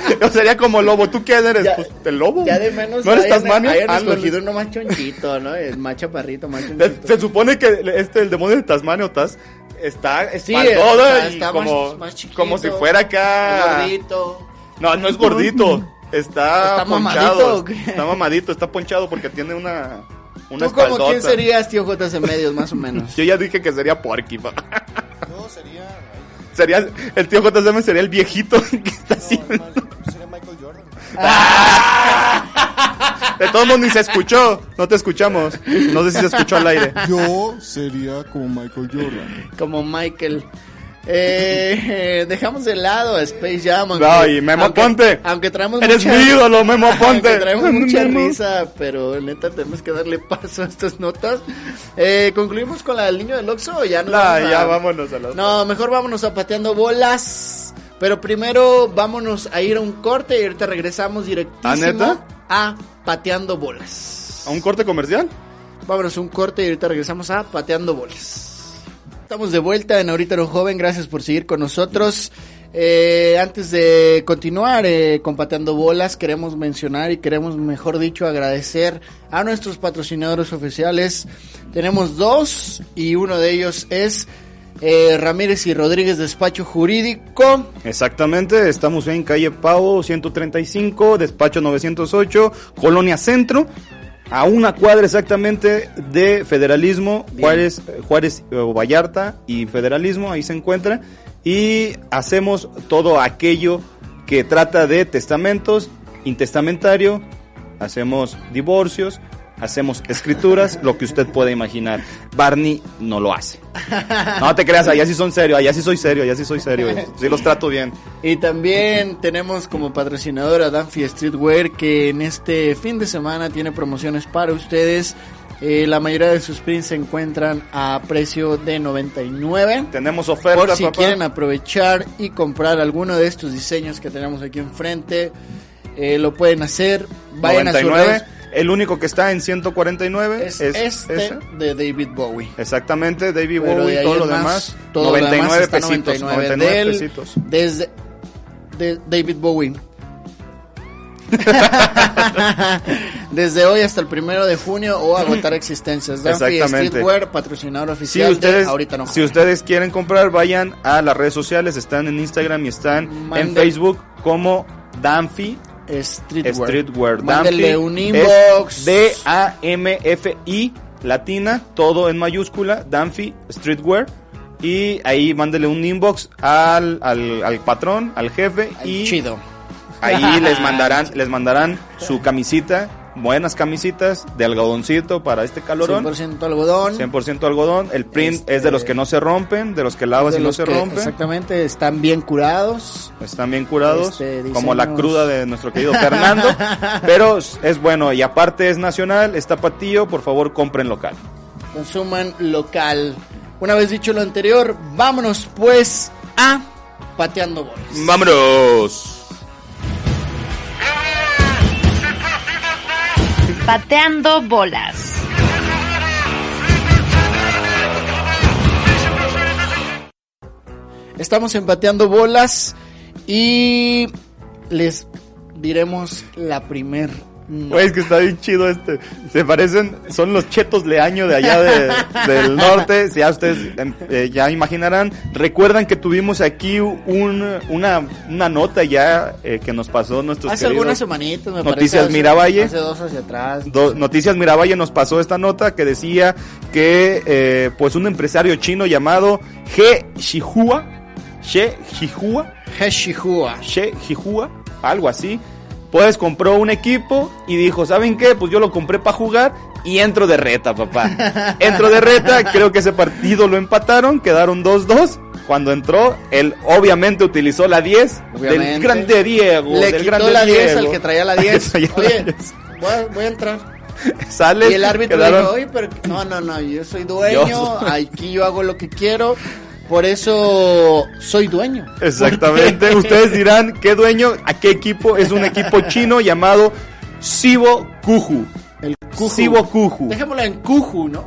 Yo sería como el lobo. ¿Tú quién eres?
Ya-
pues el lobo.
Ya de menos
¿No eres
hayan-
Tasmania?
hayan
Ándale.
escogido uno más chonchito, ¿no? El más chaparrito, más
Se,
chonchito.
se supone que el- este, el demonio de Tasmania o Tas está
Sí,
espantoso
está-
y
está
como,
más- más chiquito,
como si fuera acá.
Gordito.
No, no es gordito. Está,
¿Está mamadito
ponchado.
o qué?
Está mamadito, está ponchado porque tiene una. una
¿Tú como quién
espaldota.
serías, tío Jotas en medios, más o menos?
Yo ya dije que sería Porky. pa.
No, sería.
Sería, el tío JSM sería el viejito que está
No,
haciendo.
hermano, sería Michael Jordan.
De todos modos ni se escuchó. No te escuchamos. No sé si se escuchó al aire.
Yo sería como Michael Jordan.
Como Michael. Eh, eh, dejamos de lado a Space Jam. aunque-
No, y Memo
aunque-
Aponte.
Aunque traemos
Eres
mucha-
mi ídolo, Memo
Aunque
Aponte.
traemos mucha
Memo.
risa, pero neta tenemos que darle paso a estas notas. Eh, ¿Concluimos con la del niño del Oxxo o ya no?
La- ya vámonos a la.
No, mejor vámonos a pateando bolas. Pero primero vámonos a ir a un corte y ahorita regresamos directísimo
¿Ah, neta?
a pateando bolas.
¿A un corte comercial?
Vámonos a un corte y ahorita regresamos a Pateando Bolas. Estamos de vuelta en Ahorita lo Joven, gracias por seguir con nosotros. Eh, antes de continuar eh, con Pateando Bolas, queremos mencionar y queremos, mejor dicho, agradecer a nuestros patrocinadores oficiales. Tenemos dos y uno de ellos es eh, Ramírez y Rodríguez Despacho Jurídico.
Exactamente, estamos en calle Pavo 135, despacho 908, Colonia Centro, a una cuadra exactamente de Federalismo, Juárez, eh, Juárez eh, o Vallarta y Federalismo, ahí se encuentra, y hacemos todo aquello que trata de testamentos, intestamentario, hacemos divorcios, hacemos escrituras, lo que usted puede imaginar. Barney no lo hace. No te creas, allá sí son serios, allá sí soy serio, allá sí soy serio. Sí los trato bien.
Y también tenemos como patrocinador a Danfi Streetwear que en este fin de semana tiene promociones para ustedes. Eh, la mayoría de sus pins se encuentran a precio de 99.
Tenemos
Por
ofertas,
si
papá.
quieren aprovechar y comprar alguno de estos diseños que tenemos aquí enfrente, eh, lo pueden hacer. Vayan a su
99.
red.
El único que está en 149 es,
Es, este
ese.
de David Bowie.
Exactamente, David
Pero de
Bowie y
ahí
todo
en
lo
más,
demás.
todo lo
99
demás está
pesitos,
99
99,
de él,
pesitos.
Desde de David Bowie. Desde hoy hasta el primero de junio o agotar existencias. Danfi
Exactamente.
Streetwear, patrocinador
Si
oficial. de
ustedes,
ahorita no.
si ustedes quieren comprar, vayan a las redes sociales. Están en Instagram y están
Manden.
en Facebook como Danfi
Streetwear.
Streetwear.
Mándenle
Danfi
un
es
inbox.
D-A-M-F-I latina, todo en mayúscula, Danfi Streetwear. Y ahí mándele un inbox al, al, al patrón, al jefe. y
Chido.
Ahí les mandarán, les mandarán su camisita, buenas camisitas de algodoncito para este calorón. 100%,
100% algodón.
algodón. El print
Este-
es de los que no se rompen, de los que lavas
de
y no
los
se
que
rompen.
Exactamente, están bien curados.
Están bien curados,
Este,
como la
diseños.
cruda de nuestro querido Fernando. pero es bueno, y aparte es nacional, es tapatío, por favor compren local.
Consuman local. Una vez dicho lo anterior, vámonos pues a Pateando Bolas.
¡Vámonos!
Pateando bolas.
Estamos empateando bolas y les diremos la primer no.
Güey, es que está bien chido este. Se parecen, son los chetos leaño de allá de- del norte. Si ya ustedes em, eh, ya imaginarán. Recuerdan que tuvimos aquí un, una, una nota ya eh, que nos pasó nuestros
Hace
queridos-
algunas semanitas me
Noticias
parece, hace-
Miravalle.
Hace dos hacia atrás.
Do- Noticias Miravalle nos pasó esta nota que decía que eh, pues un empresario chino llamado He Shihua, She Shihua,
Heshihua.
She Shihua, algo así, pues compró un equipo y dijo, ¿saben qué? Pues yo lo compré para jugar y entro de reta, papá. Entro de reta, creo que ese partido lo empataron, quedaron 2-2. Cuando entró, él obviamente utilizó la 10
Obviamente.
del grande Diego.
Le
Oh, del
quitó
grande
la 10 al
Diego.
que traía la
Al que
10.
traía la
Oye,
10.
voy a, voy a entrar.
Sale,
Y el árbitro
quedaron-
dijo, oye, pero no, no, no, yo soy dueño,
Yo
aquí yo hago lo que quiero, por eso soy dueño.
Exactamente. Ustedes dirán qué dueño, a qué equipo. Es un equipo chino llamado Sibo Kuju.
El Kuju.
Sibo Kuju.
Dejémoslo en Kuju, ¿no?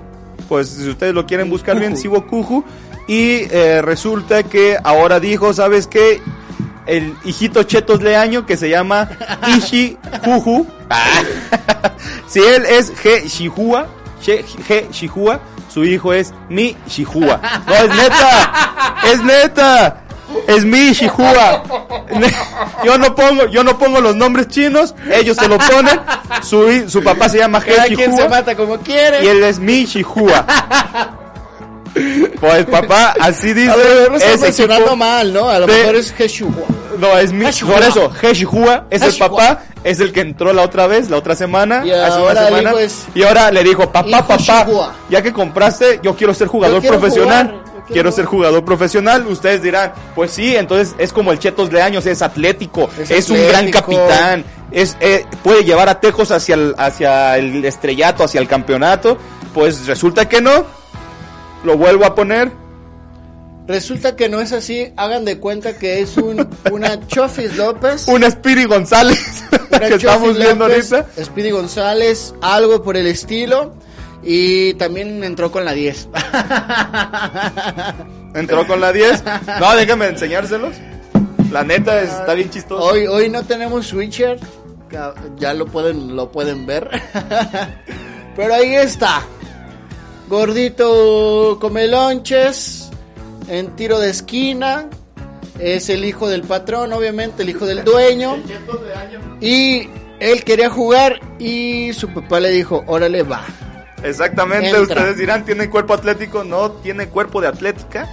Pues si ustedes lo quieren buscar bien,
Kuju.
Sibo Kuju. Y eh, resulta que ahora dijo, ¿sabes qué? El hijito Chetos Leaño que se llama Ishi Kuju.
Ah.
si él es G. Shihua, She- G. Shihua, su hijo es Mi Shihua. No, es neta. Es neta. Es mi Shihua. Ne- Yo no pongo, yo no pongo los nombres chinos, ellos se lo ponen. Su, hi- su papá se llama G.
Cada
Shihua
quien se mata como quiere.
y él es mi Shihua. Pues papá, así dice.
A ver, lo estás
ese
mencionando
equipo-
mal, ¿no? A lo
de-
mejor es Heshihua.
No, es mi.
Heshihua.
Por eso, Heshihua es
Heshihua.
el papá, es el que entró la otra vez, la otra semana.
Y
hace una
ahora el
semana,
hijo es-
y ahora le dijo, papá,
Hijo
papá,
Shihua.
ya que compraste, yo quiero ser jugador
Yo quiero jugar,
profesional.
yo quiero
quiero ser jugador profesional. Ustedes dirán, pues sí, entonces es como el Chetos de años, es atlético,
Es
es, un gran
atlético.
capitán. Es, eh, puede llevar a Tejos hacia el, hacia el estrellato, hacia el campeonato. Pues resulta que no. Lo vuelvo a poner.
Resulta que no es así, hagan de cuenta que es un, una Chofis López.
Un Spiri González
una
que estamos
Chofis
viendo
López,
ahorita.
Speedy González, algo por el estilo. Y también entró con la 10.
Entró con la 10. No, déjame enseñárselos. La neta es- está bien chistoso.
Hoy, hoy no tenemos Switcher, ca- ya lo pueden, lo pueden ver. Pero ahí está. Gordito come lonches, en tiro de esquina. Es el hijo del patrón, obviamente, el hijo del dueño. Y él quería jugar y su papá le dijo, órale, va.
Exactamente,
Entra.
ustedes dirán, ¿tiene cuerpo atlético? No, tiene cuerpo de atlética.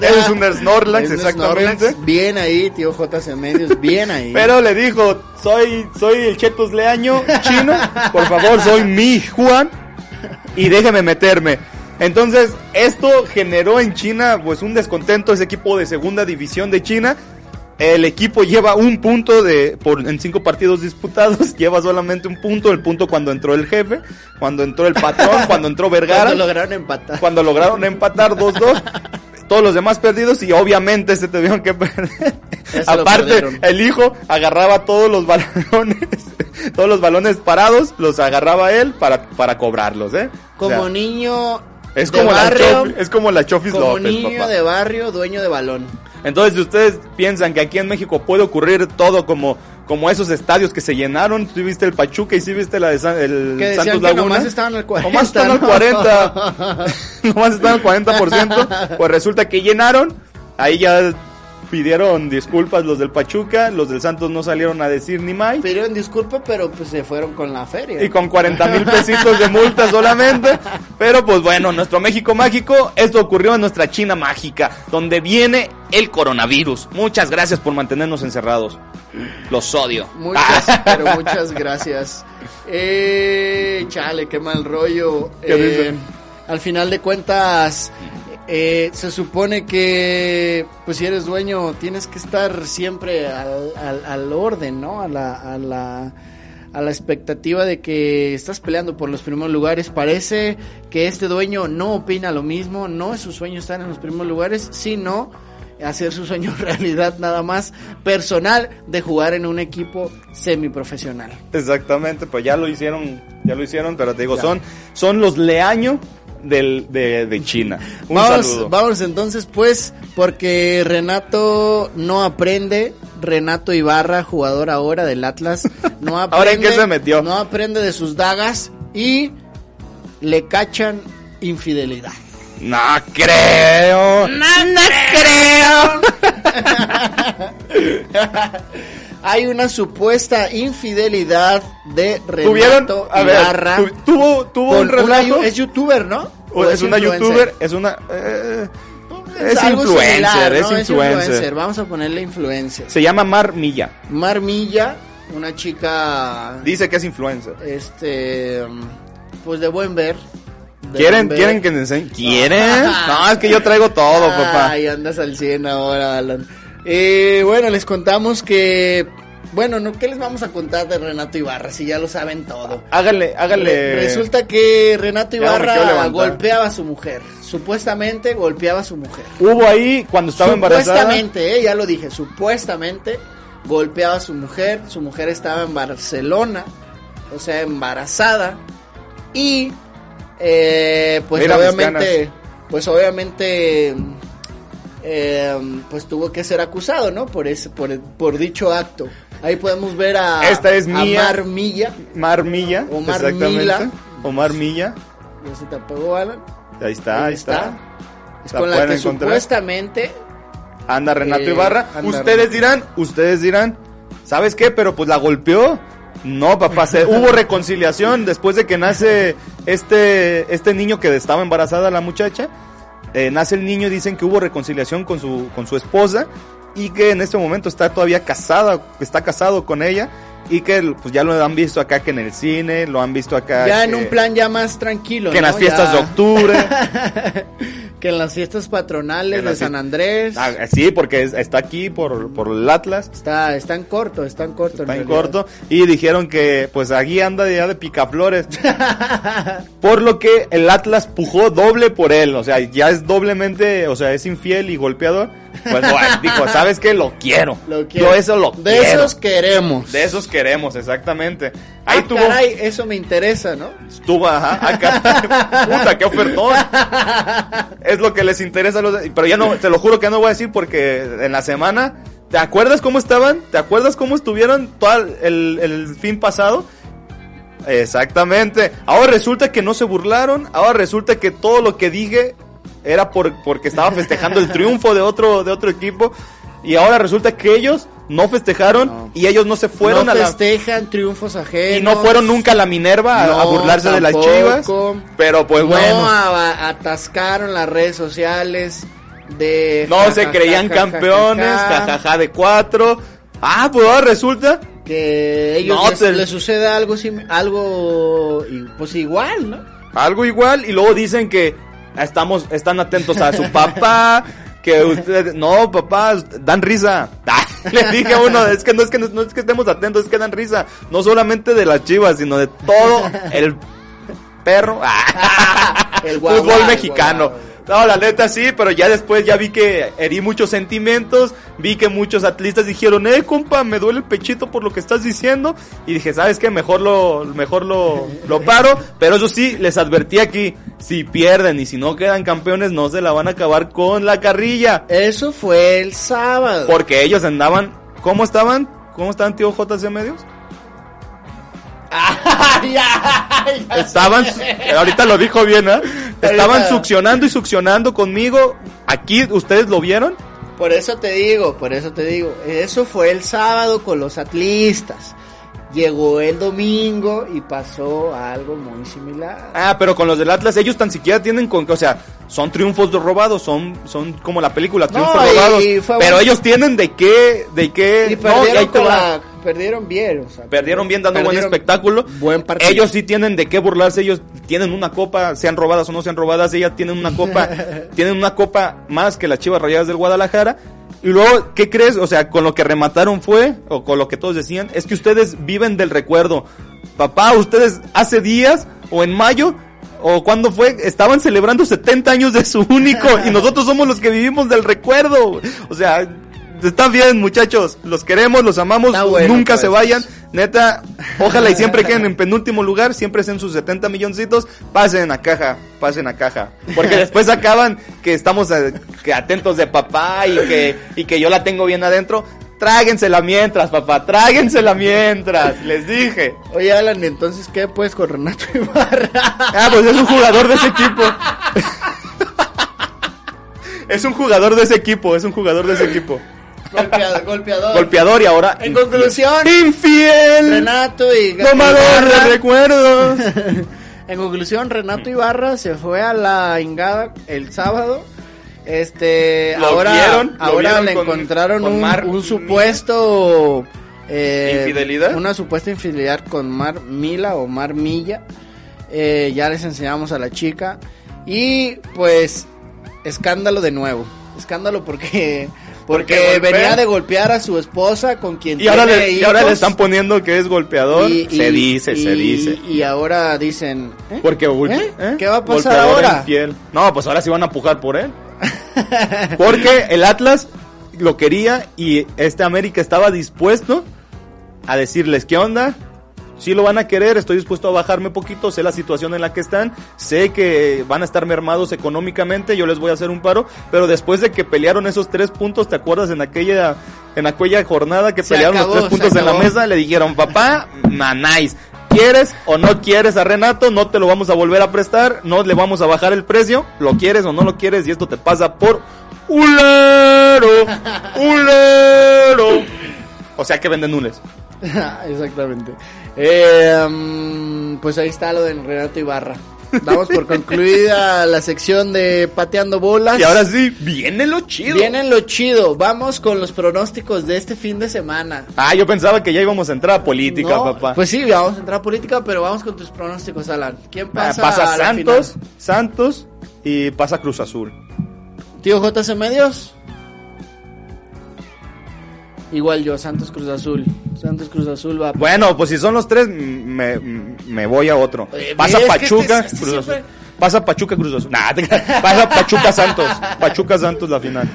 es un Snorlax,
Es un
exactamente.
Snorlax. Bien ahí, tío JC Medios, bien ahí.
Pero le dijo, soy, soy el Chetos Leaño chino, por favor, soy mi Juan y déjeme meterme. Entonces, esto generó en China pues un descontento, ese equipo de segunda división de China. El equipo lleva un punto de por en cinco partidos disputados, lleva solamente un punto, el punto cuando entró el jefe, cuando entró el patrón, cuando entró Vergara
Cuando lograron empatar.
cuando lograron empatar 2-2. Todos los demás perdidos y obviamente se tuvieron que perder.
Ese lo
Aparte,
perdieron.
el hijo agarraba todos los balones, todos los balones parados, los agarraba él para, para cobrarlos, ¿eh? O
Como
sea,
niño
es,
de
como la
barrio,
Chofi- es como la Chofis
como
López,
niño
papá.
de barrio, dueño de balón.
Entonces, si ustedes piensan que aquí en México puede ocurrir todo como, como esos estadios que se llenaron, si viste el Pachuca y si viste la de San- el
Que decían
Santos
que
Laguna.
nomás estaban al 40,
Nomás están al
¿no?
40. nomás están al 40%. Pues resulta que llenaron. Ahí ya Pidieron disculpas los del Pachuca, los del Santos no salieron a decir ni mai.
Pidieron disculpa, pero pues se fueron con la feria.
Y con 40 mil pesitos de multa solamente. Pero pues bueno, nuestro México mágico, esto ocurrió en nuestra China mágica, donde viene el coronavirus. Muchas gracias por mantenernos encerrados. Los odio.
Muchas, pero muchas gracias. Eh, chale, qué mal rollo.
¿Qué
Eh,
dice?
al final de cuentas, eh, se supone que, pues si eres dueño, tienes que estar siempre al, al- al orden, ¿no? A la, a la a la expectativa de que estás peleando por los primeros lugares. Parece que este dueño no opina lo mismo, no es su sueño estar en los primeros lugares, sino hacer su sueño realidad nada más personal de jugar en un equipo semiprofesional.
Exactamente, pues ya lo hicieron, ya lo hicieron, pero te digo, son, son los leaño del, de, de China. Un saludo.
Vamos, vamos entonces pues, porque Renato no aprende, Renato Ibarra, jugador ahora del Atlas, no aprende.
¿Ahora en qué se metió?
No aprende de sus dagas y le cachan infidelidad.
No creo.
Hay una supuesta infidelidad de Renato
Tuvieron, a ver,
Ibarra.
tu- tuvo, tuvo
con
un
una
relato.
yu- es youtuber, ¿no?
O
¿O
es, una
influencer?
youtuber, es una. eh, es
algo
influencer,
similar,
es
¿no?
influencer.
Vamos a ponerle influencer.
se llama Mar Milla.
Marmilla, una chica
Dice que es influencer.
este pues de buen ver. de buen
¿Quieren,
ver.
¿Quieren que te enseñe? ¿Quieren? No, es que yo traigo todo, papá.
Ah. Ay, andas al 100 ahora, Alan. Eh, bueno, les contamos que bueno, no qué les vamos a contar de Renato Ibarra si ya lo saben todo.
Hágale, hágale.
Re- Resulta que Renato
Ya no me quiero
Ibarra
levantar.
golpeaba a su mujer. Supuestamente golpeaba a su mujer.
Hubo ahí cuando estaba embarazada.
Supuestamente, eh, ya lo dije, supuestamente golpeaba a su mujer, su mujer estaba en Barcelona, o sea, embarazada, y eh, pues
Mira mis
obviamente, pues obviamente, eh, pues tuvo que ser acusado, ¿no? Por ese, por, por dicho acto. Ahí podemos ver a,
Esta es
a
mía.
Mar Milla,
Mar Milla.
Omar
exactamente.
Milla.
Omar Milla.
no se te apagó, Alan.
Ahí está, ahí está.
Es
La
con la
pueden
que
encontrar.
supuestamente
Anda Renato
Eh,
Ibarra.
anda
ustedes
Renato.
dirán, ustedes dirán, ¿sabes qué? Pero pues la golpeó. No, papá, se- hubo reconciliación después de que nace este, este niño que estaba embarazada la muchacha. Eh, nace el niño, dicen que hubo reconciliación con su, con su esposa y que en este momento está todavía casada, está casado con ella y que pues ya lo han visto acá que en el cine, lo han visto acá
ya en
que-
un plan ya más tranquilo.
que en
¿no?
las
Ya-
fiestas de octubre.
Que en las fiestas patronales
En las
de San Andrés.
Ah, sí, porque es- está aquí por, por el Atlas.
Está, está en corto, está en corto.
Está en
realidad.
corto. Y dijeron que pues aquí anda ya de picaflores. por lo que el Atlas pujó doble por él. O sea, ya es doblemente, o sea, es infiel y golpeador. Pues bueno, dijo, ¿sabes qué? Lo quiero.
Lo quiero.
Yo eso lo
De
quiero.
esos queremos.
De esos queremos, exactamente. Ahí
Ahí
tuvo.
Caray, eso me interesa, ¿no?
Estuvo, ajá, ah, caray. puta, qué ofertón. Es lo que les interesa a los. de- Pero ya no, te lo juro que no voy a decir porque en la semana. ¿Te acuerdas cómo estaban? ¿Te acuerdas cómo estuvieron todo el, el fin pasado? Exactamente. Ahora resulta que no se burlaron. Ahora resulta que todo lo que dije era por, porque estaba festejando el triunfo de otro, de otro equipo. Y ahora resulta que ellos no festejaron
No.
y ellos no se fueron
no
a la.
festejan triunfos ajenos.
Y no fueron nunca a la Minerva a, a
No,
burlarse de las
tampoco.
chivas. Pero pues
No ah,
bueno.
a- atascaron las redes sociales de...
No
ja,
se
ja,
creían
ja, ja, ja,
campeones.
ja, ja,
Jajaja de cuatro. Ah, pues ahora resulta.
Que ellos
No,
les,
te-
les sucede algo, sim- algo y- pues igual, ¿no?
Algo igual. Y luego dicen que estamos, están atentos a su papá. Que ustedes, no, papá, dan risa. Ah, Le dije a uno, es que no es que no, no es que estemos atentos, es que dan risa. No solamente de las chivas, sino de todo el perro. Ah.
El guau,
fútbol
guau, guau,
mexicano.
guau.
No, la neta sí, pero ya después ya vi que herí muchos sentimientos, vi que muchos atletas dijeron, eh, compa, me duele el pechito por lo que estás diciendo, y dije, ¿sabes qué? Mejor lo, mejor lo, lo paro, pero eso sí, les advertí aquí, si pierden y si no quedan campeones, no se la van a acabar con la carrilla,
Eso fue el sábado.
porque ellos andaban, ¿cómo estaban? ¿Cómo estaban, tío JC Medios?
Ay, ay, ay.
Estaban, su- ahorita lo dijo bien, ¿eh? Estaban
Ahorita.
succionando y succionando conmigo. Aquí, ¿ustedes lo vieron?
Por eso te digo, por eso te digo. Eso fue el sábado con los atlistas. Llegó el domingo y pasó algo muy similar.
Ah, pero con los del Atlas, ellos tan siquiera tienen con. O sea, son triunfos robados, son, son como la película, triunfos
y-
robados.
y fue
pero
un-
ellos tienen de qué. De qué
y
no, y
perdieron,
ahí te
con
va.
la- perdieron bien, o sea,
Perdieron bien dando buen
perdieron-
espectáculo.
Buen partido.
Ellos sí tienen de qué burlarse, ellos tienen una copa, sean robadas o no sean robadas, ellas tienen una copa, tienen una copa más que las Chivas Rayadas del Guadalajara. Y luego, ¿qué crees? O sea, con lo que remataron fue, o con lo que todos decían, es que ustedes viven del recuerdo. Papá, ustedes hace días, o en mayo, o cuando fue, estaban celebrando 70 años de su único, y nosotros somos los que vivimos del recuerdo. O sea, están bien, muchachos, los queremos, los amamos,
Está bueno,
nunca se
pues.
vayan. Neta, ojalá y siempre queden en penúltimo lugar, siempre sean sus 70 milloncitos, pasen a caja, pasen a caja. Porque después acaban que estamos eh, que atentos de papá y que, y que yo la tengo bien adentro. Tráguensela mientras, papá, tráguensela mientras, les dije.
Oye, Alan, entonces, ¿qué pues con Renato Ibarra?
Ah, pues es un jugador de ese equipo. Es un jugador de ese equipo, es un jugador de ese equipo.
Golpeado- golpeador.
Golpeador y ahora...
En conclusión,
Infiel,
Renato y
tomador
Ibarra-
de recuerdos.
En conclusión, Renato Ibarra se fue a la ingada el sábado. Este,
Lo
ahora,
vieron, lo
ahora
vieron
le
con-
encontraron
con
un,
Mar
un
Mila.
supuesto eh,
¿Infidelidad?
una supuesta infidelidad con Mar Mila o Mar Milla. Eh, ya les enseñamos a la chica y pues escándalo de nuevo, escándalo porque porque,
Porque golpea.
venía de golpear a su esposa con quien
Y ahora,
tiene
le, y ahora
hijos.
le están poniendo que es golpeador.
Y-
se
y-
dice, se
y-
dice.
Y ahora dicen, ¿eh?
Porque gol-
¿Eh?
¿eh?
¿Qué va a pasar
Golpeador
ahora?
infiel. No, pues ahora sí van a pujar por él. Porque el Atlas lo quería y este América estaba dispuesto a decirles qué onda. Si lo van a querer, estoy dispuesto a bajarme poquito, sé la situación en la que están, sé que van a estar mermados económicamente, yo les voy a hacer un paro, pero después de que pelearon esos tres puntos, ¿te acuerdas en aquella en aquella jornada que
Se
pelearon
acabó,
los tres
se
puntos en la
acabó.
mesa? Le dijeron, "Papá, manáis, ¿quieres o no quieres a Renato? No te lo vamos a volver a prestar, no le vamos a bajar el precio, lo quieres o no lo quieres y esto te pasa por un loro, un loro." O sea que venden nules.
Exactamente. Eh, mm, pues ahí está lo de Renato Ibarra. Damos por concluida la sección de pateando bolas.
Y ahora sí, viene lo chido.
Vienen lo chido. Vamos con los pronósticos de este fin de semana.
Ah, yo pensaba que ya íbamos a entrar a política,
No,
papá.
Pues sí, vamos a entrar a política, pero vamos con tus pronósticos, Alan. ¿Quién
Ah,
pasa?
pasa
a la
Santos,
final?
Santos y pasa Cruz Azul.
Tío JC Medios. Igual yo, Santos Cruz Azul. Santos Cruz Azul va.
Bueno, pues si son los tres, m- me, m- me voy a otro.
Eh,
Pasa
es que
Pachuca,
este- este
Cruz Azul.
siempre-
Pasa Pachuca, Cruz Azul. Nah, te- pasa Pachuca Santos. Pachuca Santos la final.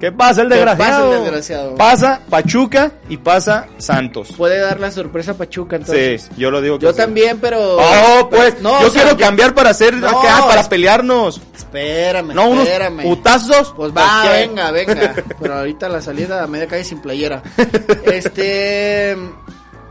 ¿Qué pasa
¿Qué pasa el
el desgraciado?
desgraciado?
Pasa Pachuca y pasa Santos.
Puede dar la sorpresa a Pachuca entonces.
sí, yo lo digo que
Yo
sí.
también, pero.
Oh, pues,
pero-
yo
o sea,
quiero cambiar para hacer
No,
acá, para
es-
pelearnos.
Espérame,
No, unos
espérame.
putazos.
Pues va,
¿Qué?
venga, venga. Pero ahorita la salida a media calle sin playera. Este.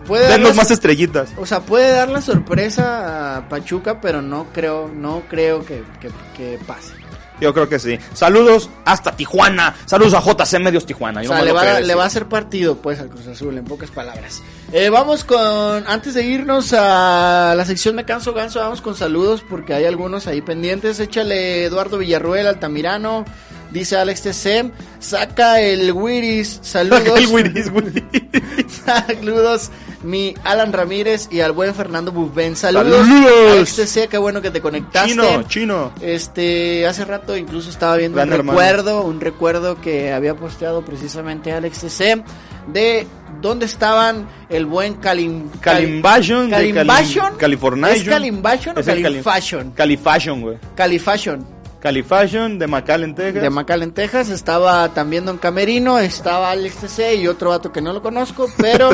Puede dar
Denos
la-
más estrellitas.
O sea, puede dar la sorpresa a Pachuca, pero no creo, no creo que, que, que pase.
Yo creo que sí. Saludos hasta Tijuana. Saludos a JC Medios Tijuana. Yo
o sea,
nomás
le
lo
va,
quería
le
decir.
va a hacer partido, pues, al Cruz Azul, en pocas palabras. Eh, vamos con, antes de irnos a la sección Me Canso Ganso, vamos con saludos, porque hay algunos ahí pendientes. Échale Eduardo Villarruel, Altamirano, dice Alex TC, saca el Wiris, saludos.
El Willis, Willis.
Saludos, mi Alan Ramírez y al buen Fernando Bubén. Saludos,
Saludos.
Alex TC, qué bueno que te conectaste.
Chino, chino.
Este, hace rato incluso estaba viendo
Gran
un
hermano.
recuerdo, un recuerdo que había posteado precisamente Alex CC de dónde estaban el buen Calim
Calimbashon. de Cali-
Calimbashon.
Californation.
¿Es Calimbashon o
Es el Cali-
Califashion?
Califashion, güey.
Califashion
Califashion de McAllen, Texas.
de Macal en Texas, estaba también Don Camerino, estaba Alex CC y otro vato que no lo conozco, pero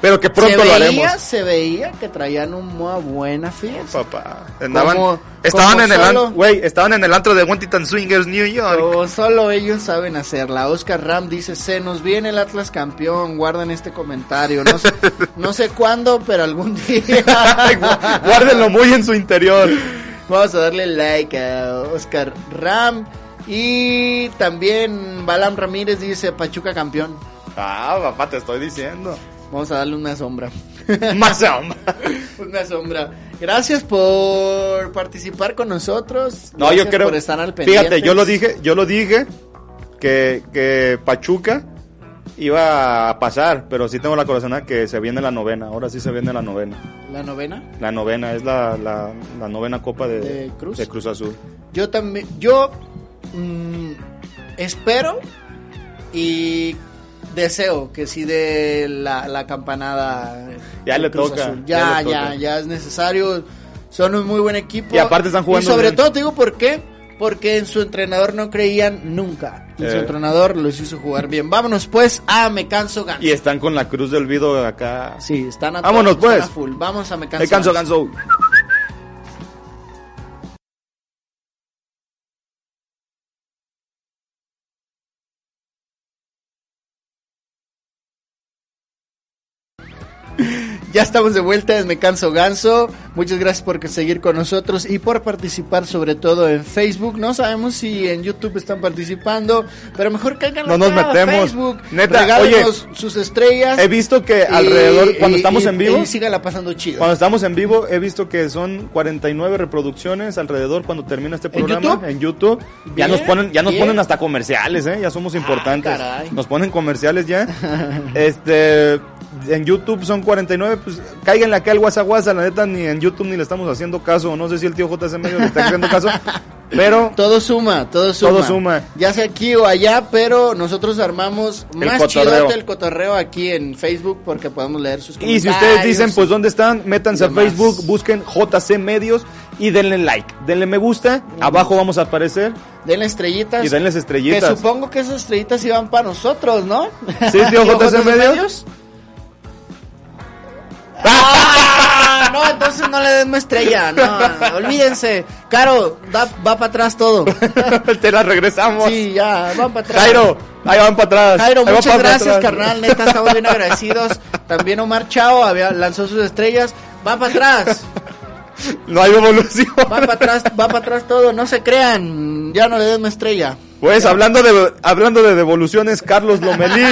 Pero que
se
pronto lo
veía,
haremos.
se veía que traían una buena fiesta.
Papá. Andaban,
Como-
estaban,
como
en el
solo. Oh.
an- güey, estaban en el antro de One Titan Swingers, New York.
Pero solo ellos saben hacerla. Oscar Ram dice, se nos viene el Atlas campeón, guarden este comentario. No sé, no sé cuándo, pero algún día.
Guárdenlo muy en su interior.
Vamos a darle like a Oscar Ram. Y también Balam Ramírez dice Pachuca campeón.
Ah, papá, te estoy diciendo.
Vamos a darle una sombra.
Más hombre.
una sombra. Gracias por participar con nosotros.
No,
Gracias
yo creo.
Por estar al pendiente.
fíjate, yo lo dije, yo lo dije que, que Pachuca iba a pasar, pero sí tengo la corazonada que se viene la novena. Ahora sí se viene la novena.
La novena.
La novena es la, la, la novena copa de,
¿De Cruz?
de Cruz Azul.
Yo también. Yo. mm, espero. Y. Deseo que sí dé la, la campanada.
Ya
del
le
Cruz
toca,
Azul.
ya
Ya,
le
ya,
toca.
ya, es necesario. Son un muy buen equipo.
Y aparte están jugando
Y sobre
bien.
todo te digo por qué. Porque en su entrenador no creían nunca. Y su
Eh.
entrenador los hizo jugar bien. Vámonos pues a Me Canso Ganso.
Y están con la Cruz del Vido acá.
Sí, están a
Vámonos,
todos, están
pues.
a full. Vamos a Me Canso
Me canso,
Ganso.
canso.
Ya estamos de vuelta en Me Canso Ganso. Muchas gracias por seguir con nosotros y por participar, sobre todo en Facebook. No sabemos si en YouTube están participando, pero mejor caigan
No nos
acá a
metemos.
Facebook.
Neta,
Regálenos sus estrellas.
He visto que
y-
alrededor, cuando
y-
estamos
y-
en vivo,
Y sígala pasando chido.
Cuando estamos en vivo, he visto que son 49 reproducciones alrededor cuando termina este
¿En
programa
YouTube?
en YouTube. ya
Bien,
nos ponen, ya nos
bien. Ah,
ponen hasta comerciales, ¿eh? ya somos importantes.
caray.
nos ponen comerciales ya. este, en YouTube son 49, pues cáiganle acá al WhatsApp, la neta ni en YouTube ni le estamos haciendo caso. No sé si el tío JC medio le está haciendo caso, pero
Todo suma, todo suma.
Todo suma.
Ya sea aquí o allá, pero nosotros armamos
El
más
cotorreo.
chidote el cotorreo aquí en Facebook porque podemos leer sus
Y
comentarios.
si ustedes dicen, pues, ¿dónde están? Métanse a
Demás.
Facebook, busquen JC Medios y denle like. Denle me gusta. Abajo vamos a aparecer.
Denle estrellitas.
Y denles estrellitas.
Que supongo que esas estrellitas iban para nosotros, ¿no?
Sí, tío,
¿Tío
JC Medios.
Ah, no, entonces no le den una estrella. No, olvídense. Caro, da- va para atrás todo.
Te la regresamos.
Sí, ya, va para atrás.
Jairo, ahí van para atrás.
Jairo,
Ahí van
muchas
para
gracias,
atrás.
carnal. Neta, estamos bien agradecidos. También Omar Chao había, lanzó sus estrellas. Va para atrás,
No hay evolución.
va para atrás, va para atrás todo. No se crean, ya no le den una estrella.
Pues hablando de hablando de devoluciones, Carlos Lomelí,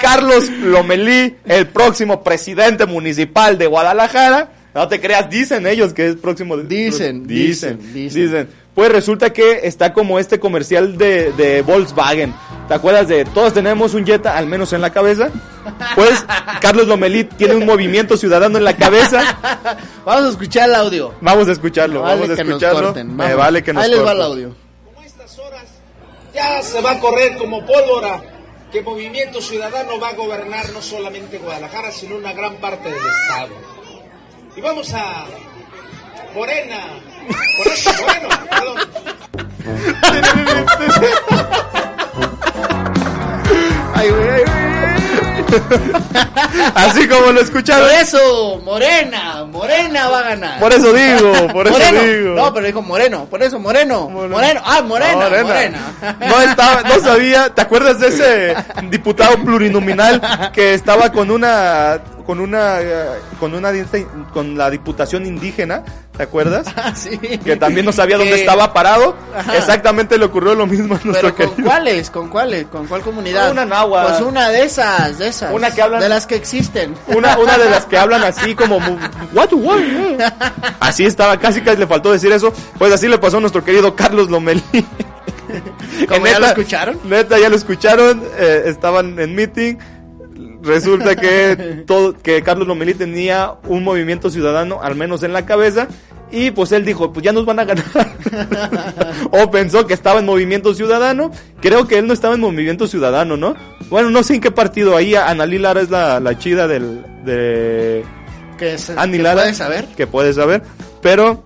Carlos Lomelí, el próximo presidente municipal de Guadalajara. No te creas, dicen ellos que es próximo. de-
Dicen,
dicen,
dicen,
dicen,
dicen.
Pues resulta que está como este comercial de, de Volkswagen. ¿Te acuerdas de todos tenemos un Jetta al menos en la cabeza? Pues Carlos Lomelí tiene un movimiento ciudadano en la cabeza.
Vamos a escuchar el audio.
Vamos a escucharlo,
Vale
vamos a
que nos
escucharlo.
corten,
Me
vamos.
vale que nos
Ahí les va el
corten.
audio.
Como a estas horas ya se va a correr como pólvora que Movimiento Ciudadano va a gobernar no solamente Guadalajara, sino una gran parte del Estado. Y vamos a Morena. Correcto, Moreno, perdón.
Ay, güey, ay, güey.
Así como lo
Por
escucharon.
eso, Morena, Morena va a ganar.
Por eso digo, por eso
Moreno.
digo.
No, pero dijo Moreno, por eso Moreno. Moreno. Ah, Morena,
No,
Morena.
No estaba, no sabía. ¿Te acuerdas de ese diputado plurinominal que estaba con una con una eh, con una di- con la diputación indígena? ¿Te acuerdas?
Ah, sí.
Que también no sabía dónde
Que-
estaba parado.
Ajá.
Exactamente le ocurrió lo mismo a nuestro
Pero ¿con
querido.
cuáles? ¿Con cuáles? ¿Con cuál comunidad?
Una náhuatl.
Pues una de esas, de esas.
Una que hablan-
De las que existen.
Una, una de las que hablan así como mu- what, what, eh. así estaba casi casi le faltó decir eso pues así le pasó a nuestro querido Carlos Lomelí
Como
Que
ya lo escucharon.
neta ya lo escucharon eh, estaban en meeting resulta que todo que Carlos Lomelí tenía un movimiento ciudadano al menos en la cabeza y pues él dijo, pues ya nos van a ganar. o pensó que estaba en Movimiento Ciudadano. Creo que él no estaba en Movimiento Ciudadano, ¿no? Bueno, no sé en qué partido. Ahí Analí Lara es la, la chida del, de,
Que se,
Andy
que
Lara,
puedes saber.
Ah, Que puedes saber. Pero,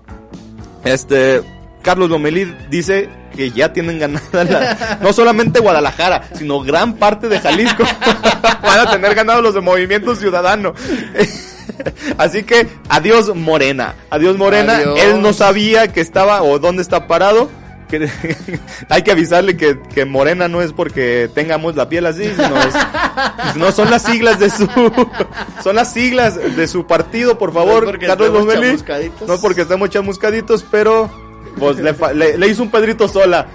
este, Carlos Lomelí dice que ya tienen ganada la- no solamente Guadalajara, sino gran parte de Jalisco. Van a tener ganado los de Movimiento Ciudadano. Así que, adiós Morena. Adiós Morena.
Adiós.
Él no sabía que estaba o dónde está parado. Que, hay que avisarle que, que Morena no es porque tengamos la piel así, sino es pues No, son las siglas de su. Son las siglas de su partido, por favor,
No es porque
Carlos
estemos
Lomelí.
chamuscaditos.
No porque estamos chamuscaditos, pero. Pues le, fa- le- le hizo un Pedrito sola.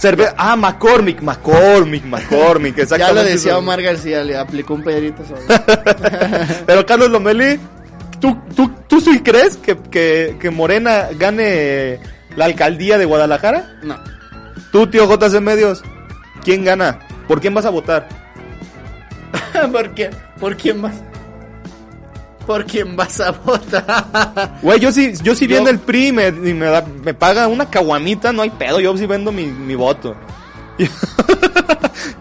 Cerve- ah, McCormick, McCormick, McCormick,
Ya
exactamente.
lo decía
eso.
Omar García, le aplicó un pedrito sobre.
Pero Carlos Lomelí, ¿tú, tú, tú sí crees que, que, que Morena gane la alcaldía de Guadalajara?
No.
Tú, tío JC Medios, ¿quién gana? ¿Por quién vas a votar?
¿Por qué? ¿Por quién más? ¿Por quién vas a votar?
Güey, yo sí, yo sí
Yo-
viendo el PRI y me, y me da- me paga una caguamita, no hay pedo, yo sí vendo mi, mi voto.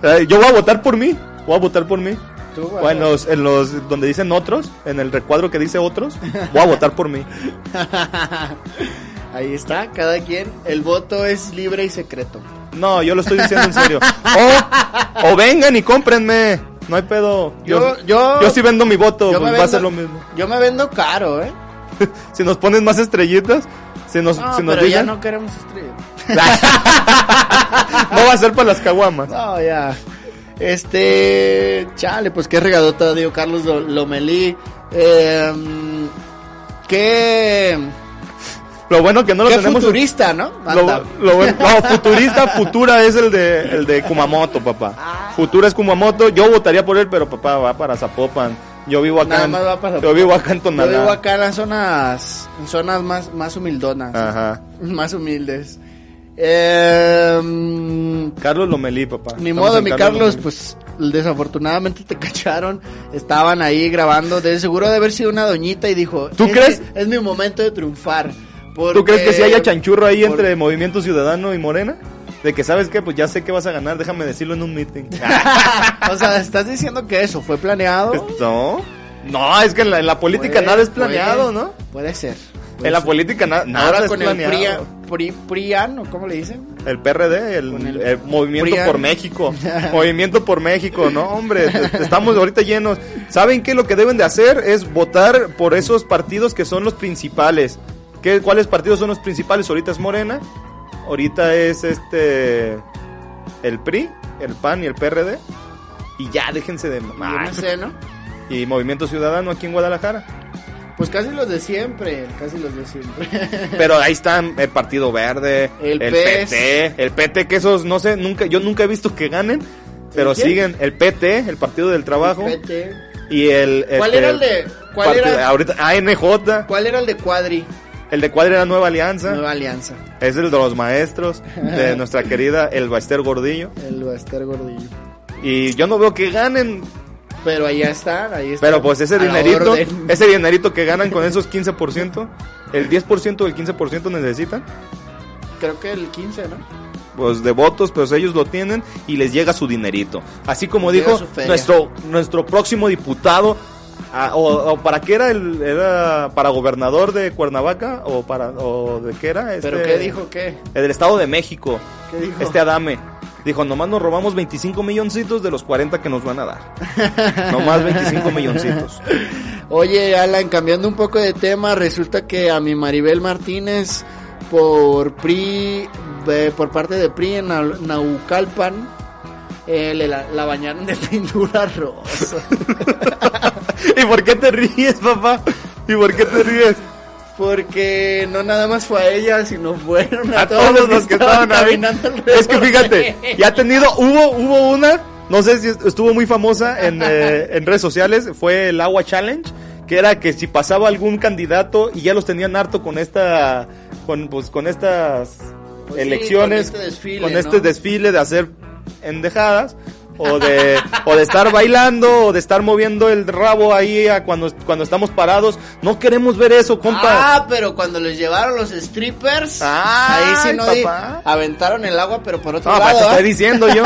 Ay, yo voy a votar por mí, voy a votar por mí.
Tú,
O en los, en los donde dicen otros, en el recuadro que dice otros, voy a votar por mí.
Ahí está, cada quien. El voto es libre y secreto.
No, yo lo estoy diciendo en serio. O, o vengan y cómprenme, no hay pedo.
Yo-
Yo, yo,
yo-
sí vendo mi voto, pues va a ser lo mismo.
Yo me vendo caro, ¿eh?
Si nos ponen más estrellitas, si nos,
No,
si nos
pero ya
dicen, Ah, no...
no queremos estrellas.
va a ser para las caguamas.
No, ya. Este. Chale, pues qué regadota dio Carlos Lo- Lomelí. Eh, qué.
Lo bueno que no lo
qué
tenemos.
futurista, ¿no? Anda.
Lo, lo bueno- no, futurista, futura es el de, el de Kumamoto, papá.
Ah.
Futura es Kumamoto. Yo votaría por él, pero papá va para Zapopan. Yo vivo acá.
Nada
en-
más va para
yo vivo acá en
Yo
Tonalá.
vivo acá en las zonas, en zonas más, más humildonas,
Ajá.
más humildes. Eh,
Carlos Lomelí, papá.
Ni
Estamos
modo,
en
mi Carlos,
Lomelí.
pues desafortunadamente te cacharon. Estaban ahí grabando. De seguro de haber sido una doñita y dijo:
¿Tú
"Es
crees?
mi- es mi momento de triunfar.
¿Tú crees que si
si
haya chanchurro ahí
por-
entre Movimiento Ciudadano y Morena? De que sabes que pues ya sé que vas a ganar, déjame decirlo en un meeting.
o sea, estás diciendo que eso fue planeado.
no, no, es que en la, en la política
Puede-
nada es planeado,
puede-
¿no?
Puede ser.
En la política na- nada
Ahora
es
con el
planeado.
PRIA, PRI, PRIAN, ¿o ¿cómo le dicen?
El PRD, el,
Con el
eh, Movimiento
PRIAN.
por México. movimiento por México, no, hombre, te- te- estamos ahorita llenos. ¿Saben qué? Lo que deben de hacer es votar por esos partidos que son los principales. ¿Qué, ¿Cuáles partidos son los principales? Ahorita es Morena, ahorita es este. El PRI, el PAN y el PRD. Y ya, déjense de
Yo no
mamá.
sé, ¿no?
Y Movimiento Ciudadano aquí en Guadalajara.
Pues casi los de siempre, casi los de siempre.
Pero ahí están el Partido Verde,
El
el,
PES.
PT, el PT, que esos no sé, nunca, yo nunca he visto que ganen, pero
¿El quién?
siguen el PT, el Partido del Trabajo,
Vete.
y el.
¿Cuál
este,
era el de- cuál
partido-
era?
Ahorita, ANJ,
¿Cuál era el de Cuadri?
el de Cuadra era Nueva Alianza,
Nueva Alianza.
es el de los maestros, de nuestra querida El Baester Gordillo,
El Baster Gordillo.
y yo no veo que ganen,
Pero allá están, ahí están.
pero pues ese
A la
dinerito,
orden.
ese dinerito que ganan con esos 15%, el 10% del 15% necesitan.
Creo que el 15, ¿no?
pues, de votos, pero ellos lo tienen y les llega su dinerito. Así como
Les
dijo
llega su feria.
nuestro, nuestro próximo diputado, ah, o, o para qué era, el, era para gobernador de Cuernavaca o para o de qué era. Este,
¿Pero qué dijo qué?
El del Estado de México,
¿Qué dijo?
este Adame. Dijo, nomás nos robamos 25 milloncitos de los 40 que nos van a dar. nomás 25 milloncitos.
Oye, Alan, cambiando un poco de tema, resulta que a mi Maribel Martínez, por PRI, eh, por parte de PRI en Nau- Naucalpan, eh, le la, la bañaron de pintura rosa.
¿Y por qué te ríes, papá? ¿Y por qué te ríes?
Porque no nada más fue a ella, sino fueron a,
a todos los que estaban ahí.
caminando alrededor
Es que fíjate,
de-
ya ha tenido, hubo, hubo una, no sé si estuvo muy famosa en, eh, en redes sociales, fue el Agua Challenge, que era que si pasaba algún candidato y ya los tenían harto con esta, con, pues, con estas
Pues sí,
elecciones,
con este desfile,
con
¿no?
este desfile de hacer endejadas. O de, o de estar bailando, o de estar moviendo el rabo ahí a cuando, cuando estamos parados. No queremos ver eso, compa.
Ah, pero cuando les llevaron los strippers,
Ah,
ahí sí no di-
papá.
aventaron el agua, pero por otro
No, pa,
lado.
te estoy
¿ah?
diciendo yo.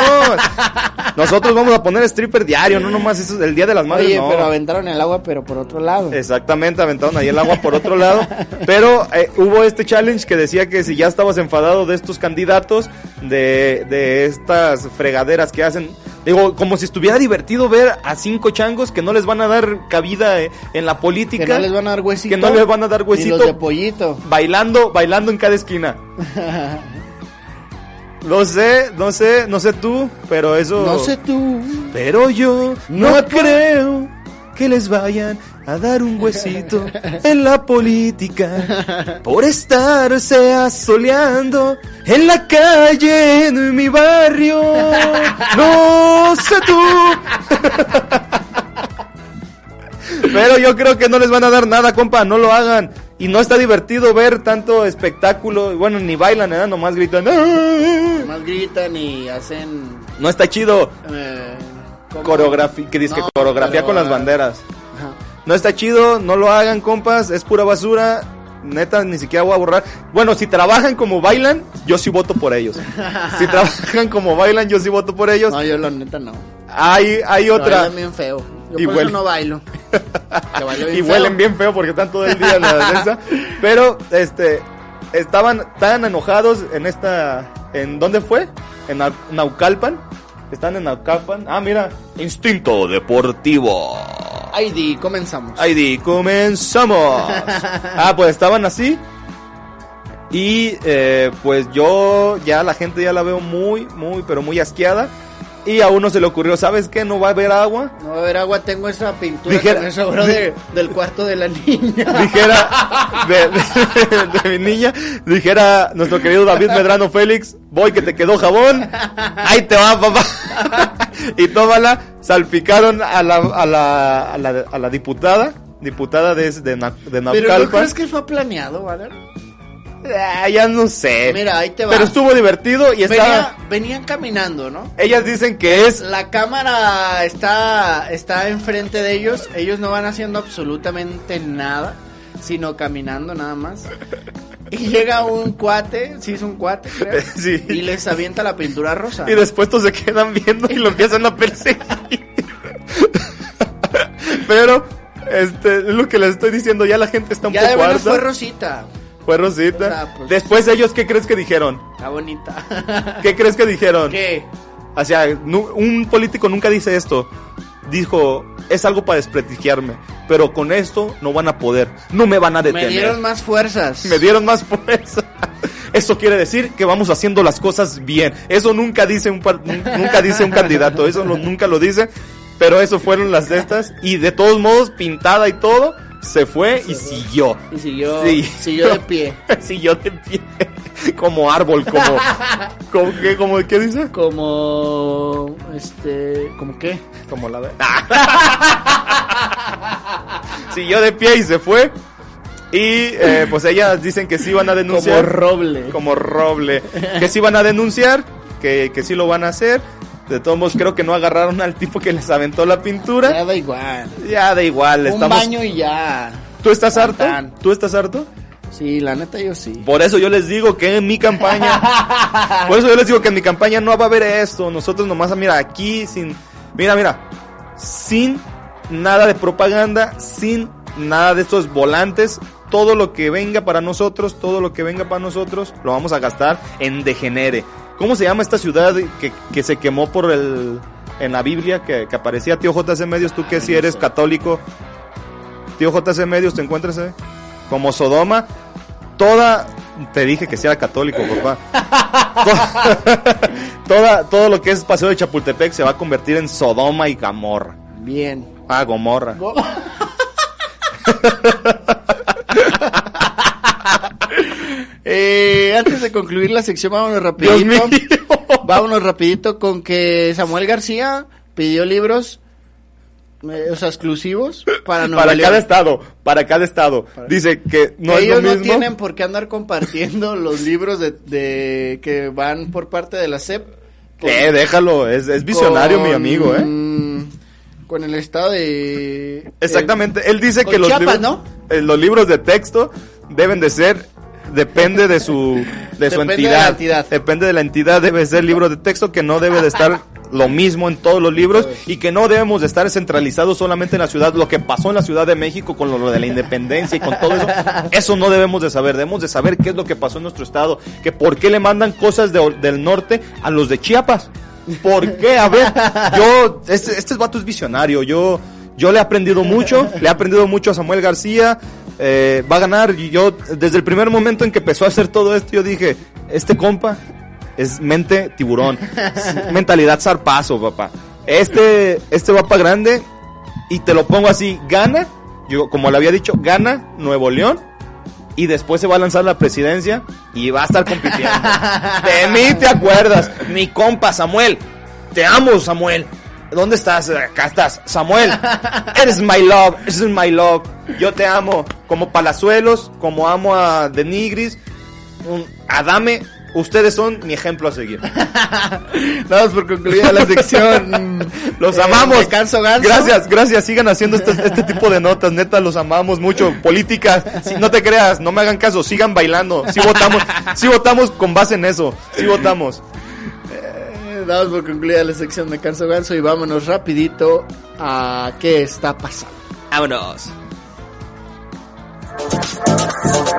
Nosotros vamos a poner stripper diario, no nomás eso, el día de las madres.
Oye,
no.
pero aventaron el agua, pero por otro lado.
Exactamente, aventaron ahí el agua por otro lado. Pero eh, hubo este challenge que decía que si ya estabas enfadado de estos candidatos, de, de estas fregaderas que hacen. Digo, como si estuviera divertido ver a cinco changos que no les van a dar cabida eh, en la política.
que no les van a dar huesito.
que no les van a dar huesito.
Y los de pollito.
bailando, bailando en cada esquina. No sé, no sé, no sé tú, pero eso.
No sé tú.
Pero yo no creo que les vayan a dar un huesito en la política por estarse asoleando en la calle en mi barrio. No sé tú. Pero yo creo que no les van a dar nada, compa, no lo hagan. Y no está divertido ver tanto espectáculo. Bueno, ni bailan, nada, nomás gritan. "Ah".
Más gritan y hacen.
No está chido.
eh, ¿cómo?
Coreografía, que dice que
No,
coreografía
pero,
con las
ah,
banderas.
ajá.
No está chido, no lo hagan, compas, es pura basura. Neta, ni siquiera voy a borrar. Bueno, si trabajan como bailan, yo sí voto por ellos. Si trabajan como bailan, yo sí voto por ellos.
No, yo la neta no.
Hay, hay otra.
Bailan bien feo. Yo
Y
por
huele.
eso no bailo. Que bailo bien
y
feo.
huelen bien feo porque están todo el día en la defensa. Pero, este, estaban tan enojados en esta. ¿En dónde fue? En Nau- Naucalpan. Están en Naucalpan. Ah, mira. Instinto Deportivo.
Ay, di, comenzamos.
ID, comenzamos. Ah, pues estaban así. Y eh, pues yo ya la gente ya la veo muy, muy, pero muy asqueada. Y a uno se le ocurrió, ¿sabes qué? No va a haber agua.
No va a haber agua, tengo esa pintura
Dijera-
que me sobró de- del cuarto de la niña.
Dijera de, de- de mi niña, dijera nuestro querido David Medrano Félix, voy que te quedó jabón, ahí te va papá. Y tómala, salpicaron a la, a la, a la, a la diputada, diputada de, de, Na- de
Pero ¿no
Naucalpan.
crees que fue planeado, ¿vale?
Ah, ya no sé.
Mira, ahí te va.
Pero estuvo divertido y
Venía-
estaba.
venían caminando, ¿no?
Ellas dicen que es.
La cámara está, está enfrente de ellos. Ellos no van haciendo absolutamente nada, sino caminando nada más. Y llega un cuate, sí es un cuate, creo.
Sí.
Y les avienta la pintura rosa.
Y después todos se quedan viendo y lo empiezan a perseguir. Pero, este, es lo que les estoy diciendo. Ya la gente está un
ya de
poco
verdad
harta.
fue Rosita.
Fue Rosita.
O sea, pues-
Después ellos, ¿qué crees que dijeron?
Está bonita.
¿Qué crees que dijeron?
¿Qué?
O sea, nu- un político nunca dice esto. Dijo, es algo para desprestigiarme. Pero con esto no van a poder. No me van a
Me
detener.
dieron más fuerzas.
Me dieron más fuerza. Eso quiere decir que vamos haciendo las cosas bien. Eso nunca dice un, par- nun- nunca dice un candidato, eso lo- nunca lo dice. Pero eso fueron las de estas. Y de todos modos, pintada y todo, se fue y siguió.
Y siguió,
Sí.
siguió de pie.
Siguió de pie. Como árbol, como. como ¿qué, como, ¿Qué dice?
Como. Este. ¿Como qué?
Como la de. siguió de pie y se fue. Y eh, pues ellas dicen que sí van a
Como
denunciar.
roble.
como roble. Que sí van a denunciar, que, que sí lo van a hacer. De todos modos, creo que no agarraron al tipo que les aventó la
Ya
pintura.
da igual.
Ya da igual,
Un
estamos.
baño y ya.
¿Tú estás harto?
Tan.
¿Tú estás harto?
Sí, la neta yo sí.
Por eso yo les digo que en mi campaña. por eso yo les digo que en mi campaña no va a haber esto. Nosotros nomás, mira, aquí sin. Mira, mira. Sin nada de propaganda, sin nada de estos volantes. Todo lo que venga para nosotros, todo lo que venga para nosotros, lo vamos a gastar en degenere. ¿Cómo se llama esta ciudad que, que se quemó por el. En la Biblia que, que aparecía tío JC Medios, tú que si eres católico, tío JC Medios, te encuentras eh? como Sodoma, toda te dije que si era católico papá To- toda todo lo que es paseo de Chapultepec se va a convertir en Sodoma y Gomorra
Bien.
ah Gomorra
Eh, antes de concluir la sección, vámonos rapidito.
Dios mío
Vámonos rapidito con que Samuel García pidió libros, eh, o sea, exclusivos para Nueva
para
León.
cada estado para cada estado dice que no
Que
es
ellos
lo
no
mismo
tienen por qué andar compartiendo los libros de, de- que van por parte de la SEP.
que Eh, déjalo es, es visionario mi amigo eh
Con el estado de...
exactamente él dice
con
que los
Chiapas,
libros,
¿no?
eh, los libros de texto deben de ser depende de su de su
Depende de
entidad.
la entidad.
depende de la entidad debe ser libro de texto que no debe de estar lo mismo en todos los libros y que no debemos de estar centralizados solamente en la ciudad lo que pasó en la Ciudad de México con lo de la independencia y con todo eso eso no debemos de saber debemos de saber qué es lo que pasó en nuestro estado que por qué le mandan cosas de- del norte a los de Chiapas ¿Por qué? A ver, yo, este, este vato es visionario, yo, yo le he aprendido mucho, le he aprendido mucho a Samuel García, eh, va a ganar, y yo, desde el primer momento en que empezó a hacer todo esto, yo dije, este compa es mente tiburón, es mentalidad zarpazo, papá. Este, este va para grande, y te lo pongo así, gana, yo, como le había dicho, gana Nuevo León y después se va a lanzar la presidencia y va a estar compitiendo. De mí te acuerdas, mi compa Samuel. Te amo, Samuel. ¿Dónde estás? Acá estás, Samuel. Eres my love, eres my love. Yo te amo como Palazuelos, como amo a Denigris, un- Adame. Ustedes son mi ejemplo a seguir.
Vamos por concluida la sección.
Los
Eh,
amamos.
de Ganso Ganso.
Gracias, gracias. Sigan haciendo este, este tipo de notas. Neta, los amamos mucho. Políticas. sí, no te creas, no me hagan caso. Sigan bailando. Si votamos, si votamos con base en eso. Si votamos.
Eh, Damos por concluida la sección de Canso Ganso y vámonos rapidito a qué está pasando.
Vámonos.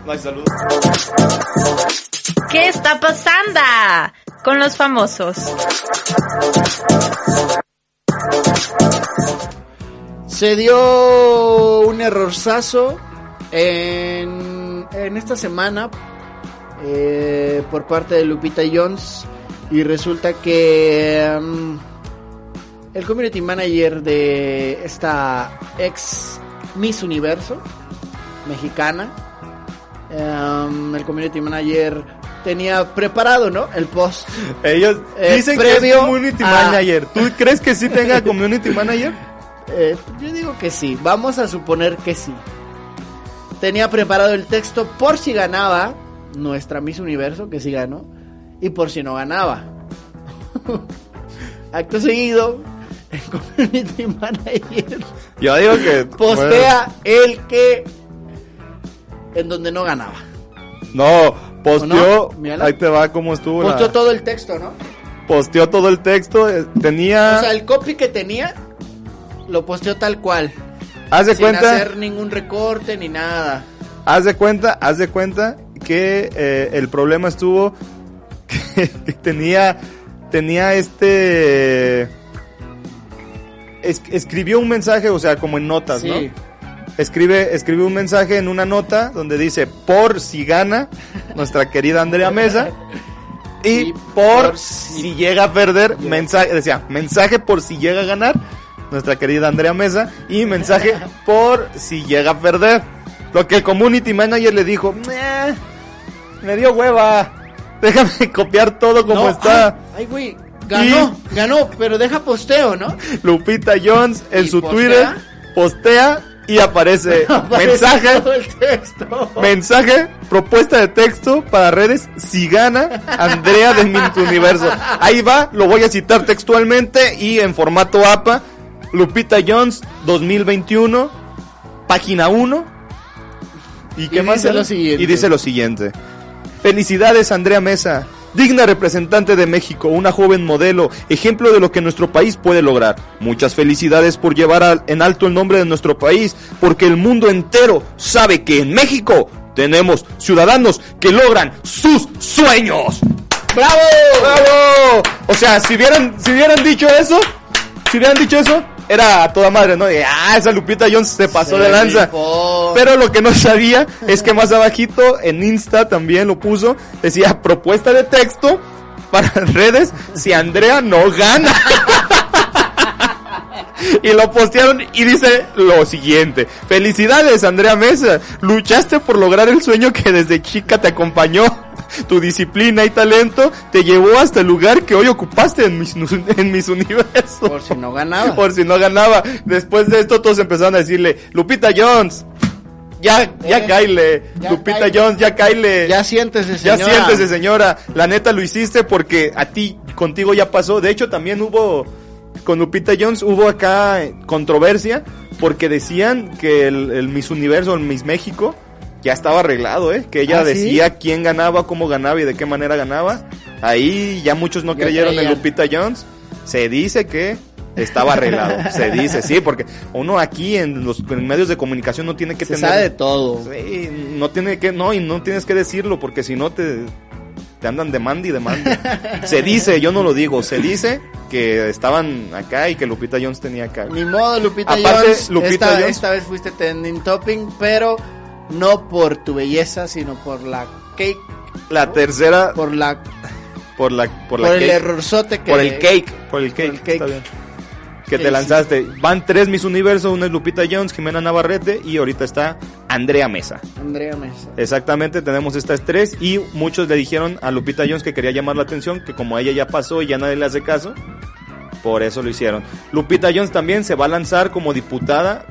No hay saludos.
¿Qué está pasando con los famosos?
Se dio un errorzazo en, en esta semana eh, por parte de Lupita Jones y resulta que mm, el community manager de esta ex Miss Universo mexicana, em, el community manager tenía preparado, ¿no? El post.
Ellos
Eh,
dicen que es
previo
community
a-
manager. ¿Tú crees que sí tenga community manager?
Eh, yo digo que sí, vamos a suponer que sí. Tenía preparado el texto por si ganaba nuestra Miss Universo, que sí ganó, y por si no ganaba. Acto seguido, el community manager
Yo digo que.
postea el que. en donde no ganaba.
No, posteó.
¿O no? Mírala.
Ahí te va cómo estuvo. la-
Posteó todo el texto, ¿no?
posteó todo el texto. eh, Tenía.
O sea, el copy que tenía, lo posteó tal cual.
haz de
Sin
cuenta.
hacer ningún recorte ni nada.
Haz de cuenta, haz de cuenta que eh, el problema estuvo que, que tenía tenía este es- escribió un mensaje, o sea, como en notas,
Sí.
¿no? Escribe escribe un mensaje en una nota donde dice por si gana nuestra querida Andrea Mesa y,
Y
por,
por
si,
si-
llega a perder mensaje, decía, mensaje por si llega a ganar nuestra querida Andrea Mesa y mensaje por si llega a perder. Lo que el community manager le dijo, "Meh, me dio hueva. Déjame copiar todo como
No, ah,
está.
ay, Ay, güey. Ganó, ganó, pero deja posteo, ¿no?
Lupita Jones en
¿Y
su
postea?
Twitter postea y aparece mensaje
Aparece todo el texto.
Mensaje, propuesta de texto para redes, si gana Andrea de Mint Universo. Ahí va, lo voy a citar textualmente y en formato APA. Lupita Jones 2021, página 1. ¿Y qué más?
dice
era?
lo siguiente.
Y dice lo siguiente. Felicidades Andrea Mesa, digna representante de México, una joven modelo, ejemplo de lo que nuestro país puede lograr. Muchas felicidades por llevar al- en alto el nombre de nuestro país, porque el mundo entero sabe que en México tenemos ciudadanos que logran sus sueños. ¡Bravo! ¡Bravo! O sea, si hubieran, si hubieran dicho eso, si hubieran dicho eso, era a toda madre, ¿no? Y, ah, esa Lupita Jones se pasó
Se
de lanza.
rifó.
Pero lo que no sabía es que más abajito en Insta también lo puso, decía propuesta de texto para redes si Andrea no gana. Y lo postearon y dice lo siguiente. Felicidades, Andrea Mesa. Luchaste por lograr el sueño que desde chica te acompañó. Tu disciplina y talento te llevó hasta el lugar que hoy ocupaste en mis, en mis universos.
Por si no ganaba.
Por si no ganaba. Después de esto todos empezaron a decirle, Lupita Jones, ya, ya
Eh,
caile.
ya
Lupita
caile.
Jones, ya caile.
Ya siéntese,
Ya
señora.
siéntese, señora. La neta lo hiciste porque a ti, contigo ya pasó. De hecho, también hubo, con Lupita Jones, hubo acá eh, controversia porque decían que el, el Miss Universo, el Miss México, ya estaba arreglado, ¿eh? Que ella
¿Ah, sí?
decía quién ganaba, cómo ganaba y de qué manera ganaba. Ahí ya muchos no
Ya
creyeron en
creían.
Lupita Jones. Se dice que estaba arreglado. se dice, sí, porque uno aquí en los en medios de comunicación no tiene que
Se
tener...
sabe de todo.
Sí, no tiene que, no, y no tienes que decirlo porque si no te, te andan demanda y demanda. se dice, yo no lo digo, se dice que estaban acá y que Lupita Jones tenía acá.
Ni modo, Lupita
Aparte,
Jones.
Lupita
esta,
Jones-
esta vez fuiste trending topping, pero no por tu belleza, sino por la cake,
La tercera por,
por la,
la, por
por,
la
el
cake.
errorzote que
por el cake, por el cake,
el cake.
está bien. que te lanzaste. Van tres Miss Universo, una es Lupita Jones, Jimena Navarrete y ahorita está Andrea Mesa.
Andrea Mesa.
Exactamente, tenemos estas tres y muchos le dijeron a Lupita Jones que quería llamar la atención, que como ella ya pasó y ya nadie le hace caso, por eso lo hicieron. Lupita Jones también se va a lanzar como diputada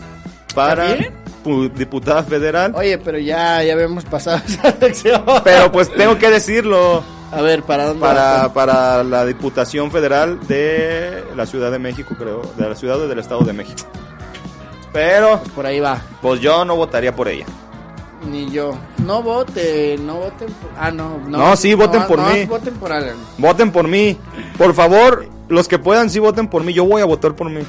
para
¿También?
pu- diputada federal,
Oye, pero ya, ya habíamos pasado esa elección.
pero pues tengo que decirlo
A ver, ¿para dónde
para,
vas?
para la Diputación Federal de la Ciudad de México, creo, de la Ciudad o del Estado de México. Pero
Por ahí va.
pues yo no votaría por ella.
Ni yo. No voten, no voten por... Ah, no. No,
No, sí, voten por mí.
voten por Alan.
Voten por mí. Por favor, los que puedan, sí voten por mí. Yo voy a votar por mí.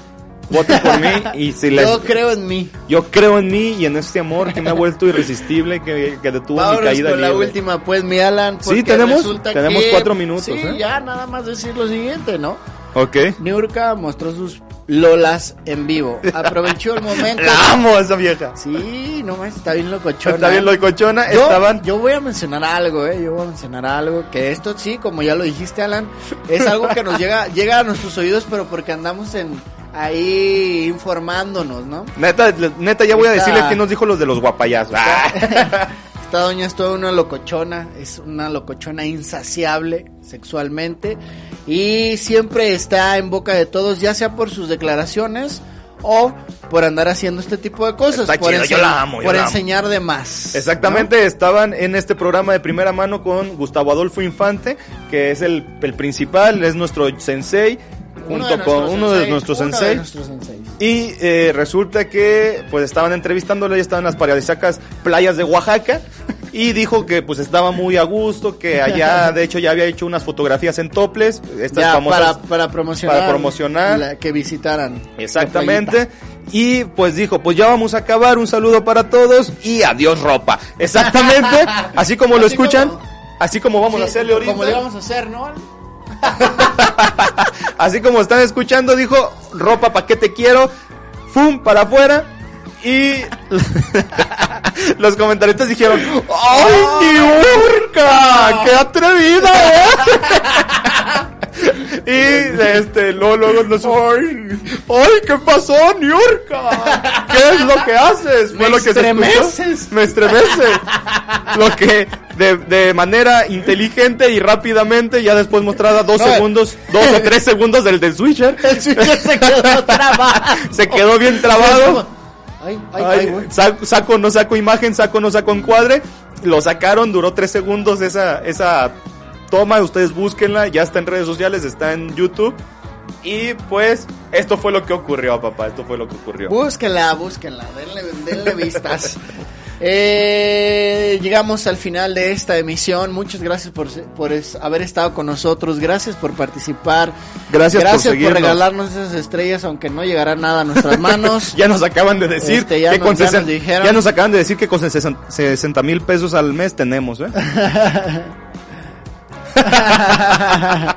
Voten por mí y si les...
Yo creo en mí.
Yo creo en mí y en este amor que me ha vuelto irresistible, que, que detuvo mi
Vámonos
caída
con la
libre.
última, pues, mi Alan.
Sí,
porque
tenemos-
resulta
tenemos
que-
cuatro minutos,
Sí,
¿eh?
ya nada más decir lo siguiente, ¿no?
Ok.
Niurka mostró sus lolas en vivo. Aprovechó el momento.
La amo a esa vieja.
Sí, no más, está bien locochona.
Está bien locochona.
Yo,
Estaban...
yo voy a mencionar algo, eh, yo voy a mencionar algo, que esto sí, como ya lo dijiste Alan, es algo que nos llega, llega a nuestros oídos, pero porque andamos en ahí informándonos, ¿no?
Neta, le- neta, ya voy a
Está-
decirles quién nos dijo los de los guapayazos. Ah,
Esta doña es toda una locochona, es una locochona insaciable sexualmente y siempre está en boca de todos, ya sea por sus declaraciones o por andar haciendo este tipo de cosas,
Está
por,
chido, yo
ense-
la amo, yo
por
la amo.
enseñar de más.
Exactamente, estaban en este programa de primera mano con Gustavo Adolfo Infante, que es el, el principal, es nuestro sensei,
Uno
junto
de
con
nuestros
uno de
senseis,
nuestros
uno de
senseis.
nuestros senseis.
Y eh, resulta que pues estaban entrevistándole, ya estaban en las paradisacas playas de Oaxaca y dijo que pues estaba muy a gusto, que allá de hecho ya había hecho unas fotografías en toples, estas
Ya,
famosas
para, para promocionar.
para promocionar.
la- que visitaran. La
Exactamente. Y pues dijo, pues ya vamos a acabar, un saludo para todos y adiós ropa. Exactamente, así como lo
Así
escuchan,
como-
así como vamos
playita.
a hacerle
Sí,
ahorita,
Como le vamos a hacer, ¿no?
así como están escuchando, dijo, ropa pa' qué te quiero, fum, para afuera. Y los comentaristas dijeron, ¡ay, Niurka! ¡Qué atrevida! eh!" y este, luego, luego los, ¡ay, ay, qué pasó, Niurka! ¿Qué es lo que haces? Fue
Me
lo que se escuchó.
estremeces.
Me estremece. Lo que de, de manera inteligente y rápidamente, ya después mostrada dos
No, eh.
segundos, dos o tres segundos del del Switcher,
El switcher se quedó trabado.
se quedó bien
Es
trabado.
como, Ay, ay, ay,
Ay,
güey.
saco, saco, no saco imagen, saco, no saco encuadre. Lo sacaron, duró tres segundos esa, esa toma. Ustedes búsquenla, ya está en redes sociales, está en YouTube. Y pues, esto fue lo que ocurrió, papá. Esto fue lo que ocurrió.
Búsquenla, búsquenla, denle, denle vistas. Eh, llegamos al final de esta emisión. Muchas gracias por, se- por es- haber estado con nosotros. Gracias por participar.
Gracias por
por,
seguirnos.
regalarnos esas estrellas, aunque no llegará nada a nuestras manos.
Ya nos acaban de decir
Este, ya
que
nos-
con
ya nos
sesen-
dijeron.
ya nos acaban de decir que con 60 mil pesos al mes tenemos, ¿eh?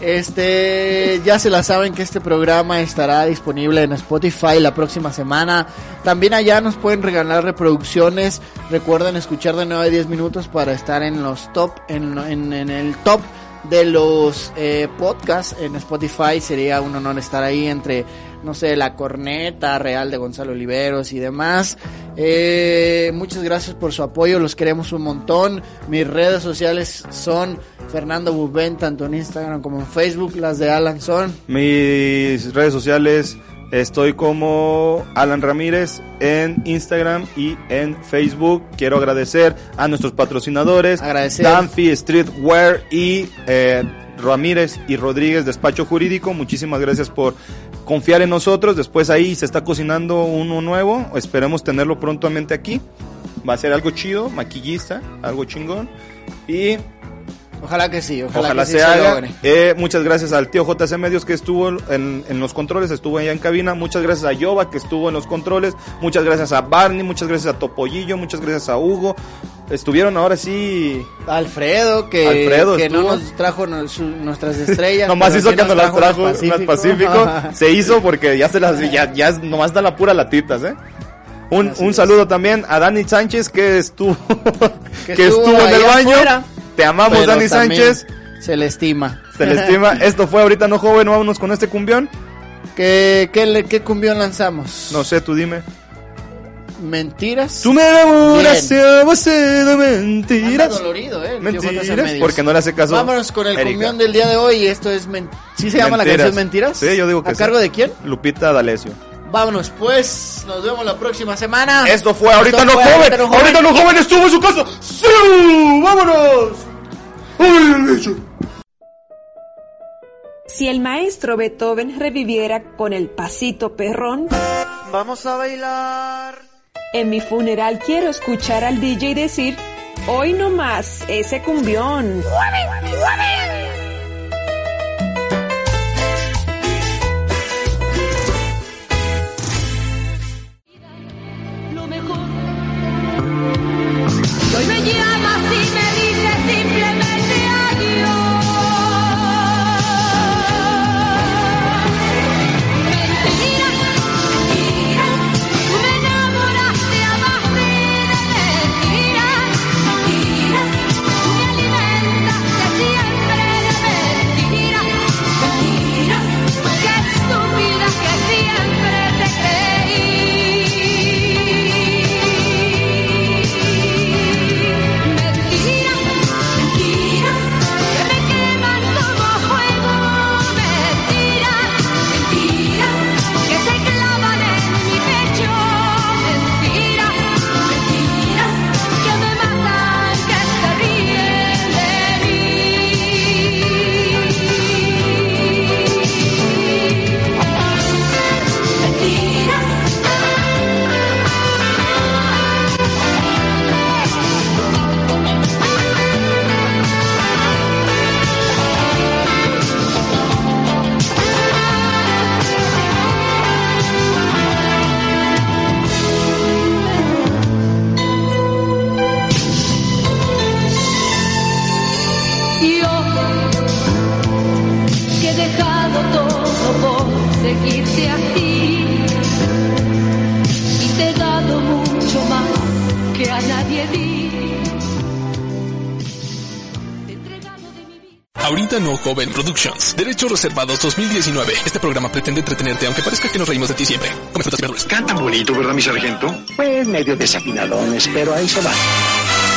Este, ya se la saben que este programa estará disponible en Spotify la próxima semana. También allá nos pueden regalar reproducciones. Recuerden escuchar de 9 a 10 minutos para estar en los top, en, en- en el top de los eh, podcasts en Spotify. Sería un honor estar ahí entre, no sé, La Corneta, Real de Gonzalo Oliveros y demás. Eh, muchas gracias por su apoyo, los queremos un montón. Mis redes sociales son Fernando Bubén, tanto en Instagram como en Facebook. Las de Alan son.
Mis redes sociales estoy como Alan Ramírez en Instagram y en Facebook. Quiero agradecer a nuestros patrocinadores,
Agradecer.
Danfi Streetwear y eh, Ramírez y Rodríguez Despacho Jurídico. Muchísimas gracias por confiar en nosotros. Después ahí se está cocinando uno nuevo. Esperemos tenerlo prontamente aquí. Va a ser algo chido, maquillista, algo chingón. Y
Ojalá que sí, ojalá,
Ojalá,
que sí
se haga.
logre.
Eh, muchas gracias al tío JC Medios que estuvo en, en los controles, estuvo allá en cabina. Muchas gracias a Yoba que estuvo en los controles. Muchas gracias a Barney, muchas gracias a Topollillo, muchas gracias a Hugo. Estuvieron ahora sí.
Alfredo, que,
Alfredo
que no
estuvo.
nos trajo no- su- nuestras estrellas.
nomás
pero
hizo
sí
que nos las trajo
unas
unas Pacífico. se hizo porque ya se las. Ya, ya es- nomás da la pura latitas, ¿eh? Un,
Así
un
es.
saludo también a Dani Sánchez que estuvo, que
Que
estuvo,
estuvo
en el
allá
baño.
afuera.
Te amamos,
Pero
Dani
también
Sánchez.
Se le estima.
Se le estima. Esto fue ahorita no joven. Vámonos con este cumbión.
¿Qué, qué, le- qué cumbión lanzamos?
No sé, tú dime.
¿Mentiras?
Tú me enamoraste
Bien.
a base de
Anda
mentiras.
dolorido, eh. el tío J. hace
Mentiras.
medios.
Porque no le hace caso.
Vámonos con el
Erika.
cumbión del día de hoy. Esto es. Men... ¿Sí se llama la
Mentiras.
canción Mentiras?
Sí, yo digo que
¿A
sí.
cargo de quién?
Lupita D'Alessio.
Vámonos, pues. Nos vemos la próxima semana.
Ah. Esto fue Ahorita No
fue
Joven.
No
Ahorita No Joven estuvo en su casa. ¡Sí! ¡Vámonos!
Si el maestro Beethoven reviviera con el pasito perrón,
Vamos a bailar.
en mi funeral quiero escuchar al DJ decir, hoy no más ese cumbión.
Lo mejor. Y hoy me llamas y me dices simplemente adiós. Mentiras, mentiras, tú me enamoraste a base de mentiras, mentiras, tú me alimentaste siempre de mentiras, mentiras, qué estúpida que siempre te creí. Mentiras, mentiras, que me queman como fuego. Mentiras, mentiras, que se clavan en mi pecho. Mentiras, mentiras, que me matan, que se ríen de mí. Yo que he dejado todo por seguirte a ti y te he dado mucho más que a nadie di.
Ahorita no joven Productions. Derechos reservados 2019. Este programa pretende entretenerte aunque parezca que nos reímos de ti siempre. Come frutas y verduras. Cantan bonito, ¿verdad, mi sargento?
Pues medio desafinadones, pero ahí se va.